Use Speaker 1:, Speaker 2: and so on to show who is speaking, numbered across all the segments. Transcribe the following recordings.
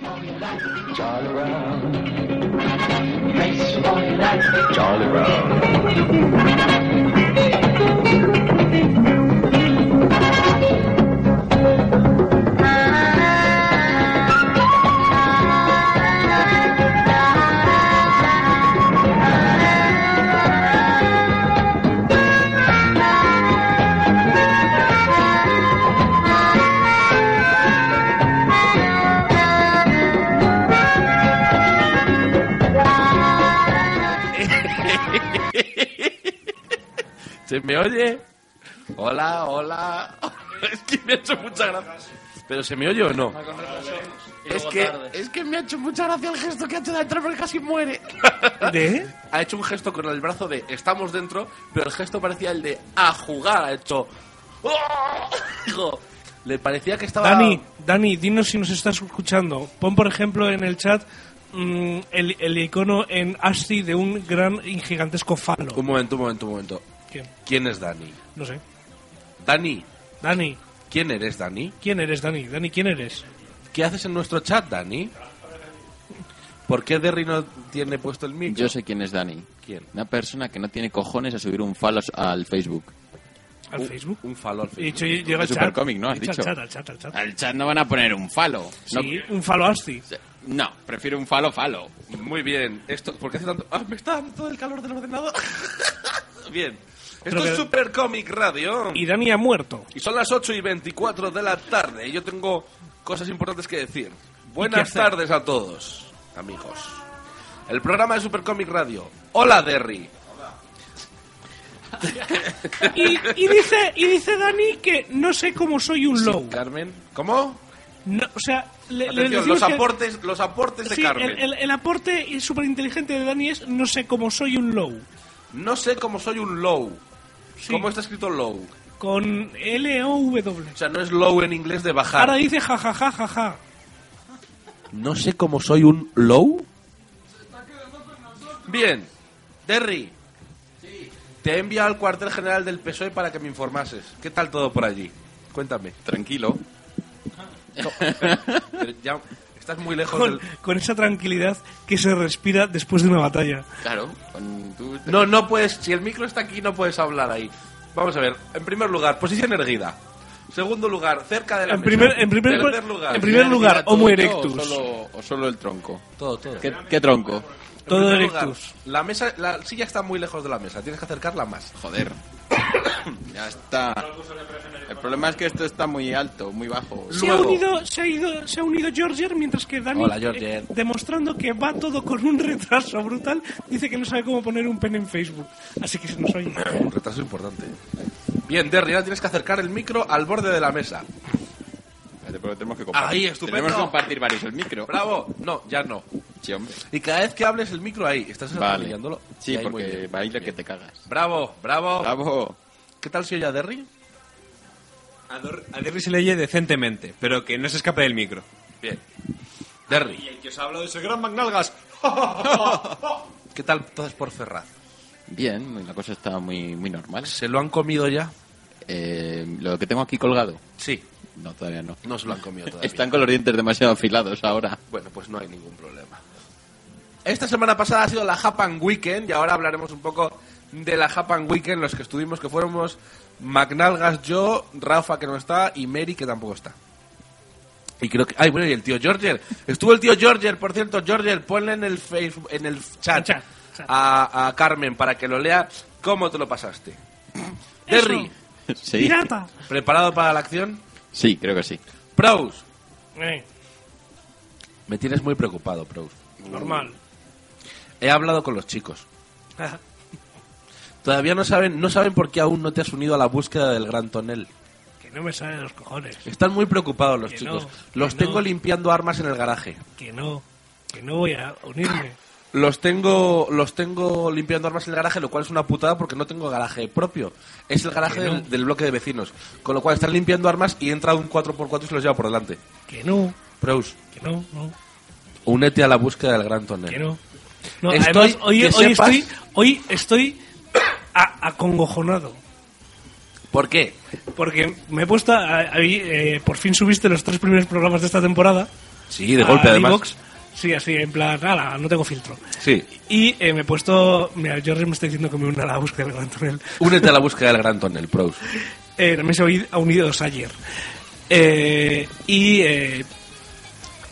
Speaker 1: Charlie Brown. Makes you wanna like Charlie Brown.
Speaker 2: ¿Se me oye? Hola, hola. Es que me ha hecho mucha gracia. ¿Pero se me oye o no? Es que, es que me ha hecho mucha gracia el gesto que ha hecho de entrar porque casi muere.
Speaker 3: ¿De?
Speaker 2: Ha hecho un gesto con el brazo de estamos dentro, pero el gesto parecía el de a jugar. Ha hecho. ¡Oh! Digo, le parecía que estaba.
Speaker 3: Dani, Dani, dinos si nos estás escuchando. Pon, por ejemplo, en el chat mm, el, el icono en ASCII de un gran y gigantesco falo.
Speaker 2: Un momento, un momento, un momento.
Speaker 3: ¿Quién?
Speaker 2: ¿Quién es Dani?
Speaker 3: No sé.
Speaker 2: Dani,
Speaker 3: Dani,
Speaker 2: ¿quién eres, Dani?
Speaker 3: ¿quién eres, Dani? Dani, ¿quién eres?
Speaker 2: ¿Qué haces en nuestro chat, Dani? ¿Por qué Derry no tiene puesto el micro?
Speaker 4: Yo sé quién es Dani.
Speaker 2: ¿Quién?
Speaker 4: Una persona que no tiene cojones a subir un falo al Facebook.
Speaker 3: ¿Al
Speaker 2: Un-
Speaker 3: Facebook?
Speaker 2: Un falo al
Speaker 3: He
Speaker 2: Facebook.
Speaker 3: dicho, llega al
Speaker 4: Es
Speaker 3: chat.
Speaker 4: supercómic, ¿no?
Speaker 3: He
Speaker 4: Has
Speaker 3: dicho
Speaker 4: dicho.
Speaker 3: Al chat, al chat, al chat.
Speaker 4: Al chat no van a poner un falo.
Speaker 3: Sí, un falo asti.
Speaker 4: No, no, prefiero un falo falo.
Speaker 2: Muy bien. Esto, ¿Por qué hace tanto...? ¡Ah, me está dando todo el calor del ordenador! bien. Esto
Speaker 3: Pero
Speaker 2: es
Speaker 3: que-
Speaker 2: Super Comic Radio.
Speaker 3: Y Dani ha muerto.
Speaker 2: Y son las 8 y 24 de la tarde. Y yo tengo cosas importantes que decir.
Speaker 3: qué
Speaker 2: Buenas
Speaker 3: hacer?
Speaker 2: tardes a todos, amigos. El programa de Super Comic Radio. Hola, Derry.
Speaker 3: Y, y dice, y dice Dani que no sé cómo soy un low.
Speaker 2: Carmen. ¿Cómo?
Speaker 3: No, o sea, le, le
Speaker 2: Atención,
Speaker 3: decimos
Speaker 2: los
Speaker 3: que-
Speaker 2: aportes, los aportes de
Speaker 3: Sí,
Speaker 2: Carmen.
Speaker 3: el, el- el aporte súper inteligente de Dani es no sé cómo soy un low.
Speaker 2: No sé cómo soy un low.
Speaker 3: Sí.
Speaker 2: ¿Cómo está escrito low?
Speaker 3: Con L-O-W.
Speaker 2: O sea, no es low en inglés de bajar.
Speaker 3: Ahora dice ja, ja, ja, ja, ja.
Speaker 2: No sé cómo soy un low. Bien, Terry. Te he enviado al cuartel general del PSOE E para que me informases. ¿Qué tal todo por allí? Cuéntame.
Speaker 4: Tranquilo.
Speaker 2: Pero ya estás muy lejos
Speaker 3: Con,
Speaker 2: del-
Speaker 3: con esa tranquilidad que se respira después de una batalla.
Speaker 4: Claro. con tu-
Speaker 2: No, no puedes. Si el micro está aquí, no puedes hablar ahí. Vamos a ver. En primer lugar, posición erguida. Segundo lugar, cerca de la
Speaker 3: En
Speaker 2: mesa.
Speaker 3: primer- en primer-
Speaker 2: Tercer lugar,
Speaker 3: en primer lugar,
Speaker 4: ¿Todo
Speaker 3: Homo
Speaker 4: yo
Speaker 3: erectus.
Speaker 4: O solo, o solo el tronco.
Speaker 2: todo, todo.
Speaker 4: ¿Qué, qué tronco?
Speaker 2: En
Speaker 3: Todo
Speaker 2: primer lugar,
Speaker 3: erectus.
Speaker 2: la mesa, la silla está muy lejos de la mesa. Tienes que acercarla más.
Speaker 4: Joder. ya está. El problema es que esto está muy alto, muy bajo.
Speaker 3: Se ha,
Speaker 2: Luego.
Speaker 3: unido, se, ha ido, se ha unido Georger mientras que Dani,
Speaker 2: Hola, Georgier.
Speaker 3: eh, demostrando que va todo con un retraso brutal, dice que no sabe cómo poner un pen en Facebook. Así que se nos oye.
Speaker 2: Un retraso importante. Bien, Derry, ahora tienes que acercar el micro al borde de la mesa.
Speaker 4: Espérate, pero tenemos que compartir.
Speaker 2: Ahí, estupendo.
Speaker 4: Tenemos que compartir varios el micro.
Speaker 2: ¡Bravo! No, ya no.
Speaker 4: Sí, hombre.
Speaker 2: Y cada vez que hables el micro ahí, estás
Speaker 4: Vale.
Speaker 2: atornillándolo. Y
Speaker 4: Sí,
Speaker 2: ahí muy
Speaker 4: porque Ah.
Speaker 2: bien.
Speaker 4: baila que te cagas.
Speaker 2: Bravo, bravo.
Speaker 4: Bravo.
Speaker 2: ¿Qué tal si oye a Derry?
Speaker 5: A, Dor- a Derry se le oye decentemente, pero que no se escape del micro.
Speaker 2: Bien. Derry,
Speaker 5: el que os ha hablado es el gran McNalgas.
Speaker 2: ¿qué tal entonces por Ferraz?
Speaker 4: Bien, la cosa está muy, muy normal.
Speaker 2: ¿Se lo han comido ya?
Speaker 4: Eh, lo que tengo aquí colgado.
Speaker 2: Sí,
Speaker 4: No, todavía no.
Speaker 2: no se lo han comido todavía.
Speaker 4: Están con los dientes demasiado afilados ahora.
Speaker 2: Bueno, pues no hay ningún problema. Esta semana pasada ha sido la Japan Weekend y ahora hablaremos un poco de la Japan Weekend, los que estuvimos, que fuéramos Magnalgas, yo, Rafa, que no está, y Mary, que tampoco está. Y creo que... Ay, bueno, y el tío Georger. Estuvo el tío Georger, por cierto. Georger, ponle en el, Facebook, en el chat,
Speaker 3: Chat, chat.
Speaker 2: A, a Carmen para que lo lea cómo te lo pasaste.
Speaker 3: Eso.
Speaker 2: Terry,
Speaker 4: Sí.
Speaker 3: ¡Pirata!
Speaker 2: ¿preparado para la acción?
Speaker 4: Sí, creo que sí.
Speaker 2: Proust.
Speaker 3: Eh,
Speaker 2: Me tienes muy preocupado, Proust.
Speaker 3: normal.
Speaker 2: He hablado con los chicos.
Speaker 3: Ah,
Speaker 2: Todavía no saben, no saben por qué aún no te has unido a la búsqueda del Gran Tonel.
Speaker 3: que no me sale de los cojones.
Speaker 2: Están muy preocupados los
Speaker 3: Que
Speaker 2: chicos.
Speaker 3: no,
Speaker 2: los
Speaker 3: que
Speaker 2: tengo
Speaker 3: no.
Speaker 2: limpiando armas en el garaje.
Speaker 3: Que no. Que no voy a unirme.
Speaker 2: Los tengo, los tengo limpiando armas en el garaje, lo cual es una putada porque no tengo garaje propio. Es el garaje
Speaker 3: Que no.
Speaker 2: del, del bloque de vecinos. Con lo cual están limpiando armas y entra un 4x4 y se los lleva por delante.
Speaker 3: Que no.
Speaker 2: Proust,
Speaker 3: Que no, no.
Speaker 2: únete a la búsqueda del Gran Tonel.
Speaker 3: Que no. No,
Speaker 2: Estoy-
Speaker 3: además, hoy,
Speaker 2: que
Speaker 3: hoy
Speaker 2: sepas-
Speaker 3: estoy, hoy estoy a- acongojonado.
Speaker 2: ¿Por qué?
Speaker 3: Porque me he puesto. a- ahí, eh, por fin subiste los tres primeros programas de esta temporada.
Speaker 2: Sí, de
Speaker 3: a
Speaker 2: golpe, además.
Speaker 3: Evox. Sí, así, en plan, ala, no tengo filtro.
Speaker 2: Sí.
Speaker 3: Y eh, me he puesto. Mira, Jorge me está diciendo que me una a la búsqueda del Gran Tornel.
Speaker 2: Únete a la búsqueda del Gran Tonel, pros.
Speaker 3: Eh, también se ha oído- ha unido Sayer. Eh, y eh,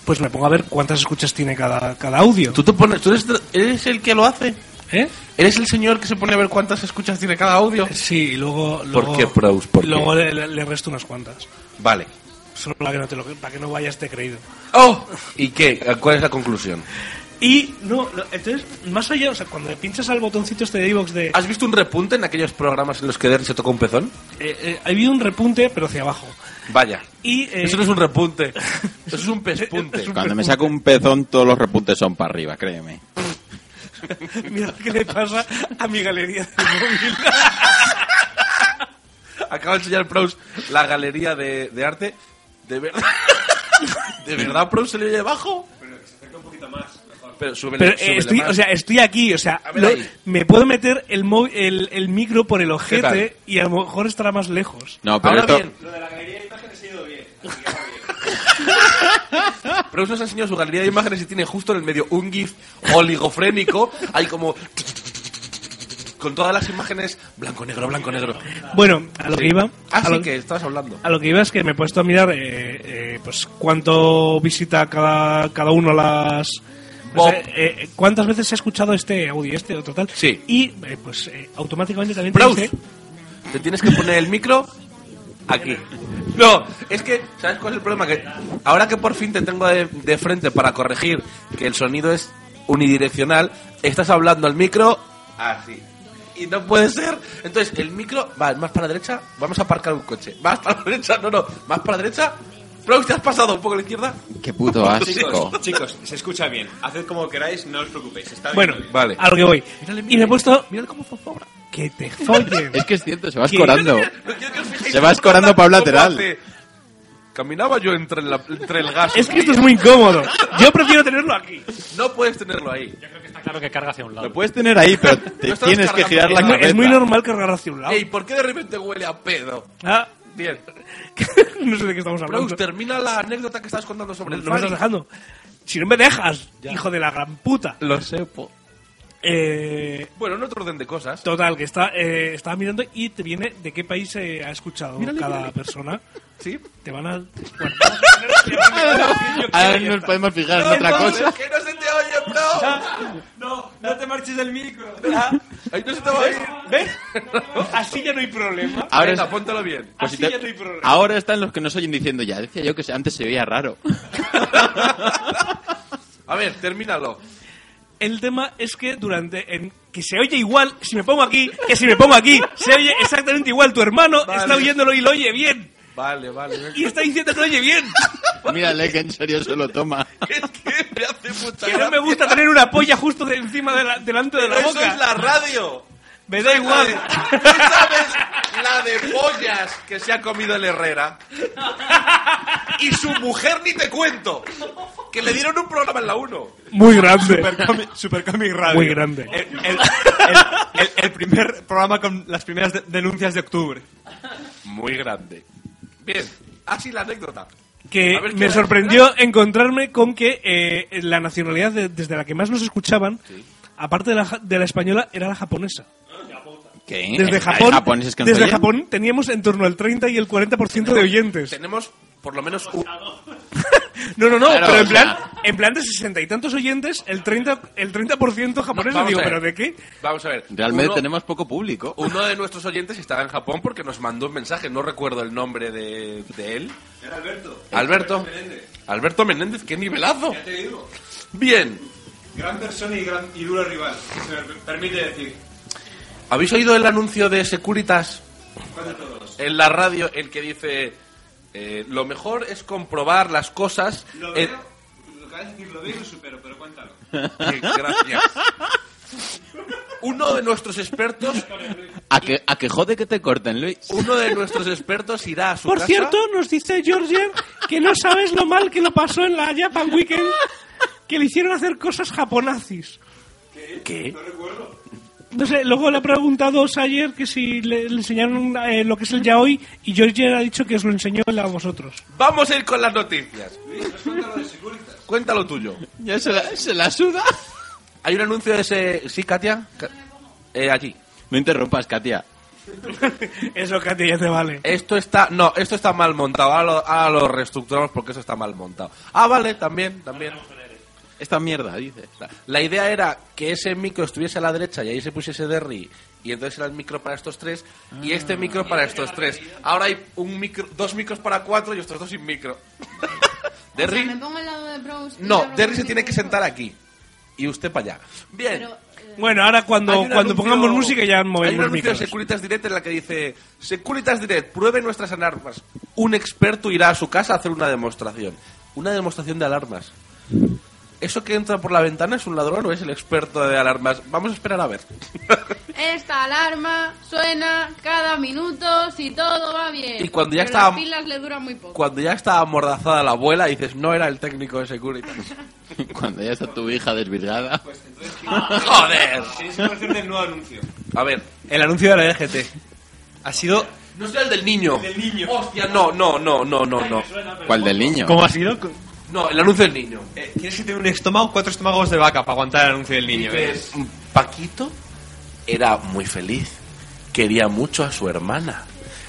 Speaker 3: pues me pongo a ver cuántas escuchas tiene cada, cada audio.
Speaker 2: ¿Tú, te pones, tú eres, eres el que lo hace?
Speaker 3: ¿Eh?
Speaker 2: ¿Eres el señor que se pone a ver cuántas escuchas tiene cada audio?
Speaker 3: Sí, y luego.
Speaker 2: ¿Por
Speaker 3: luego-
Speaker 2: qué, Proust? ¿Por qué?
Speaker 3: luego le- le, le resto unas cuantas.
Speaker 2: Vale.
Speaker 3: Solo para que no, te lo- para que no vayas de creído.
Speaker 2: ¡Oh! ¿Y qué? ¿Cuál es la conclusión?
Speaker 3: Y no, lo- entonces, más allá, o sea, cuando le pinchas al botoncito este de iVoox de.
Speaker 2: ¿Has visto un repunte en aquellos programas en los que Derry se tocó un pezón?
Speaker 3: eh, eh, ha habido un repunte, pero hacia abajo.
Speaker 2: Vaya.
Speaker 3: Y. eh,
Speaker 2: Eso no es un repunte. Eso es un pespunte.
Speaker 3: Es un-
Speaker 4: Cuando me saco un pezón, todos los repuntes son para arriba, créeme.
Speaker 3: Mira qué le pasa a mi galería de móvil.
Speaker 2: Acaba de enseñar Proust la galería de, de arte. De verdad. ¿De verdad Proust se le oye bajo? Pero que se acerca un poquito más. Pero súbele,
Speaker 3: Pero eh,
Speaker 2: súbele
Speaker 3: estoy,
Speaker 2: más.
Speaker 3: o sea, estoy aquí, o sea,
Speaker 2: A ver
Speaker 3: lo-
Speaker 2: ahí.
Speaker 3: me puedo meter el, mo- el, el micro por el
Speaker 2: tal?
Speaker 3: ojete y a lo mejor estará más lejos.
Speaker 4: No, pero
Speaker 2: Ahora
Speaker 4: esto.
Speaker 2: bien. Lo de la galería de imágenes ha ido bien. Proust nos ha enseñado su galería de imágenes y tiene justo en el medio un GIF oligofrénico. Hay como. Con todas las imágenes blanco-negro, blanco-negro.
Speaker 3: Bueno, a lo que iba. a
Speaker 2: Así
Speaker 3: lo-
Speaker 2: que estabas hablando.
Speaker 3: A lo que iba es que me he puesto a mirar eh, eh, pues cuánto visita cada, cada uno las...
Speaker 2: Bob.
Speaker 3: eh, eh, ¿Cuántas veces se ha escuchado este audio, este otro tal?
Speaker 2: Sí.
Speaker 3: Y eh, pues eh, automáticamente también...
Speaker 2: Proust.
Speaker 3: te dice-
Speaker 2: Te tienes que poner el micro aquí. No, es que, ¿sabes cuál es el problema? Que ahora que por fin te tengo de, de frente para corregir que el sonido es unidireccional, estás hablando al micro así. Y no puede ser. Entonces, el micro va más para la derecha, vamos a aparcar un coche. Más para la derecha, no, no, más para la derecha. Proust, ¿te has pasado un poco a la izquierda?
Speaker 4: Qué puto asco.
Speaker 5: Chicos, chicos, se escucha bien. Haced como queráis, no os preocupéis. Está bien,
Speaker 3: Bueno,
Speaker 5: está bien.
Speaker 2: Ah, Vale.
Speaker 3: a lo que voy. Y me he puesto...
Speaker 2: Mira cómo zozobra.
Speaker 3: Que te follen.
Speaker 4: Es que es cierto, se va
Speaker 3: ¿Qué?
Speaker 4: escorando.
Speaker 2: No quiero que os fijéis
Speaker 4: Se va
Speaker 2: cómo
Speaker 4: escorando
Speaker 2: anda,
Speaker 4: para un
Speaker 2: cómo
Speaker 4: lateral.
Speaker 2: hace. Caminaba yo entre, la- entre el gas.
Speaker 3: Es que esto es muy incómodo. Yo prefiero tenerlo aquí.
Speaker 2: No puedes tenerlo ahí.
Speaker 6: Yo creo que está claro que carga hacia un lado.
Speaker 4: Lo puedes tener ahí, pero te
Speaker 2: estamos
Speaker 4: tienes que
Speaker 2: cargando
Speaker 4: girar la
Speaker 3: Es muy,
Speaker 4: cabeza.
Speaker 3: es muy normal cargar hacia un lado.
Speaker 2: Ey, ¿por qué de repente huele a pedo?
Speaker 3: Ah,
Speaker 2: Bien.
Speaker 3: no sé de qué estamos hablando.
Speaker 2: Proust, termina la anécdota que estabas contando sobre el
Speaker 3: No me estás
Speaker 2: Fari.
Speaker 3: dejando. Si no me dejas, hijo de la gran puta.
Speaker 2: Lo sepo.
Speaker 3: Eh,
Speaker 2: Bueno, en otro orden de cosas.
Speaker 3: Total, que está, eh, estaba mirando y te viene de qué país eh, ha escuchado cada persona.
Speaker 2: ¿Sí?
Speaker 3: Te van a.
Speaker 4: Ahora no nos podemos fijar en otra
Speaker 2: Entonces,
Speaker 4: cosa.
Speaker 2: ¡Que no se te oye, Proust!
Speaker 3: no, no te marches del micro.
Speaker 2: ¡Ahí no se te va a oír!
Speaker 3: ¿Ves? Así ya no hay problema.
Speaker 4: Ahora
Speaker 2: Venga,
Speaker 4: es-
Speaker 2: póntalo bien.
Speaker 4: Pues si
Speaker 3: Así
Speaker 4: te-
Speaker 3: ya no hay problema.
Speaker 4: Ahora están los que nos oyen diciendo ya. Decía yo que se- antes se veía raro.
Speaker 2: A ver, termínalo.
Speaker 3: El tema es que durante. en- que se oye igual si me pongo aquí, que si me pongo aquí, se oye exactamente igual. Tu hermano
Speaker 2: Vale.
Speaker 3: está oyéndolo y lo oye bien.
Speaker 2: Vale, vale. venga.
Speaker 3: Y está diciendo que lo oye bien.
Speaker 4: Mírale que en serio se lo toma.
Speaker 2: es que me hace mucha
Speaker 3: Que no me
Speaker 2: gracia.
Speaker 3: gusta tener una polla justo de encima de la- delante de la
Speaker 2: Pero eso
Speaker 3: boca.
Speaker 2: es la radio.
Speaker 3: Me da igual.
Speaker 2: ¿Tú sabes la de pollas que se ha comido el Herrera? Y su mujer ni te cuento. Que le dieron un programa en la 1.
Speaker 3: Muy grande.
Speaker 5: Supercomic, Supercomic Radio.
Speaker 3: Muy grande.
Speaker 5: El, el- el- el- el primer programa con las primeras de- denuncias de octubre.
Speaker 2: Muy grande. Bien, así la anécdota.
Speaker 3: que
Speaker 2: A ver, ¿qué
Speaker 3: me
Speaker 2: era?
Speaker 3: sorprendió encontrarme con que eh, la nacionalidad de- desde la que más nos escuchaban, aparte de la, ja- de la española, era la japonesa.
Speaker 4: ¿Qué?
Speaker 3: Desde
Speaker 4: Eh, ¿Hay
Speaker 3: Japón,
Speaker 4: japoneses que nos
Speaker 3: desde
Speaker 4: oyen?
Speaker 3: Japón teníamos en torno al 30 y el 40% de oyentes.
Speaker 2: Tenemos por lo menos un...
Speaker 3: No, no, no,
Speaker 4: Claro,
Speaker 3: pero en
Speaker 4: o
Speaker 3: plan,
Speaker 4: sea-
Speaker 3: en plan de sesenta y tantos oyentes, el 30%, el 30 japonés.
Speaker 2: vamos
Speaker 3: digo,
Speaker 2: a ver.
Speaker 3: ¿pero de qué?
Speaker 2: Vamos a ver.
Speaker 4: Realmente
Speaker 2: Uno-
Speaker 4: tenemos poco público.
Speaker 2: Uno de nuestros oyentes estaba en Japón porque nos mandó un mensaje, no recuerdo el nombre de, de él. Era Alberto. Alberto. Alberto Menéndez, qué nivelazo.
Speaker 5: Te digo,
Speaker 2: Bien.
Speaker 5: gran persona y, gran, y duro rival, si se me permite decir.
Speaker 2: ¿Habéis oído el anuncio de Securitas en la radio, el que dice, eh, lo mejor es comprobar las cosas... eh,
Speaker 5: lo que vas a decir, lo veo y lo supero, pero cuéntalo.
Speaker 2: eh, gracias. Uno de nuestros expertos,
Speaker 4: ¿A que, a que jode que te corten, Luis.
Speaker 2: uno de nuestros expertos irá a su
Speaker 3: Por
Speaker 2: casa.
Speaker 3: cierto, nos dice Georgian que no sabes lo mal que lo pasó en la Japan Weekend, que le hicieron hacer cosas japonazis.
Speaker 2: ¿Qué?
Speaker 3: No sé, luego le ha preguntado Sayer que si le, le enseñaron eh, lo que es el yaoi y George ha dicho que os lo enseñó él a vosotros.
Speaker 2: Vamos a ir con las noticias. Cuéntalo tuyo.
Speaker 4: Ya se la, se la suda.
Speaker 2: Hay un anuncio de ese... ¿Sí, Katia? Ca- Eh, allí.
Speaker 4: No interrumpas, Katia.
Speaker 3: Eso, Katy, ya te vale.
Speaker 2: Esto está... No, esto está mal montado. Ahora lo, ahora lo reestructuramos porque eso está mal montado. Ah, vale, también, también.
Speaker 4: Esta mierda, dices.
Speaker 2: La idea era que ese micro estuviese a la derecha y ahí se pusiese Derry y entonces era el micro para estos tres y este micro para estos tres. Ahora hay un micro, dos micros para cuatro y estos dos sin micro.
Speaker 6: O sea,
Speaker 2: Derry,
Speaker 6: me pongo al lado de Bros. y
Speaker 2: no,
Speaker 6: hablo
Speaker 2: Derry
Speaker 6: con
Speaker 2: se
Speaker 6: mi
Speaker 2: tiene que
Speaker 6: grupo.
Speaker 2: sentar aquí y usted para allá. Bien.
Speaker 6: Pero, eh,
Speaker 3: Bueno, ahora
Speaker 2: Hay
Speaker 3: cuando,
Speaker 2: un
Speaker 3: cuando
Speaker 2: anuncio-
Speaker 3: pongamos música ya
Speaker 2: Hay un
Speaker 3: movemos
Speaker 2: anuncio de
Speaker 3: micros.
Speaker 2: Securitas Direct en la que dice Securitas Direct, pruebe nuestras alarmas. Un experto irá a su casa a hacer una demostración. Una demostración de alarmas. ¿Eso que entra por la ventana es un ladrón o es el experto de alarmas? Vamos a esperar a ver.
Speaker 6: esta alarma suena cada minuto si todo va bien.
Speaker 2: Y cuando ya
Speaker 6: Pero
Speaker 2: está-
Speaker 6: Las pilas le duran muy poco.
Speaker 2: Cuando ya está amordazada la abuela, dices, no era el técnico de Securitas.
Speaker 4: Cuando ya está tu hija desvirgada.
Speaker 2: ¡Joder!
Speaker 5: Tienes que hacer del nuevo anuncio.
Speaker 2: A ver,
Speaker 5: El anuncio de la DGT. Ha sido...
Speaker 2: no será el del niño.
Speaker 5: Del niño.
Speaker 2: Hostia, no, no, no, no, no, no.
Speaker 4: ¿Cuál del niño?
Speaker 5: ¿Cómo ha sido?
Speaker 2: No, el anuncio del niño.
Speaker 5: Eh, tienes que tener un estómago, cuatro estómagos de vaca para aguantar el anuncio del niño. ¿eh?
Speaker 2: Dices, mm, Paquito era muy feliz, quería mucho a su hermana,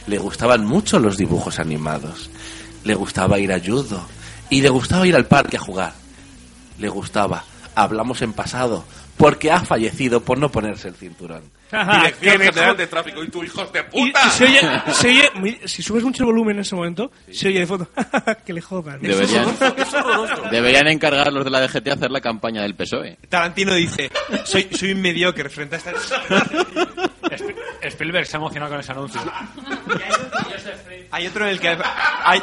Speaker 2: le gustaban mucho los dibujos animados, le gustaba ir a judo y le gustaba ir al parque a jugar. Le gustaba, hablamos en pasado, porque ha fallecido por no ponerse el cinturón.
Speaker 3: Ajá,
Speaker 2: Dirección
Speaker 3: qué mejor.
Speaker 2: General de Tráfico y tú, hijos de
Speaker 3: Y,
Speaker 2: puta.
Speaker 3: y se oye, se oye muy- si subes mucho el volumen en ese momento, se oye de fondo que le jodan.
Speaker 4: Deberían,
Speaker 2: Es horroroso.
Speaker 4: deberían encargar los de la DGT a hacer la campaña del PSOE.
Speaker 5: Tarantino dice, soy, soy un mediocre frente a esta...
Speaker 7: Sp- Spielberg se ha emocionado con ese anuncio.
Speaker 5: Hay otro en el que... Hay,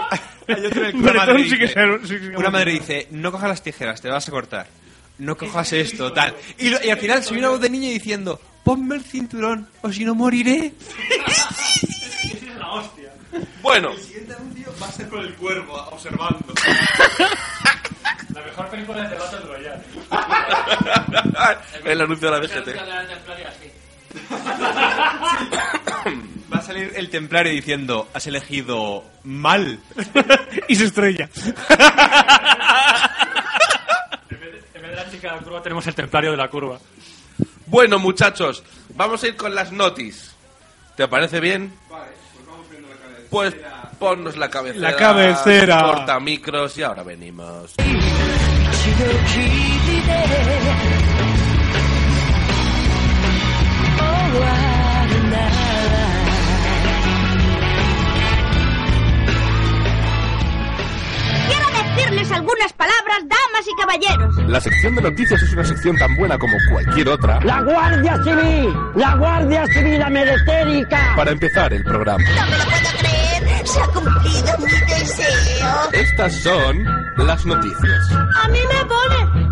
Speaker 5: hay otro en el que una
Speaker 3: Bretón
Speaker 5: madre,
Speaker 3: sí que
Speaker 5: dice,
Speaker 3: se- sí que se-
Speaker 5: una madre dice, no cojas las tijeras, te vas a cortar. No cojas esto, tal. Y, lo- y al final soy una voz de niño diciendo, ponme el cinturón o si no moriré.
Speaker 2: Bueno,
Speaker 5: siguiente anuncio va a ser con el cuervo, observando.
Speaker 7: La mejor película es de Battle Royale.
Speaker 2: Ah, el anuncio de la DGT.
Speaker 5: Va a salir el templario diciendo, has elegido mal.
Speaker 3: y se estrella.
Speaker 7: En vez de- en vez de la chica de la curva tenemos el templario de la curva.
Speaker 2: Bueno, muchachos, vamos a ir con las notis. ¿Te parece bien? Pues ponnos la cabecera.
Speaker 3: La cabecera.
Speaker 2: Corta micros y ahora venimos.
Speaker 8: Quiero decirles algunas palabras, damas y caballeros.
Speaker 9: La sección de noticias es una sección tan buena como cualquier otra.
Speaker 10: La Guardia Civil, la Guardia Civil Ameritérica.
Speaker 9: Para empezar el programa,
Speaker 8: No me lo puedo creer. Se ha cumplido mi deseo.
Speaker 9: estas son las noticias.
Speaker 8: A mí me pone.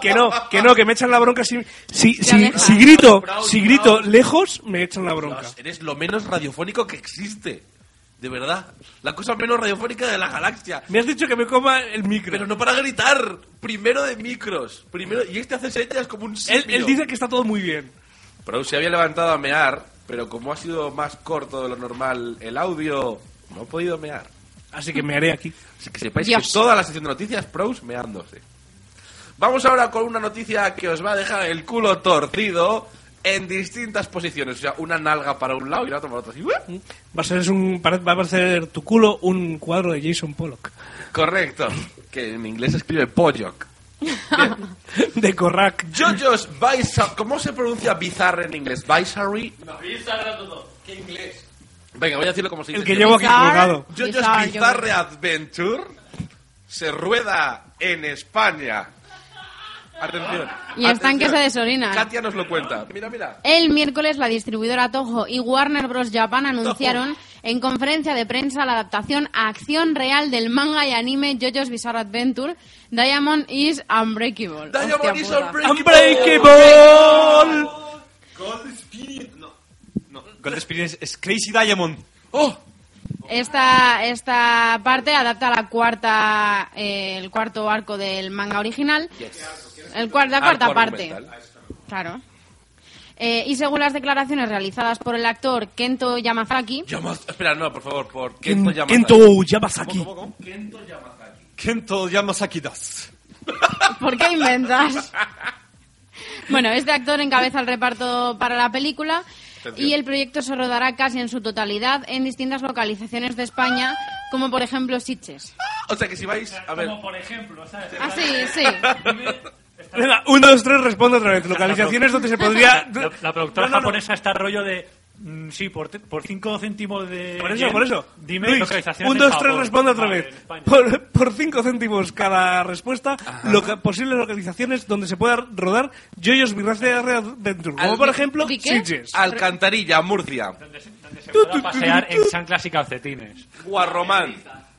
Speaker 3: Que no, que no, que me echan la bronca si, si,
Speaker 6: Te
Speaker 3: si,
Speaker 6: alejas.
Speaker 3: si grito, si grito lejos, me echan la bronca.
Speaker 2: Dios, Eres lo menos radiofónico que existe. De verdad. La cosa menos radiofónica de la galaxia.
Speaker 3: Me has dicho que me coma el micro.
Speaker 2: Pero no para gritar. Primero de micros. Primero. Y este hace señas como un
Speaker 3: él,
Speaker 2: simio.
Speaker 3: él dice que está todo muy bien.
Speaker 2: Pero se había levantado a mear, pero como ha sido más corto de lo normal el audio, no ha podido mear.
Speaker 3: Así que me haré aquí.
Speaker 2: Así que sepáis que
Speaker 6: Dios.
Speaker 2: toda la sección de noticias pros meándose. Vamos ahora con una noticia que os va a dejar el culo torcido en distintas posiciones. O sea, una nalga para un lado y la otra para otro. Así, ¡uh!
Speaker 3: Va a ser un, va a parecer tu culo un cuadro de Jason Pollock.
Speaker 2: Correcto. Que en inglés se escribe Pollock.
Speaker 3: De Corrac.
Speaker 2: Jojo's Bizarre. ¿Cómo se pronuncia bizarre en inglés? ¿Bizarre?
Speaker 5: ¿Qué inglés?
Speaker 2: Venga, voy a decirlo como se dice.
Speaker 3: El que llevo aquí
Speaker 6: Bizarre.
Speaker 3: colgado.
Speaker 2: Jojo's
Speaker 6: Bizarre, yo
Speaker 2: Bizarre Adventure se rueda en España. Atención.
Speaker 6: Y están que
Speaker 2: atención.
Speaker 6: se desorinan.
Speaker 2: Katia nos lo cuenta. Mira, mira.
Speaker 6: El miércoles la distribuidora Toho y Warner Bros. Japan anunciaron en conferencia de prensa la adaptación a acción real del manga y anime JoJo's Bizarre Adventure Diamond is Unbreakable. Hostia
Speaker 2: Diamond is
Speaker 6: puta.
Speaker 2: unbreakable.
Speaker 5: ¡Unbreakable!
Speaker 2: Gold Spirit. No.
Speaker 5: Gold Spirit es, es Crazy Diamond.
Speaker 2: ¡Oh!
Speaker 6: Esta, esta parte adapta la cuarta, eh, el cuarto arco del manga original. El cuar- la cuarta
Speaker 2: Arco
Speaker 6: parte.
Speaker 2: argumental.
Speaker 6: Claro. Eh, y según las declaraciones realizadas por el actor Kento Yamazaki,
Speaker 2: Yamaz- Espera, no, por favor, por Kento Yamazaki.
Speaker 3: Kento Yamazaki.
Speaker 2: ¿Cómo, cómo, cómo? Kento Yamazaki.
Speaker 5: Kento Yamasaki das.
Speaker 6: ¿Por qué inventas? Bueno, este actor encabeza el reparto para la película y el proyecto se rodará casi en su totalidad en distintas localizaciones de España, como por ejemplo Sitges.
Speaker 2: O sea que si vais, a ver,
Speaker 7: Como por ejemplo, ¿sabes?
Speaker 6: Ah, sí, sí.
Speaker 3: Venga, un, dos, tres, responde otra vez. Localizaciones donde se podría...
Speaker 7: La, la productora
Speaker 3: No, no, no.
Speaker 7: japonesa está rollo de. mm, sí, por, te- por 5 céntimos de.
Speaker 3: Por eso,
Speaker 7: yen,
Speaker 3: por eso.
Speaker 7: Dime
Speaker 3: Luis,
Speaker 7: localizaciones
Speaker 3: un,
Speaker 7: de
Speaker 3: dos, tres,
Speaker 7: Japón.
Speaker 3: responde otra
Speaker 7: Vale,
Speaker 3: vez.
Speaker 7: en España.
Speaker 3: Por, por cinco céntimos cada respuesta, loca- posibles localizaciones donde se pueda rodar Joyos Birrace Adventure. Como
Speaker 2: Al-
Speaker 3: por ejemplo,
Speaker 6: ¿Y qué?
Speaker 3: Sitges.
Speaker 2: Ah, Alcantarilla, Murcia,
Speaker 7: Donde se, donde se pueda pasear en chanclas y calcetines.
Speaker 2: Guarromán.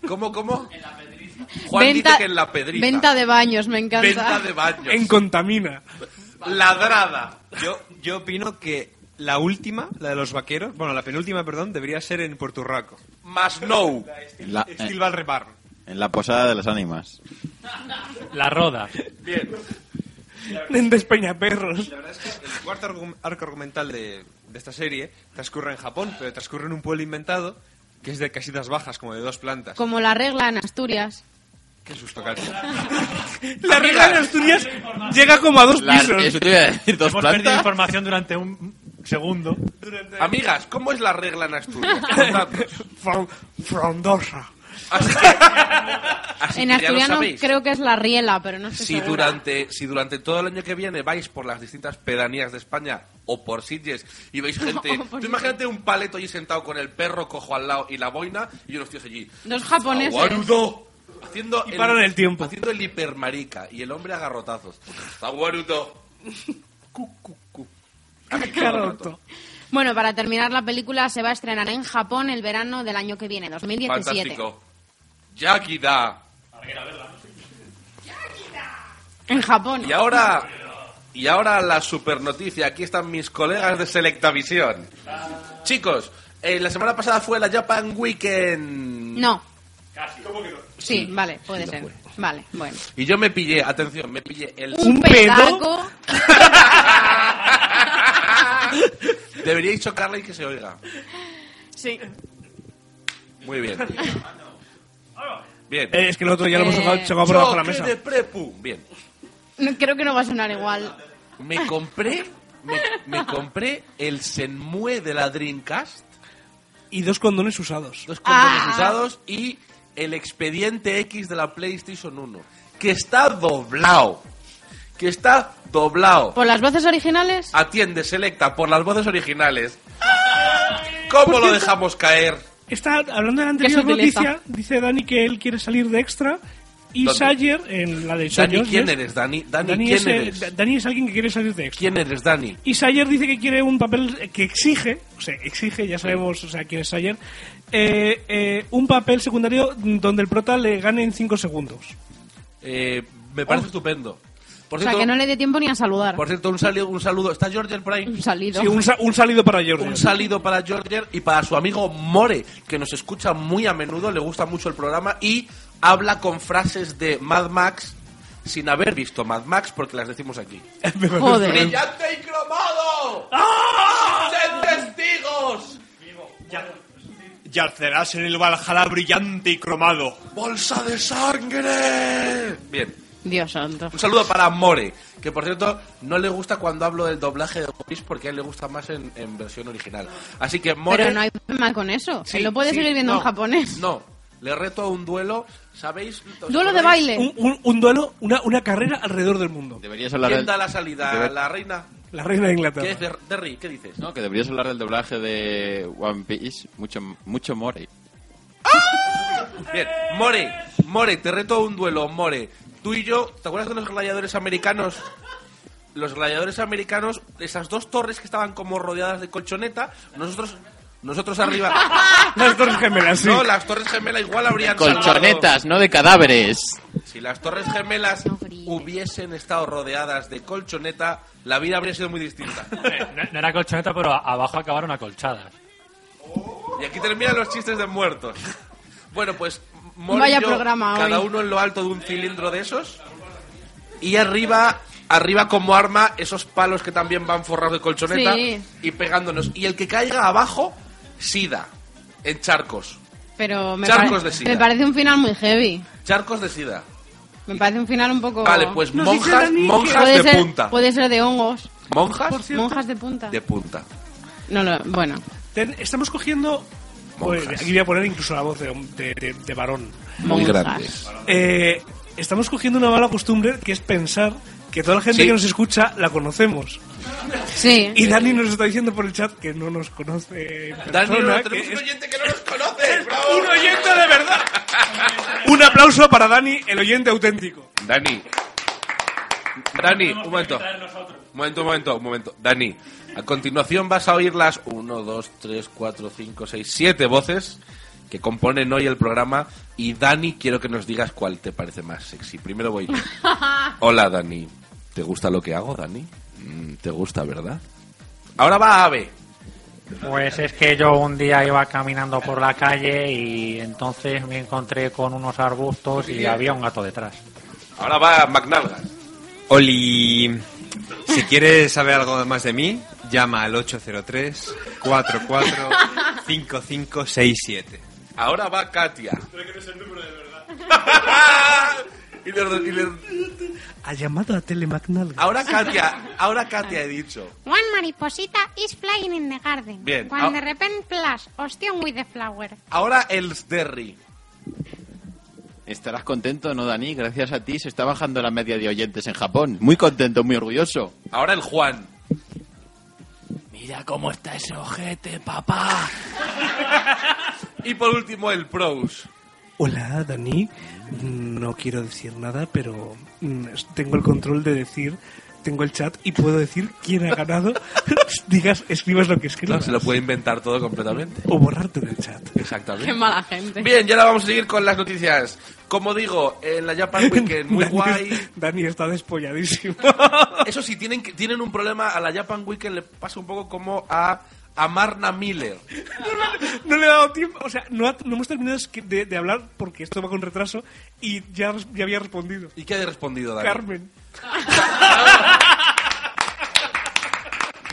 Speaker 2: ¿Cómo, cómo? En la pedriza. Juan dice que en la pedriza.
Speaker 6: venta de baños, me encanta.
Speaker 2: Venta de baños.
Speaker 3: En Contamina.
Speaker 2: Ladrada.
Speaker 5: Yo, yo opino que la última, la de los vaqueros, bueno, la penúltima, perdón, debería ser en Puerto Rico. Eh.
Speaker 2: Más no.
Speaker 4: En la, en-
Speaker 5: Steel Bar Bar.
Speaker 4: en la posada de las ánimas.
Speaker 7: La roda.
Speaker 2: Bien.
Speaker 3: En Despeñaperros.
Speaker 5: La verdad es que el cuarto argu- arco argumental de, de esta serie transcurre en Japón, pero transcurre en un pueblo inventado que es de casitas bajas, como de dos plantas.
Speaker 6: Como la regla en Asturias.
Speaker 5: Qué susto, Katia.
Speaker 3: La regla de Asturias llega como a dos
Speaker 4: Las-
Speaker 3: pisos.
Speaker 4: eso te iba a decir, dos
Speaker 7: Hemos perdido
Speaker 4: plantas.
Speaker 7: información durante un segundo.
Speaker 2: Amigas, ¿cómo es la regla en Asturias? Contadnos.
Speaker 3: Fron- Frondosa.
Speaker 2: Así que, así
Speaker 6: En
Speaker 2: que ya lo
Speaker 6: asturiano
Speaker 2: sabéis.
Speaker 6: creo que es la riela, pero no estoy
Speaker 2: si
Speaker 6: segura.
Speaker 2: durante, si durante todo el año que viene vais por las distintas pedanías de España o por Sitges y veis gente...
Speaker 6: O por
Speaker 2: tú imagínate un paleto allí sentado con el perro cojo al lado y la boina y unos tíos allí.
Speaker 6: Dos japoneses.
Speaker 2: ¡Aguarudo! Haciendo
Speaker 3: Y paran el tiempo.
Speaker 2: Haciendo el hipermarica y el hombre a garrotazos. ¡Aguarudo! Cu, cu, cu. Así todo el rato.
Speaker 6: Bueno, para terminar, la película se va a estrenar en Japón el verano del año que viene, 2017.
Speaker 2: Fantástico. Yakida.
Speaker 6: En Japón.
Speaker 2: Y ahora, y ahora la super noticia. Aquí están mis colegas de Selectavisión. Chicos, eh, la semana pasada fue la Japan Weekend.
Speaker 6: No. Sí, vale, puede ser. Vale, bueno.
Speaker 2: Y yo me pillé, atención, me pillé el...
Speaker 6: Un,
Speaker 3: ¿Un pedo?
Speaker 6: pedaco.
Speaker 2: Deberíais chocarla y que se oiga.
Speaker 6: Sí.
Speaker 2: Muy bien. Bien.
Speaker 3: Eh, es que el otro ya lo hemos
Speaker 6: Eh,
Speaker 3: chocado chocado por debajo de la
Speaker 2: Choque
Speaker 3: mesa.
Speaker 2: de prepu. Bien.
Speaker 6: No, creo que no va a sonar igual.
Speaker 2: Me compré, me, me compré el Senmue de la Dreamcast,
Speaker 3: Y dos condones usados.
Speaker 2: dos condones
Speaker 6: Ah.
Speaker 2: usados y el Expediente X de la PlayStation 1, que está doblado, que está doblado.
Speaker 6: ¿Por las voces
Speaker 2: Ah,
Speaker 6: originales?
Speaker 2: Atiende, selecta por las voces originales.
Speaker 6: Ah.
Speaker 2: ¿Cómo
Speaker 6: Pues
Speaker 2: lo dejamos caer?
Speaker 3: Está hablando de la anterior
Speaker 6: Qué sutileza.
Speaker 3: noticia. Dice Dani que él quiere salir de extra. Y
Speaker 2: ¿Dónde?
Speaker 3: Sayer, en la de
Speaker 2: Dani,
Speaker 3: Soyos,
Speaker 2: ¿quién
Speaker 3: ¿ves?
Speaker 2: eres, Dani? Dani,
Speaker 3: Dani,
Speaker 2: ¿quién
Speaker 3: es, el-
Speaker 2: eres?
Speaker 3: Da- Dani es alguien que quiere salir de extra.
Speaker 2: ¿Quién eres, Dani?
Speaker 3: Y Sayer dice que quiere un papel que exige, o sea, exige, ya sabemos o sea, quién es Sayer, eh, eh, un papel secundario donde el prota le gane en 5 segundos.
Speaker 2: Eh, me parece estupendo. Por
Speaker 6: Oh. o sea,
Speaker 2: cierto,
Speaker 6: que no le dé tiempo ni a saludar.
Speaker 2: por cierto, un saludo, un saludo. ¿Está Georgian por ahí?
Speaker 6: Un salido.
Speaker 3: Sí, un, sa- un salido para Jordan.
Speaker 2: Un salido para Georger y para su amigo More, que nos escucha muy a menudo, le gusta mucho el programa y habla con frases de Mad Max sin haber visto Mad Max porque las decimos aquí.
Speaker 6: Joder.
Speaker 2: ¡Brillante y cromado!
Speaker 6: ¡Ah!
Speaker 2: ¡Sed testigos!
Speaker 5: Y alzarás en el Valhalla brillante y cromado.
Speaker 2: ¡Bolsa de sangre! Bien.
Speaker 6: Dios santo.
Speaker 2: Un saludo para More, que por cierto no le gusta cuando hablo del doblaje de One Piece porque a él le gusta más en, en versión original. Así que More...
Speaker 6: Pero no hay problema con eso.
Speaker 2: Sí,
Speaker 6: Se lo puede
Speaker 2: sí,
Speaker 6: seguir viendo
Speaker 2: no,
Speaker 6: en japonés.
Speaker 2: No, le reto a un duelo, ¿sabéis? ¿Os
Speaker 6: Duelo de
Speaker 2: acordáis?
Speaker 6: baile.
Speaker 3: Un, un- un duelo, una, una carrera alrededor del mundo.
Speaker 4: Deberías hablar
Speaker 2: ¿Quién
Speaker 4: del...
Speaker 2: da la salida?
Speaker 4: Debe-
Speaker 2: ¿La reina?
Speaker 3: La reina
Speaker 2: ¿Qué
Speaker 3: de
Speaker 2: es
Speaker 3: Inglaterra.
Speaker 2: Der- Derry? ¿Qué dices?
Speaker 4: No, que deberías hablar del doblaje de One Piece. Mucho, mucho more.
Speaker 2: Bien, More, More, te reto a un duelo, More. tú y yo, ¿te acuerdas de los gladiadores americanos? Los gladiadores americanos, esas dos torres que estaban como rodeadas de colchoneta, nosotros nosotros arriba.
Speaker 3: las torres gemelas, sí.
Speaker 2: No, las torres gemelas igual habrían
Speaker 11: Colchonetas, no de cadáveres.
Speaker 2: salvado- Si las torres gemelas hubiesen estado rodeadas de colchoneta, la vida habría sido muy distinta.
Speaker 7: No, no era colchoneta, pero a- abajo acabaron acolchadas.
Speaker 2: Y aquí terminan los chistes de muertos. Bueno, pues Mor y
Speaker 6: Vaya
Speaker 2: yo,
Speaker 6: programa
Speaker 2: cada
Speaker 6: hoy.
Speaker 2: uno en lo alto de un cilindro de esos y arriba arriba como arma esos palos que también van forrados de colchoneta
Speaker 6: Sí.
Speaker 2: y pegándonos y el que caiga abajo sida en charcos,
Speaker 6: Pero me,
Speaker 2: Charcos
Speaker 6: pare-
Speaker 2: de sida.
Speaker 6: me parece un final muy heavy.
Speaker 2: charcos de sida.
Speaker 6: Me parece un final un poco.
Speaker 2: Vale, pues
Speaker 6: No,
Speaker 2: monjas-
Speaker 6: sí, será ni-
Speaker 2: monjas
Speaker 6: Oh. Puede
Speaker 2: de
Speaker 6: ser-
Speaker 2: punta.
Speaker 6: Puede ser de hongos.
Speaker 2: Monjas
Speaker 6: Monjas de punta.
Speaker 2: de punta.
Speaker 6: No, no, bueno.
Speaker 3: Ten- estamos cogiendo. Pues,
Speaker 2: Monjas.
Speaker 3: aquí voy a poner incluso la voz de, hom- de- de- de varón.
Speaker 2: Muy Monjas. grandes.
Speaker 3: Eh, estamos cogiendo una mala costumbre que es pensar que toda la gente
Speaker 2: Sí.
Speaker 3: que nos escucha la conocemos.
Speaker 6: Sí.
Speaker 3: Y Dani nos está diciendo por el chat que no nos conoce. en
Speaker 2: Dani,
Speaker 3: persona,
Speaker 2: no, tenemos
Speaker 3: que
Speaker 2: un
Speaker 3: es-
Speaker 2: oyente que no nos conoce. bravo.
Speaker 3: un oyente de verdad. Un aplauso para Dani, el oyente auténtico.
Speaker 2: Dani. Dani, un momento. Un momento, un momento, un momento. Dani, a continuación vas a oír las 1, 2, 3, 4, 5, 6, 7 voces que componen hoy el programa. Y Dani, quiero que nos digas cuál te parece más sexy. Primero voy yo. Hola, Dani. ¿Te gusta lo que hago, Dani? Mm, ¿Te gusta, verdad? Ahora va Ave.
Speaker 12: Pues es que yo un día iba caminando por la calle y entonces me encontré con unos arbustos y había un gato detrás.
Speaker 2: Ahora va McNalgas.
Speaker 5: Oli, si quieres saber algo más de mí, llama al 803 44 5567.
Speaker 2: Ahora va Katia. Y le- y le-
Speaker 3: Ha llamado a Telemacnal.
Speaker 2: Ahora Katia, ahora Katia he dicho.
Speaker 13: One mariposita is flying in the garden.
Speaker 2: Bien.
Speaker 13: Cuando
Speaker 2: Ah.
Speaker 13: de repente plus, ostión with the flower.
Speaker 2: Ahora el Derry.
Speaker 11: Estarás contento, ¿no, Dani? Gracias a ti se está bajando la media de oyentes en Japón. Muy contento, muy orgulloso.
Speaker 2: Ahora el Juan.
Speaker 1: Mira cómo está ese ojete, papá.
Speaker 2: Y por último el Pros.
Speaker 3: Hola, Dani. No quiero decir nada, pero mm, tengo el control de decir, tengo el chat y puedo decir quién ha ganado. Digas, escribas lo que
Speaker 2: Claro,
Speaker 3: escribas.
Speaker 2: se lo puede inventar todo completamente.
Speaker 3: O borrarte del chat.
Speaker 2: Exactamente.
Speaker 6: mala gente.
Speaker 2: Bien, y ahora vamos a seguir con las noticias. Como digo, en la Japan Weekend, muy
Speaker 3: Dani,
Speaker 2: guay.
Speaker 3: Dani está despolladísimo.
Speaker 2: Eso sí, tienen, que- tienen un problema. A la Japan Weekend le pasa un poco como a, a Marna Miller.
Speaker 3: No le he dado tiempo. O sea, no, ha- no hemos terminado es que de, de hablar porque esto va con retraso y ya, ya había respondido.
Speaker 2: ¿Y qué ha respondido, Dani?
Speaker 3: Carmen.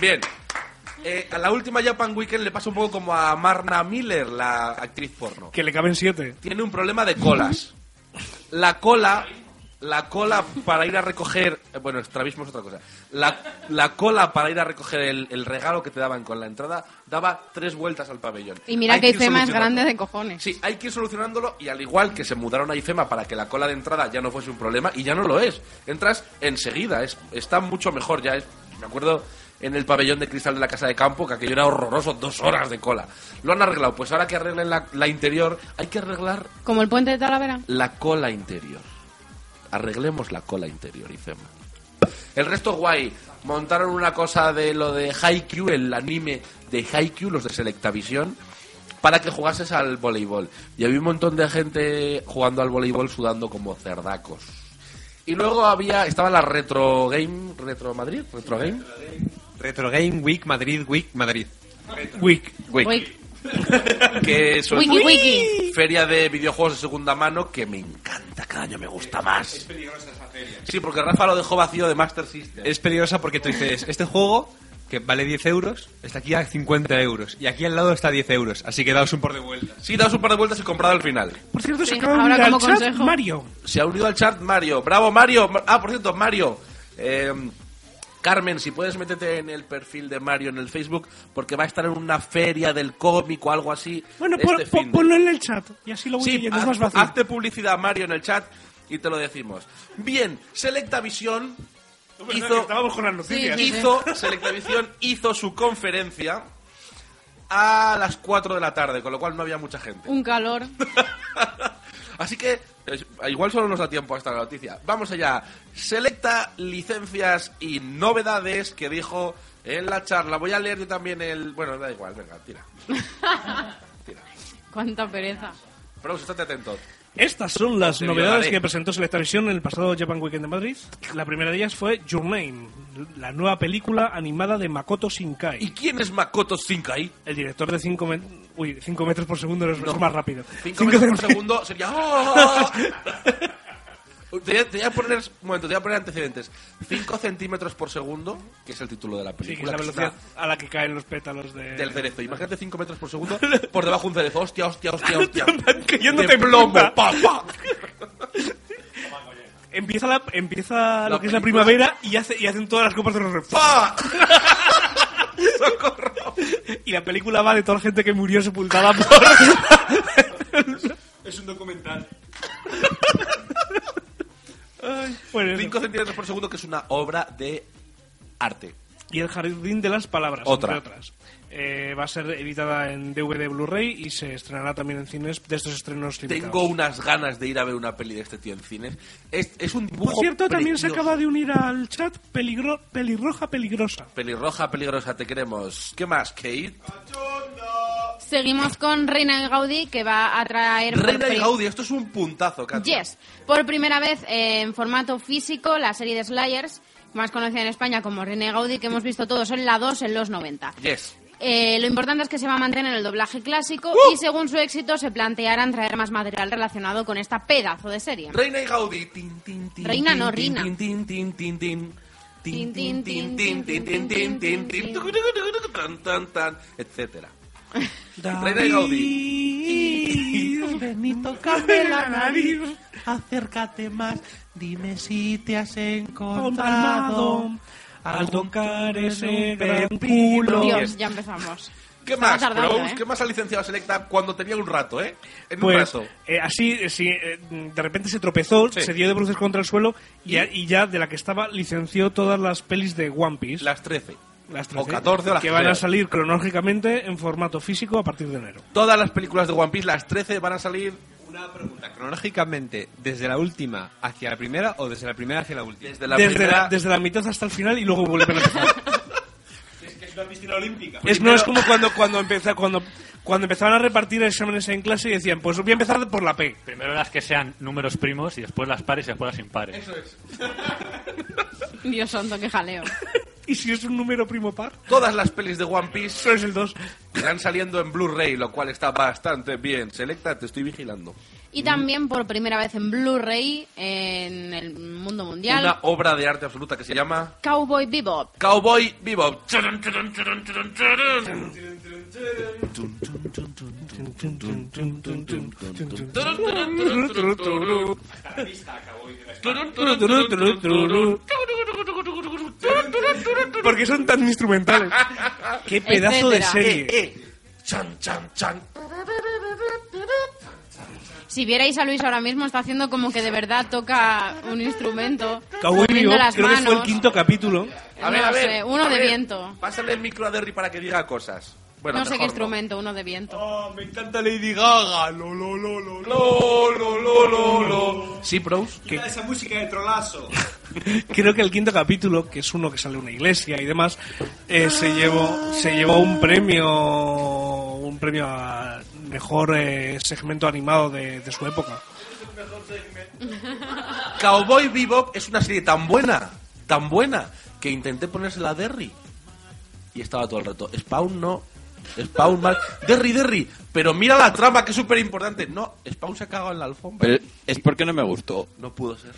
Speaker 2: Bien. Eh, a la última Japan Weekend le pasa un poco como a Marna Miller, la actriz porno.
Speaker 3: Que le caben siete.
Speaker 2: Tiene un problema de colas. La cola, la cola para ir a recoger, eh, bueno, estrabismo es otra cosa. La, la cola para ir a recoger el, el regalo que te daban con la entrada daba tres vueltas al pabellón.
Speaker 6: Y mira
Speaker 2: Hay
Speaker 6: que
Speaker 2: ir
Speaker 6: IFEMA es
Speaker 2: solucionando.
Speaker 6: grande de cojones.
Speaker 2: Sí, hay que ir solucionándolo y al igual que se mudaron a IFEMA para que la cola de entrada ya no fuese un problema, y ya no lo es. Entras enseguida, es, está mucho mejor ya. Es, me acuerdo en el pabellón de cristal de la casa de campo que aquello era horroroso, dos horas de cola. Lo han arreglado, pues ahora que arreglen la, la interior, hay que arreglar
Speaker 6: Como el puente de Talavera.
Speaker 2: la cola interior. Arreglemos la cola interior, IFEMA. El resto guay. Montaron una cosa de lo de Haikyuu, el anime de Haikyuu, los de Selectavisión, para que jugases al voleibol. Y había un montón de gente jugando al voleibol sudando como cerdacos. Y luego había, estaba la Retro Game, Retro Madrid, Retro Game.
Speaker 5: Retro Game Week Madrid Week Madrid.
Speaker 3: Week.
Speaker 6: Wiki,
Speaker 2: que son-
Speaker 6: wiki. wiki.
Speaker 2: Feria de videojuegos de segunda mano que me encanta, cada año me gusta más. Sí, porque Rafa lo dejó vacío de Master System.
Speaker 5: Es peligrosa porque tú dices, este juego que vale 10 euros, está aquí a 50 euros. Y aquí al lado está 10 euros, así que daos un par de vueltas.
Speaker 2: Sí, daos un par de vueltas y comprado al final.
Speaker 3: Por cierto, se
Speaker 6: Sí,
Speaker 3: acaba de
Speaker 6: ahora
Speaker 3: unir al
Speaker 6: como
Speaker 3: chat
Speaker 6: consejo.
Speaker 3: Mario.
Speaker 2: Se ha unido al chat Mario. Bravo, Mario. Ma- Ah, por cierto, Mario. eh, Carmen, si puedes métete en el perfil de Mario en el Facebook, porque va a estar en una feria del cómic o algo así.
Speaker 3: Bueno,
Speaker 2: este
Speaker 3: pon- pon-
Speaker 2: fin de-
Speaker 3: ponlo en el chat y así lo voy
Speaker 2: Sí,
Speaker 3: leyendo,
Speaker 2: haz-
Speaker 3: es más fácil.
Speaker 2: hazte publicidad, Mario, en el chat y te lo decimos. Bien, Selectavisión
Speaker 3: verdad
Speaker 2: hizo,
Speaker 3: que estábamos con las noticias. Sí, sí, sí.
Speaker 2: hizo, Selectavisión hizo su conferencia a las 4 de la tarde, con lo cual no había mucha gente.
Speaker 6: Un calor.
Speaker 2: Así que Es- Igual solo nos da tiempo hasta la noticia. Vamos allá. Selecta licencias y novedades que dijo en la charla. Voy a leer yo también el. Bueno, da igual, venga, tira.
Speaker 6: Cuánta pereza.
Speaker 2: Pero estate atento.
Speaker 3: Estas son las
Speaker 2: Te
Speaker 3: novedades
Speaker 2: violaré.
Speaker 3: que presentó Selectavisión en el pasado Japan Weekend de Madrid. La primera de ellas fue Your Name, la nueva película animada de Makoto Shinkai. ¿Y
Speaker 2: quién es Makoto Shinkai?
Speaker 3: El director de 5 metros por segundo no es
Speaker 2: No.
Speaker 3: más rápido.
Speaker 2: Cinco metros por
Speaker 3: metros-
Speaker 2: segundo sería. ¡Oh! Te voy, a, te voy a poner, un momento, te voy a poner antecedentes. 5 centímetros por segundo, que es el título de la
Speaker 3: Sí, que
Speaker 2: película.
Speaker 3: es la
Speaker 2: que
Speaker 3: velocidad
Speaker 2: está
Speaker 3: a la que caen los pétalos de...
Speaker 2: del cerezo. Imagínate 5 metros por segundo, por debajo un cerezo. Hostia, hostia, hostia, hostia.
Speaker 3: Cayéndote
Speaker 2: De
Speaker 3: en
Speaker 2: plomo,
Speaker 3: punta.
Speaker 2: pa, pa.
Speaker 3: Empieza, la, empieza
Speaker 2: La
Speaker 3: lo que es la
Speaker 2: película-
Speaker 3: primavera y, hace, y hacen todas las copas de los
Speaker 2: ¡Pa!
Speaker 3: Y la película va de toda la gente que murió sepultada por...
Speaker 7: Es un documental.
Speaker 3: bueno,
Speaker 2: 5 centímetros por segundo, que es una obra de arte.
Speaker 3: y el jardín de las palabras,
Speaker 2: Otra.
Speaker 3: entre otras. Eh, va a ser editada en DVD Blu-ray y se estrenará también en cines de estos estrenos limitados.
Speaker 2: Tengo unas ganas de ir a ver una peli de este tío en cines. Es, es un dibujo.
Speaker 3: Por cierto, también se
Speaker 2: precioso.
Speaker 3: acaba de unir al chat peligro, pelirroja peligrosa.
Speaker 2: Pelirroja, peligrosa, te queremos. ¿Qué más, Kate?
Speaker 6: Seguimos con Reina y Gaudí, que va a traer... por
Speaker 2: Reina y
Speaker 6: prim-
Speaker 2: Gaudí, esto es un puntazo, Katia.
Speaker 6: Yes. Por primera vez eh, en formato físico, la serie de Slayers, más conocida en España como Reina y Gaudí, que hemos visto todos en la 2 en los 90.
Speaker 2: Yes.
Speaker 6: Eh, lo importante es que se va a mantener el doblaje clásico
Speaker 2: ¡Uh!
Speaker 6: y según su éxito se plantearán traer más material relacionado con esta pedazo de serie.
Speaker 2: Reina y Gaudí. Tin, tin, tin,
Speaker 6: Reina,
Speaker 2: tin,
Speaker 6: no,
Speaker 2: tin,
Speaker 6: Rina.
Speaker 2: Tin, tin, tin, tin, tin. Tin, tin,
Speaker 6: Tin,
Speaker 2: tin,
Speaker 6: tin,
Speaker 2: tin, tin, tin, tin, tin, tin, tucu, tucu, tucu, tucu, tan, tan, tan, etcétera. Reina y Gaudí.
Speaker 5: Ven y tocarme la nariz. Acércate más. Dime si te has encontrado.
Speaker 3: Al tocar ese gran
Speaker 5: gran
Speaker 3: culo.
Speaker 6: Dios, ya empezamos.
Speaker 2: ¿Qué
Speaker 6: Estaba
Speaker 2: más,
Speaker 6: tardando,
Speaker 2: Proust?
Speaker 6: ¿eh?
Speaker 2: ¿Qué más ha licenciado Selecta cuando tenía un rato, eh? En un
Speaker 3: Pues
Speaker 2: rato.
Speaker 3: eh, así, eh, sí, eh, de repente se tropezó,
Speaker 2: Sí.
Speaker 3: se dio de bruces contra el suelo y, ya- y ya de la que estaba licenció todas las pelis de One Piece.
Speaker 2: Las 13.
Speaker 3: Las
Speaker 2: O
Speaker 3: 13,
Speaker 2: 14 o las
Speaker 3: que
Speaker 2: que
Speaker 3: van a
Speaker 2: sean.
Speaker 3: salir cronológicamente en formato físico a partir de enero.
Speaker 2: Todas las películas de One Piece, las 13, van a salir
Speaker 5: Una pregunta. Cronológicamente, ¿desde la última hacia la primera o desde la primera hacia la última?
Speaker 2: Desde
Speaker 3: desde, la, desde la mitad hasta el final y luego vuelven a empezar.
Speaker 5: Es que es una piscina olímpica.
Speaker 3: es, no es como cuando, cuando, empeza- cuando, cuando empezaban a repartir exámenes en clase y decían, pues voy a empezar por la P.
Speaker 7: Primero las que sean números primos y después las pares y después las impares.
Speaker 6: Dios santo, qué jaleo.
Speaker 3: ¿Y si es un número primo par? pues,
Speaker 2: Todas las pelis de One Piece.
Speaker 3: Solo es el 2.
Speaker 2: Irán saliendo en Blu-ray, lo cual está bastante bien. Selecta, te estoy vigilando.
Speaker 6: Y también por primera vez en Blu-ray en el mundo mundial,
Speaker 2: Una obra de arte absoluta que se llama
Speaker 6: Cowboy Bebop.
Speaker 2: Cowboy Bebop. Charan,
Speaker 1: charan, charan, charan,
Speaker 3: Porque son tan instrumentales. Qué pedazo de serie.
Speaker 2: Eh,
Speaker 1: Chan, chan, chan.
Speaker 6: Si vierais a Luis ahora mismo, está haciendo como que de verdad toca un instrumento.
Speaker 3: Cowboy
Speaker 6: moviendo
Speaker 3: Bebop,
Speaker 6: las
Speaker 3: creo que fue el
Speaker 6: manos.
Speaker 3: quinto capítulo.
Speaker 2: A ver,
Speaker 6: No
Speaker 2: a ver.
Speaker 6: sé, uno
Speaker 2: a
Speaker 6: de
Speaker 2: ver.
Speaker 6: viento.
Speaker 2: Pásale el micro a Derry para que diga cosas. Bueno,
Speaker 6: no sé
Speaker 2: mejor
Speaker 6: qué instrumento, uno de viento.
Speaker 5: me encanta Lady Gaga. Lo, lo, lo, lo,
Speaker 2: lo, lo, lo, lo, lo. Sí, pros.
Speaker 5: Quita esa música de trolazo.
Speaker 3: Creo que el quinto capítulo, que es uno que sale de una iglesia y demás, eh, se llevó se llevó un premio un premio a mejor eh, segmento animado de, de su época.
Speaker 2: Cowboy Bebop es una serie tan buena, tan buena, que intenté ponérsela a Derry. Y estaba todo el rato. Spawn no. Spawn mal. Derry, Derry. Pero mira la trama que es súper importante. No, Spawn se ha cagado en la alfombra.
Speaker 4: Pero es porque no me gustó.
Speaker 2: No pudo ser.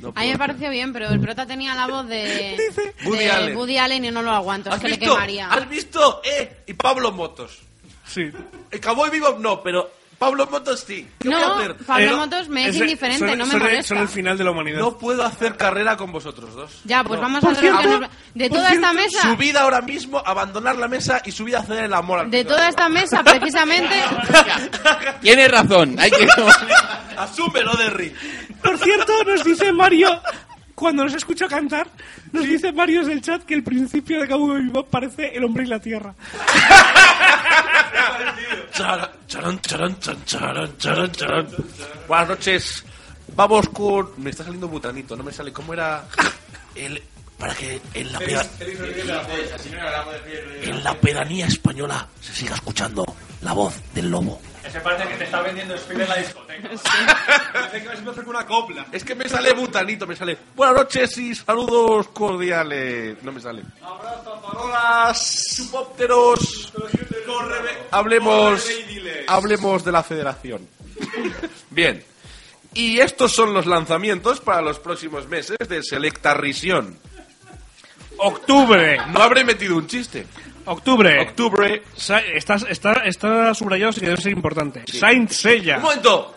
Speaker 2: No
Speaker 6: A mí
Speaker 2: pudo
Speaker 6: me pareció bien, pero el prota tenía la voz de, de
Speaker 2: Woody Allen.
Speaker 6: Woody Allen y no lo aguanto,
Speaker 2: ¿Has
Speaker 6: se le
Speaker 2: visto?
Speaker 6: quemaría.
Speaker 2: ¿Has visto? ¡Eh! Y Pablo Motos.
Speaker 3: Sí.
Speaker 2: El Cowboy Bebop no, pero Pablo Motos sí. ¿Qué
Speaker 6: No,
Speaker 2: voy a hacer?
Speaker 6: Pablo Eh, Motos me es
Speaker 3: Ese-
Speaker 6: indiferente,
Speaker 3: son-
Speaker 6: no me
Speaker 3: son el-
Speaker 6: molesta.
Speaker 3: son el final de la humanidad.
Speaker 2: No puedo hacer carrera con vosotros dos.
Speaker 6: Ya, pues
Speaker 2: No.
Speaker 6: vamos a hacer lo que nos- De toda esta mesa,
Speaker 2: Subid ahora mismo, abandonar la mesa y subid a hacer el amor al
Speaker 6: de
Speaker 2: final.
Speaker 6: toda esta mesa, precisamente,
Speaker 4: Tienes razón. Hay que...
Speaker 2: Asúmelo, Derry.
Speaker 3: Por cierto, nos dice Mario, cuando nos escucha cantar, nos dice Mario del chat que el principio de Cowboy Bebop parece el hombre y la tierra.
Speaker 2: Charan, charan, charan, chan, charan, charan, charan. Buenas noches. Vamos con. Me está saliendo butanito, no me sale. ¿Cómo era? El. Para que en la, peda- en la pedanía española se siga escuchando la voz del lobo.
Speaker 7: Se parece que te está vendiendo Spider en la discoteca.
Speaker 2: Parece que vas a empezar con una copla. Es que me sale butanito, me sale. Buenas noches y saludos cordiales. No me sale. Horas, chupópteros. Hablemos, hablemos de la federación. Bien. Y estos son los lanzamientos para los próximos meses de Selecta Risión.
Speaker 3: Octubre.
Speaker 2: No habré metido un chiste.
Speaker 3: Octubre.
Speaker 2: Octubre.
Speaker 3: Sa- Está, está, está subrayado, así que debe ser importante. Saint Seiya.
Speaker 2: ¡Un momento!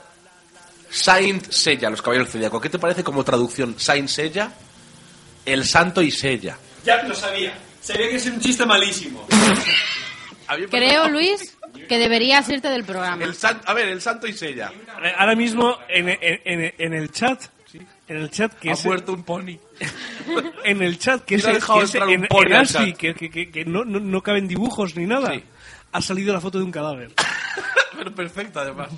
Speaker 2: Saint Sella, los caballeros del zodiaco. ¿Qué te parece como traducción? Saint Sella, el santo y Sella.
Speaker 7: Ya lo sabía. Sabía que es un chiste malísimo.
Speaker 6: Creo, Luis, que deberías irte del programa.
Speaker 2: El san- a ver, el santo y Sella.
Speaker 3: Eh, Ahora mismo en, en- en- en el chat. En el chat que
Speaker 2: Ha
Speaker 3: es.
Speaker 2: muerto un pony.
Speaker 3: En el chat que
Speaker 2: ¿Quién
Speaker 3: es.
Speaker 2: ha dejado
Speaker 3: que es
Speaker 2: entrar un
Speaker 3: en,
Speaker 2: pony
Speaker 3: en
Speaker 2: al
Speaker 3: ASCII,
Speaker 2: chat?
Speaker 3: que, que- que- que no, no, no caben dibujos ni nada. Ha salido la foto de un cadáver.
Speaker 2: Pero perfecto, además.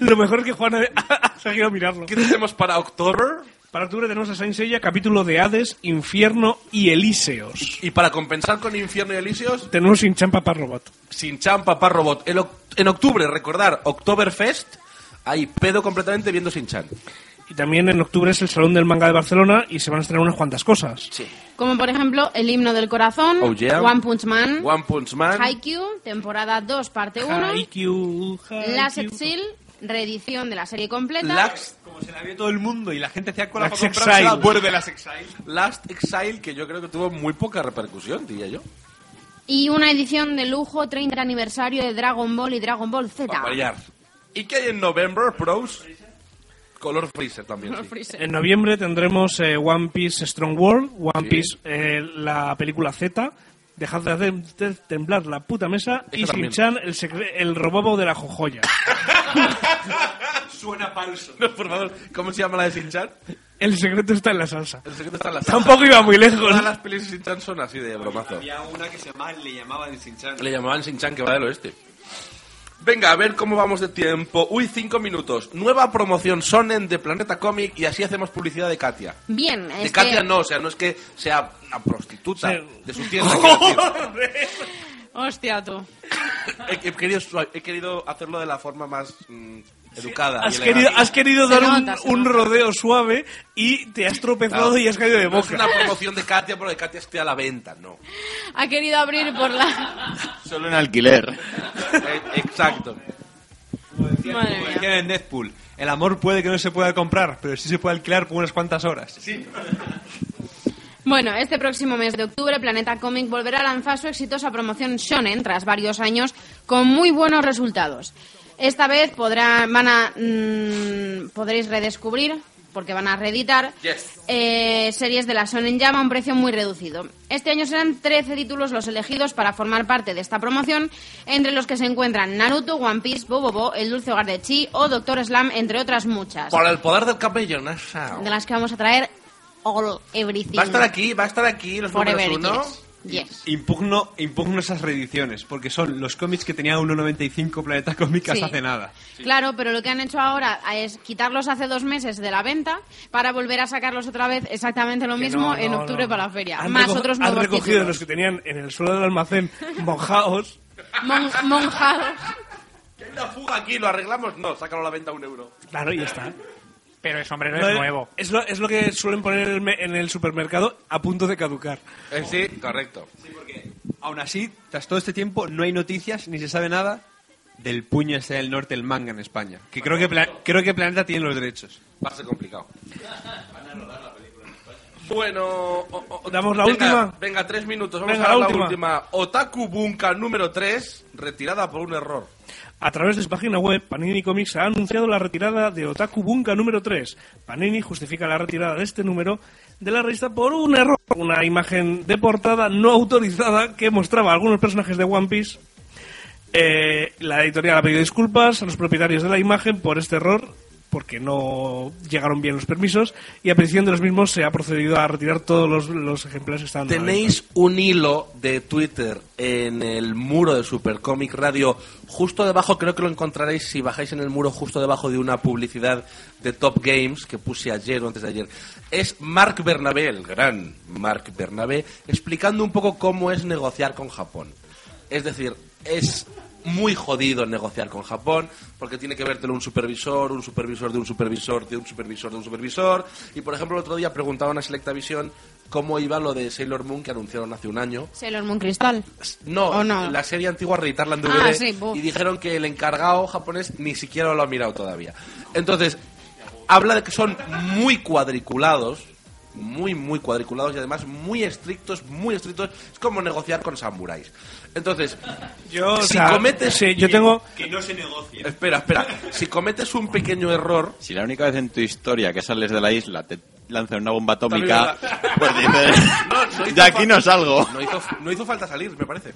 Speaker 3: Lo mejor es que Juan ha, ha seguido a mirarlo. ¿Qué
Speaker 2: tenemos para octubre?
Speaker 3: Para octubre tenemos a Saint Seiya, capítulo de Hades, Infierno y Elíseos.
Speaker 2: Y para compensar con Infierno y Elíseos,
Speaker 3: Tenemos sin champa para robot.
Speaker 2: sin Chan, papá, robot. El oc- en octubre, recordar, Oktoberfest, ahí pedo completamente viendo sin Chan.
Speaker 3: Y también en octubre es el Salón del Manga de Barcelona y se van a estrenar unas cuantas cosas.
Speaker 2: Sí.
Speaker 6: Como por ejemplo, El himno del corazón,
Speaker 3: Oh, yeah.
Speaker 6: One Punch Man,
Speaker 2: One Punch Man,
Speaker 6: Haikyuu, temporada 2, parte 1, Last Exil, reedición de la serie completa.
Speaker 2: Last-
Speaker 5: Como se la vio todo el mundo y la gente hacía cola
Speaker 2: Last
Speaker 5: para comprársela,
Speaker 2: Exile.
Speaker 5: vuelve las Exile.
Speaker 2: Last Exile, que yo creo que tuvo muy poca repercusión, diría yo.
Speaker 6: Y una edición de lujo, 30 aniversario de Dragon Ball y Dragon Ball Z.
Speaker 2: Variar. ¿Y qué hay en November, bros? Color Freezer también. sí.
Speaker 3: En noviembre tendremos eh, One Piece Strong World, One Piece eh, la película Z, Dejad de hacer de temblar la puta mesa y
Speaker 2: también.
Speaker 3: Shin-Chan el, secre- el robobo de la jojoya.
Speaker 2: Suena falso. No, por favor, ¿cómo se llama la de sin Chan?
Speaker 3: El secreto está en la salsa.
Speaker 2: El secreto está en la salsa.
Speaker 3: Tampoco iba muy lejos.
Speaker 2: Todas las pelis de Sin Chan son así de bromazo.
Speaker 5: Había una que se llamaba, le llamaban Sinchan.
Speaker 2: Le llamaban Sin Chan que va del oeste. Venga, a ver cómo vamos de tiempo. Uy, cinco minutos. Nueva promoción Sonen de Planeta Comic y así hacemos publicidad de Katia.
Speaker 6: Bien, este
Speaker 2: de
Speaker 6: es
Speaker 2: Katia
Speaker 6: que-
Speaker 2: no, o sea, no es que sea una prostituta
Speaker 6: Sí.
Speaker 2: de su tienda. quiero
Speaker 6: Hostia, tú.
Speaker 2: decir. he, he querido, su- he querido hacerlo de la forma más mm, educada. y
Speaker 3: Has
Speaker 2: elegante.
Speaker 3: querido, has querido
Speaker 2: Se
Speaker 3: dar un,
Speaker 2: nota, se
Speaker 3: un
Speaker 2: nota.
Speaker 3: rodeo suave y te has tropezado
Speaker 2: No,
Speaker 3: y has caído de
Speaker 2: no es
Speaker 3: boca.
Speaker 2: una promoción de Katia porque Katia esté a la venta, no.
Speaker 6: Ha querido abrir por la...
Speaker 11: Solo en alquiler.
Speaker 2: Eh, Exacto.
Speaker 6: Madre
Speaker 5: Como
Speaker 6: mía.
Speaker 5: decían en Deadpool, el amor puede que no se pueda comprar, pero sí se puede alquilar por unas cuantas horas. Sí.
Speaker 6: Bueno, este próximo mes de octubre, Planeta Comic volverá a lanzar su exitosa promoción Shonen tras varios años con muy buenos resultados. Esta vez podrá, van a, mm, podréis redescubrir, porque van a reeditar, eh, series de la Shonen Jam a un precio muy reducido. Este año serán 13 títulos los elegidos para formar parte de esta promoción, entre los que se encuentran Naruto, One Piece, Bobobo, El Dulce Hogar de Chi o Doctor Slam, entre otras muchas,
Speaker 2: Por el poder del cabello, Nasa.
Speaker 6: de las que vamos a traer All Everything.
Speaker 2: Va a estar aquí, va a estar aquí los números
Speaker 6: Forever
Speaker 2: uno.
Speaker 6: Yes. Yes.
Speaker 5: Impugno, impugno esas reediciones, porque son los cómics que tenía 1.95 Planeta Cómic hasta
Speaker 6: Sí.
Speaker 5: hace nada.
Speaker 6: Claro, pero lo que han hecho ahora es quitarlos hace dos meses de la venta para volver a sacarlos otra vez exactamente lo mismo
Speaker 3: no,
Speaker 6: en
Speaker 3: no,
Speaker 6: octubre
Speaker 3: no.
Speaker 6: para la feria.
Speaker 3: Han
Speaker 6: más
Speaker 3: recogido-
Speaker 6: otros
Speaker 3: han
Speaker 6: nuevos
Speaker 3: recogido
Speaker 6: títulos.
Speaker 3: los que tenían en el suelo del almacén mojados.
Speaker 6: Mon- monjados.
Speaker 2: Que hay una fuga aquí, lo arreglamos. No, sácalo a la venta a un euro.
Speaker 3: Claro, y ya está.
Speaker 12: Pero es hombre, no
Speaker 3: Lo
Speaker 12: es
Speaker 3: de-
Speaker 12: nuevo.
Speaker 3: Es lo, es lo que suelen poner en el me- en el supermercado a punto de caducar.
Speaker 2: Eh, sí, correcto.
Speaker 5: Aún así, tras todo este tiempo, no hay noticias ni se sabe nada del puño ese del norte, el manga en España. Que creo que, Pla- creo que Planeta tiene los derechos.
Speaker 2: Va a ser complicado. Bueno, o- o-
Speaker 3: ¿Damos la
Speaker 2: venga,
Speaker 3: última?
Speaker 2: Venga, tres minutos. Vamos
Speaker 3: Venga,
Speaker 2: a dar
Speaker 3: la
Speaker 2: la
Speaker 3: última.
Speaker 2: última. Otaku Bunka número 3, retirada por un error.
Speaker 3: A través de su página web, Panini Comics ha anunciado la retirada de Otaku Bunka número 3. Panini justifica la retirada de este número de la revista por un error. Una imagen de portada no autorizada que mostraba algunos personajes de One Piece. Eh, la editorial ha pedido disculpas a los propietarios de la imagen por este error porque no llegaron bien los permisos y a petición de los mismos se ha procedido a retirar todos los, los ejemplares que estaban a la
Speaker 2: Tenéis un hilo de Twitter en el muro de Supercomic Radio, justo debajo, creo que lo encontraréis si bajáis en el muro, justo debajo de una publicidad de Top Games que puse ayer o antes de ayer. Es Mark Bernabé, el gran Mark Bernabé, explicando un poco cómo es negociar con Japón. Es decir, es muy jodido negociar con Japón, porque tiene que vértelo un supervisor, un supervisor de un supervisor, de un supervisor, de un supervisor. Y por ejemplo, el otro día preguntaba una selecta visión cómo iba lo de Sailor Moon que anunciaron hace un año.
Speaker 6: Sailor Moon Cristal.
Speaker 2: No,
Speaker 6: ¿O no?
Speaker 2: la serie antigua reeditarla en DVD
Speaker 6: Ah, sí, buf.
Speaker 2: y dijeron que el encargado japonés ni siquiera lo ha mirado todavía. Entonces, habla de que son muy cuadriculados, muy, muy cuadriculados y además muy estrictos, muy estrictos. Es como negociar con samuráis. Entonces,
Speaker 3: Yo, o
Speaker 2: si
Speaker 3: sea,
Speaker 2: cometes...
Speaker 3: sí, yo tengo-
Speaker 5: Que no se negocie.
Speaker 2: Espera, espera. Si cometes un pequeño error...
Speaker 4: Si la única vez en tu historia que sales de la isla te lanzan una bomba
Speaker 2: También
Speaker 4: atómica,
Speaker 2: era-
Speaker 4: pues dices,
Speaker 2: No, no hizo
Speaker 4: de aquí
Speaker 2: falta-
Speaker 4: no salgo.
Speaker 2: No hizo, no hizo falta salir, me parece.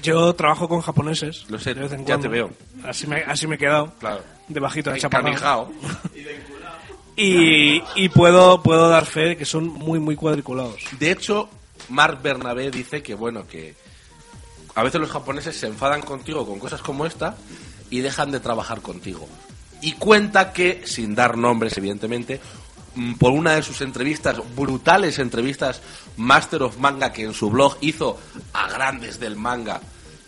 Speaker 3: Yo trabajo con japoneses.
Speaker 2: Lo sé,
Speaker 3: de vez en
Speaker 2: ya
Speaker 3: cuando.
Speaker 2: te veo.
Speaker 3: Así me, así me he quedado.
Speaker 2: Claro.
Speaker 3: Debajito de
Speaker 2: Encanijao.
Speaker 3: chaparrón. Y, y puedo, puedo dar fe de que son muy, muy cuadriculados.
Speaker 2: De hecho, Marc Bernabé dice que, bueno, que a veces los japoneses se enfadan contigo con cosas como esta y dejan de trabajar contigo. Y cuenta que, sin dar nombres, evidentemente, mm, por una de sus entrevistas, brutales entrevistas, Master of Manga, que en su blog hizo a grandes del manga,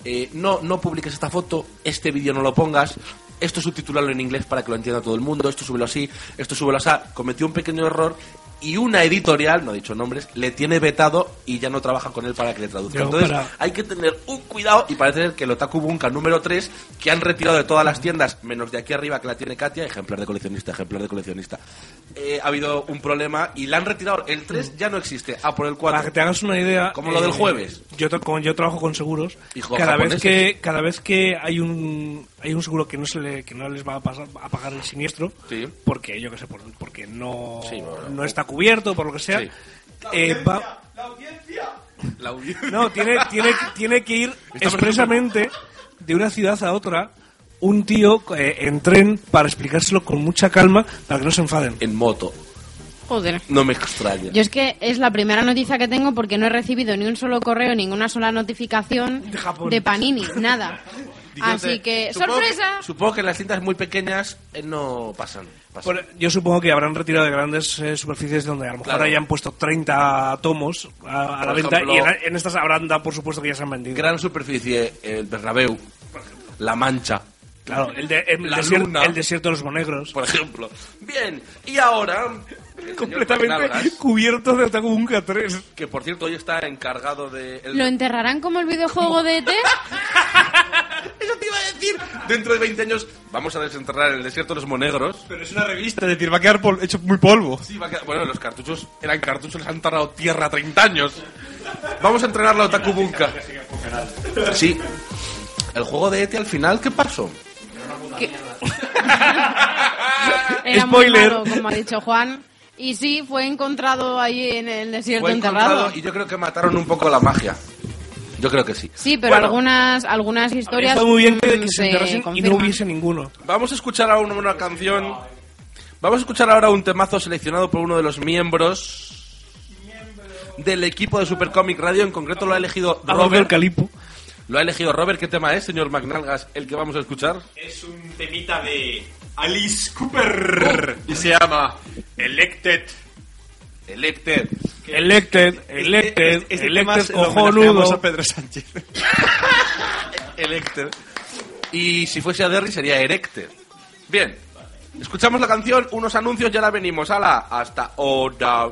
Speaker 2: eh, no, no publiques esta foto, este vídeo no lo pongas, esto subtitularlo en inglés para que lo entienda todo el mundo, esto súbelo así, esto súbelo así, cometió un pequeño error y una editorial, no he dicho nombres, le tiene vetado y ya no trabaja con él para que le traduzca.
Speaker 3: Yo,
Speaker 2: Entonces,
Speaker 3: para-
Speaker 2: hay que tener un cuidado y parece ser que el Otaku Bunka número 3 que han retirado de todas las tiendas, menos de aquí arriba que la tiene Katia, ejemplar de coleccionista, ejemplar de coleccionista. Eh, ha habido un problema y la han retirado. El 3 ya no existe. Ah, por el 4.
Speaker 3: Para que te hagas una idea. eh,
Speaker 2: Como lo del jueves.
Speaker 3: Yo, tra- como yo trabajo con seguros.
Speaker 2: Hijo,
Speaker 3: cada
Speaker 2: japoneses.
Speaker 3: vez que cada vez que hay un hay un seguro que no se le, que no les va a, pasar- a pagar el siniestro, porque yo qué sé, por- porque no
Speaker 2: Sí, bueno.
Speaker 3: no está cubierto por lo que sea.
Speaker 2: Sí.
Speaker 3: eh, va-
Speaker 2: La audiencia.
Speaker 3: no, tiene, tiene, tiene que ir expresamente de una ciudad a otra un tío eh, en tren para explicárselo con mucha calma para que no se enfaden.
Speaker 2: En moto.
Speaker 6: Joder.
Speaker 2: No me extraña.
Speaker 6: Yo es que es la primera noticia que tengo porque no he recibido ni un solo correo, ninguna sola notificación de, Panini, nada. Así Ah, que,
Speaker 2: Supongo
Speaker 6: sorpresa.
Speaker 2: supongo que las cintas muy pequeñas eh, no pasan. pasan.
Speaker 3: Por- yo supongo que habrán retirado de grandes eh, superficies donde a lo mejor
Speaker 2: Claro.
Speaker 3: hayan puesto 30 tomos a, a la
Speaker 2: Por
Speaker 3: venta
Speaker 2: ejemplo,
Speaker 3: y en, en estas habrán dado, por supuesto, que ya se han vendido.
Speaker 2: Gran superficie, el Bernabéu, La Mancha.
Speaker 3: Claro, el, de- el
Speaker 2: La
Speaker 3: desier-
Speaker 2: luna.
Speaker 3: el desierto de los monegros.
Speaker 2: Por ejemplo. Bien, y ahora...
Speaker 3: Completamente cubierto de Otaku Bunka 3.
Speaker 2: Que por cierto hoy está encargado de... el-
Speaker 6: ¿Lo enterrarán como el videojuego de E ET?
Speaker 2: Dentro de 20 años vamos a desenterrar el desierto de los monegros.
Speaker 5: Pero es una revista, es decir, va a quedar pol- hecho muy polvo.
Speaker 2: Sí, va a quedar- Bueno, los cartuchos eran cartuchos, les han tardado tierra 30 años. Vamos a entrenar la Otaku Bunka. Sí. El juego de Eti al final, ¿qué pasó?
Speaker 6: Que- Era muy
Speaker 2: Spoiler.
Speaker 6: malo, como ha dicho Juan. Y sí, fue encontrado allí en el desierto
Speaker 2: Fue
Speaker 6: enterrado.
Speaker 2: encontrado y yo creo que mataron un poco la magia. Yo creo que sí.
Speaker 6: Sí, pero
Speaker 2: Bueno,
Speaker 6: algunas algunas historias
Speaker 3: Está muy bien
Speaker 6: mm,
Speaker 3: que se enterrasen y no
Speaker 6: confirman.
Speaker 3: hubiese ninguno.
Speaker 2: Vamos a escuchar ahora una, una canción. Vamos a escuchar ahora un temazo seleccionado por uno de los miembros del equipo de Supercomic Radio. En concreto lo ha elegido
Speaker 3: Robert
Speaker 2: Robert.
Speaker 3: Calipo.
Speaker 2: Lo ha elegido Robert. ¿Qué tema es, señor McNalgas, el que vamos a escuchar?
Speaker 5: Es un temita de Alice Cooper y se llama Elected.
Speaker 2: Elected.
Speaker 3: Elected, elected,
Speaker 5: Este tema
Speaker 3: elected,
Speaker 5: se lo homenajeamos a
Speaker 3: cojonudo.
Speaker 5: Pedro Sánchez.
Speaker 2: Elected. Y si fuese a Derry sería Erected. Bien. Escuchamos la canción, unos anuncios, ya la venimos. ¡Hala! Hasta ahora.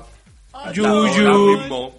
Speaker 2: Hasta
Speaker 3: Yuyu.
Speaker 2: ahora mismo.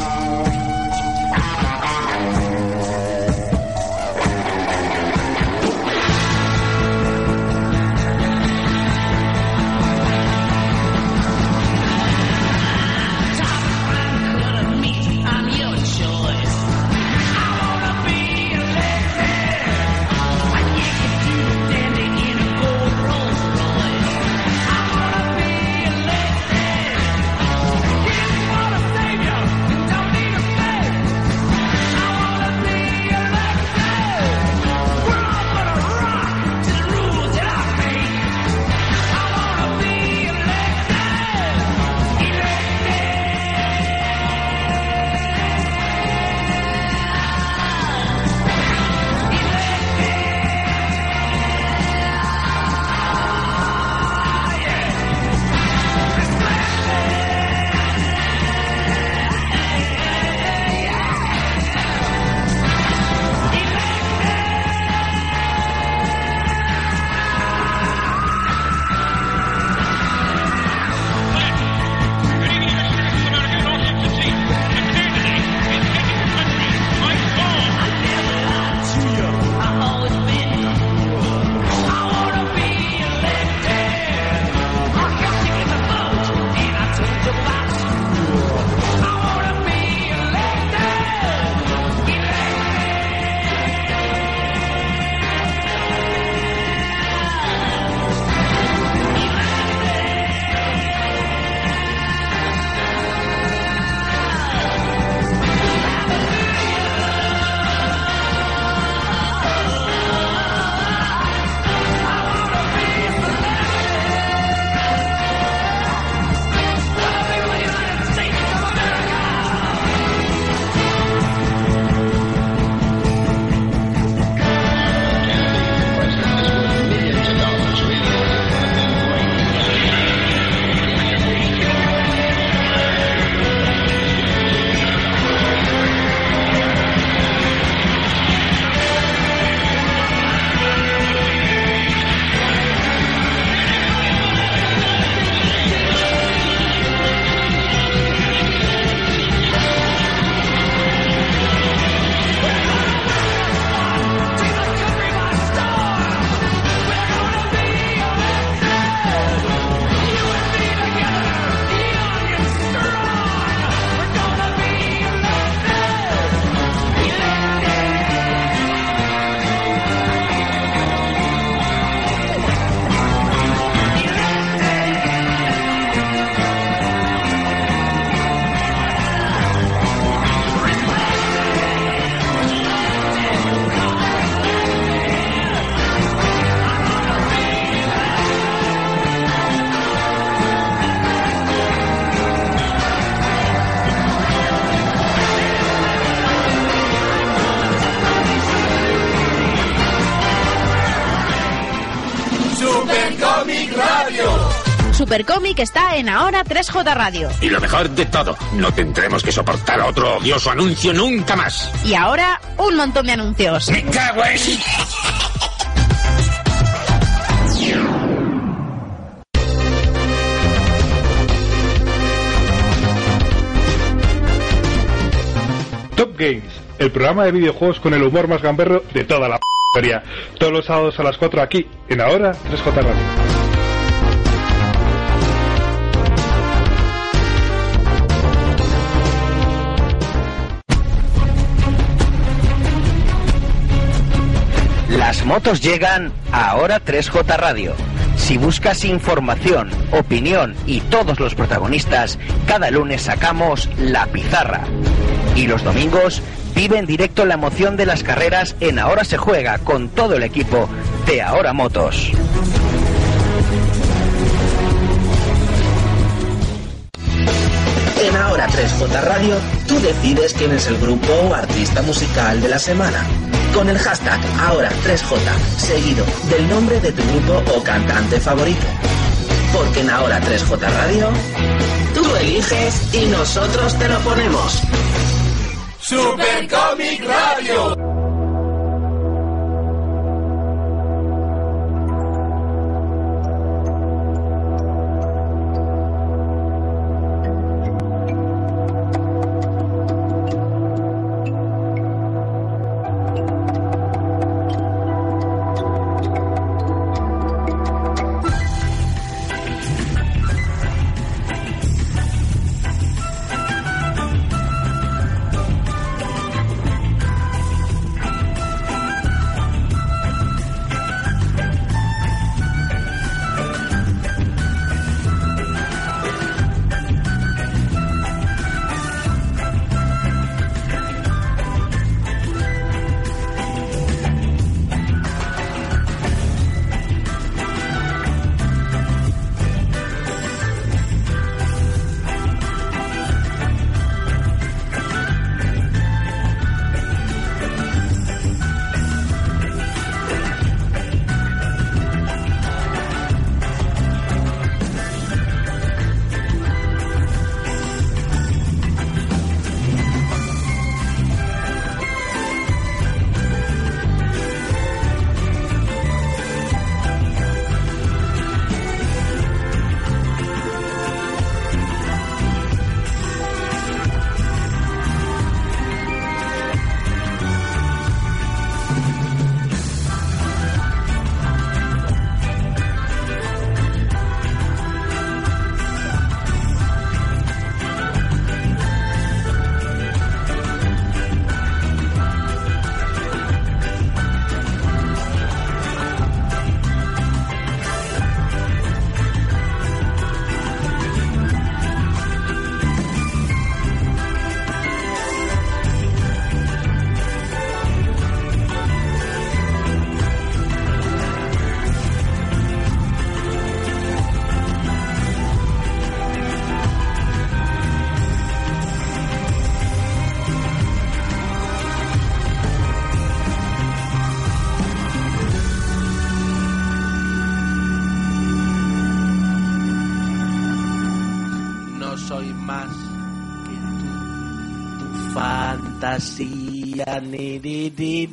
Speaker 14: I'm you.
Speaker 15: Supercómic está en Ahora 3J Radio.
Speaker 16: Y lo mejor de todo, no tendremos que soportar otro odioso anuncio nunca más.
Speaker 15: Y ahora, un montón de anuncios.
Speaker 16: ¡Me cago en...
Speaker 17: Top Games, el programa de videojuegos con el humor más gamberro de toda la historia. Todos los sábados a las 4 aquí, en Ahora 3J Radio.
Speaker 18: Las motos llegan a ahora 3J Radio. Si buscas información, opinión y todos los protagonistas, cada lunes sacamos La Pizarra. Y los domingos vive en directo la emoción de las carreras en Ahora se juega con todo el equipo de Ahora Motos.
Speaker 19: En Ahora 3J Radio, tú decides quién es el grupo o artista musical de la semana con el hashtag ahora 3J, seguido del nombre de tu grupo o cantante favorito. Porque en ahora 3J Radio, tú eliges y nosotros te lo ponemos.
Speaker 1: Super Comic Radio.
Speaker 2: Ni, di, di,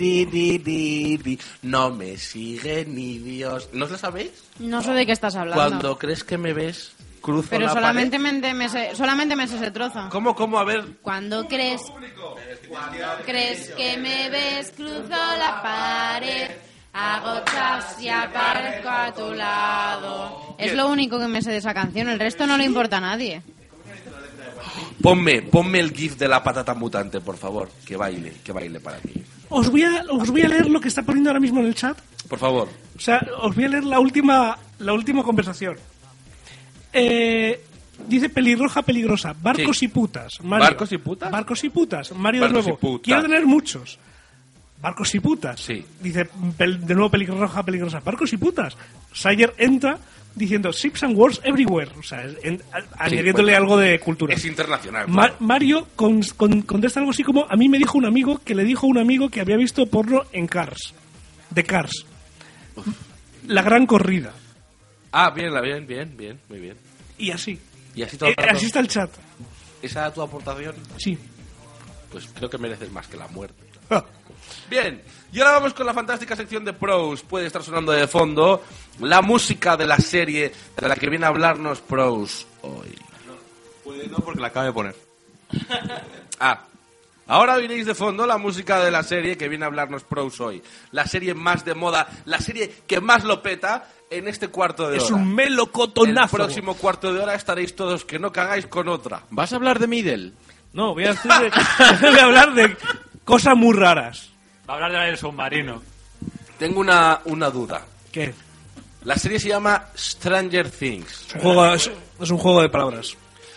Speaker 2: di, no me sigue ni Dios. ¿No lo sabéis?
Speaker 6: No sé de qué estás hablando.
Speaker 2: Cuando crees que me ves, cruzo
Speaker 6: Pero
Speaker 2: la
Speaker 6: solamente pared. Me, sé, solamente me sé ese trozo.
Speaker 2: ¿Cómo, cómo? A ver.
Speaker 6: Cuando crees... Cuando crees que me ves, cruzo la pared. Hago chas y aparezco a tu lado. Es lo único que me sé de esa canción. El resto no le importa a nadie.
Speaker 2: Ponme, ponme el gif de la patata mutante, por favor. Que baile, que baile para ti.
Speaker 3: Os voy, a, os voy a leer lo que está poniendo ahora mismo en el chat.
Speaker 2: Por favor.
Speaker 3: O sea, os voy a leer la última, la última conversación. Eh, dice pelirroja peligrosa. Barcos sí. y putas. Mario.
Speaker 2: ¿Barcos y putas?
Speaker 3: Barcos y putas. Mario Barcos de nuevo. Quiero tener muchos. Barcos y putas.
Speaker 2: Sí.
Speaker 3: Dice de nuevo pelirroja peligrosa. Barcos y putas. Sayer entra diciendo Sips and Wars Everywhere, o sea, en, a, sí, añadiéndole bueno, algo de cultura.
Speaker 2: Es internacional.
Speaker 3: Ma Mario con, con, contesta algo así como, a mí me dijo un amigo que le dijo un amigo que había visto porno en Cars, de Cars. Uf. La gran corrida.
Speaker 2: Ah, bien, la bien, bien, bien, muy bien.
Speaker 3: Y así.
Speaker 2: Y así todo el
Speaker 3: Eh,
Speaker 2: rato.
Speaker 3: así está el chat.
Speaker 2: ¿Esa era tu aportación?
Speaker 3: Sí.
Speaker 2: Pues creo que mereces más que la muerte. Bien, y ahora vamos con la fantástica sección de Pros. Puede estar sonando de fondo la música de la serie de la que viene a hablarnos Pros hoy.
Speaker 5: Puede no, porque la acabo de poner.
Speaker 2: Ah, ahora oiréis de fondo la música de la serie que viene a hablarnos Pros hoy. La serie más de moda, la serie que más lo peta en este cuarto de
Speaker 3: Es
Speaker 2: hora.
Speaker 3: un
Speaker 2: El
Speaker 3: melocotonazo.
Speaker 2: próximo cuarto de hora estaréis todos que no cagáis con otra.
Speaker 11: ¿Vas a hablar de Middle?
Speaker 3: No, voy a, decir de- voy a hablar de cosas muy raras.
Speaker 7: Va a hablar de la del submarino.
Speaker 2: Tengo una, una duda.
Speaker 3: ¿Qué?
Speaker 2: La serie se llama Stranger Things.
Speaker 3: Juego- es, es un juego de palabras.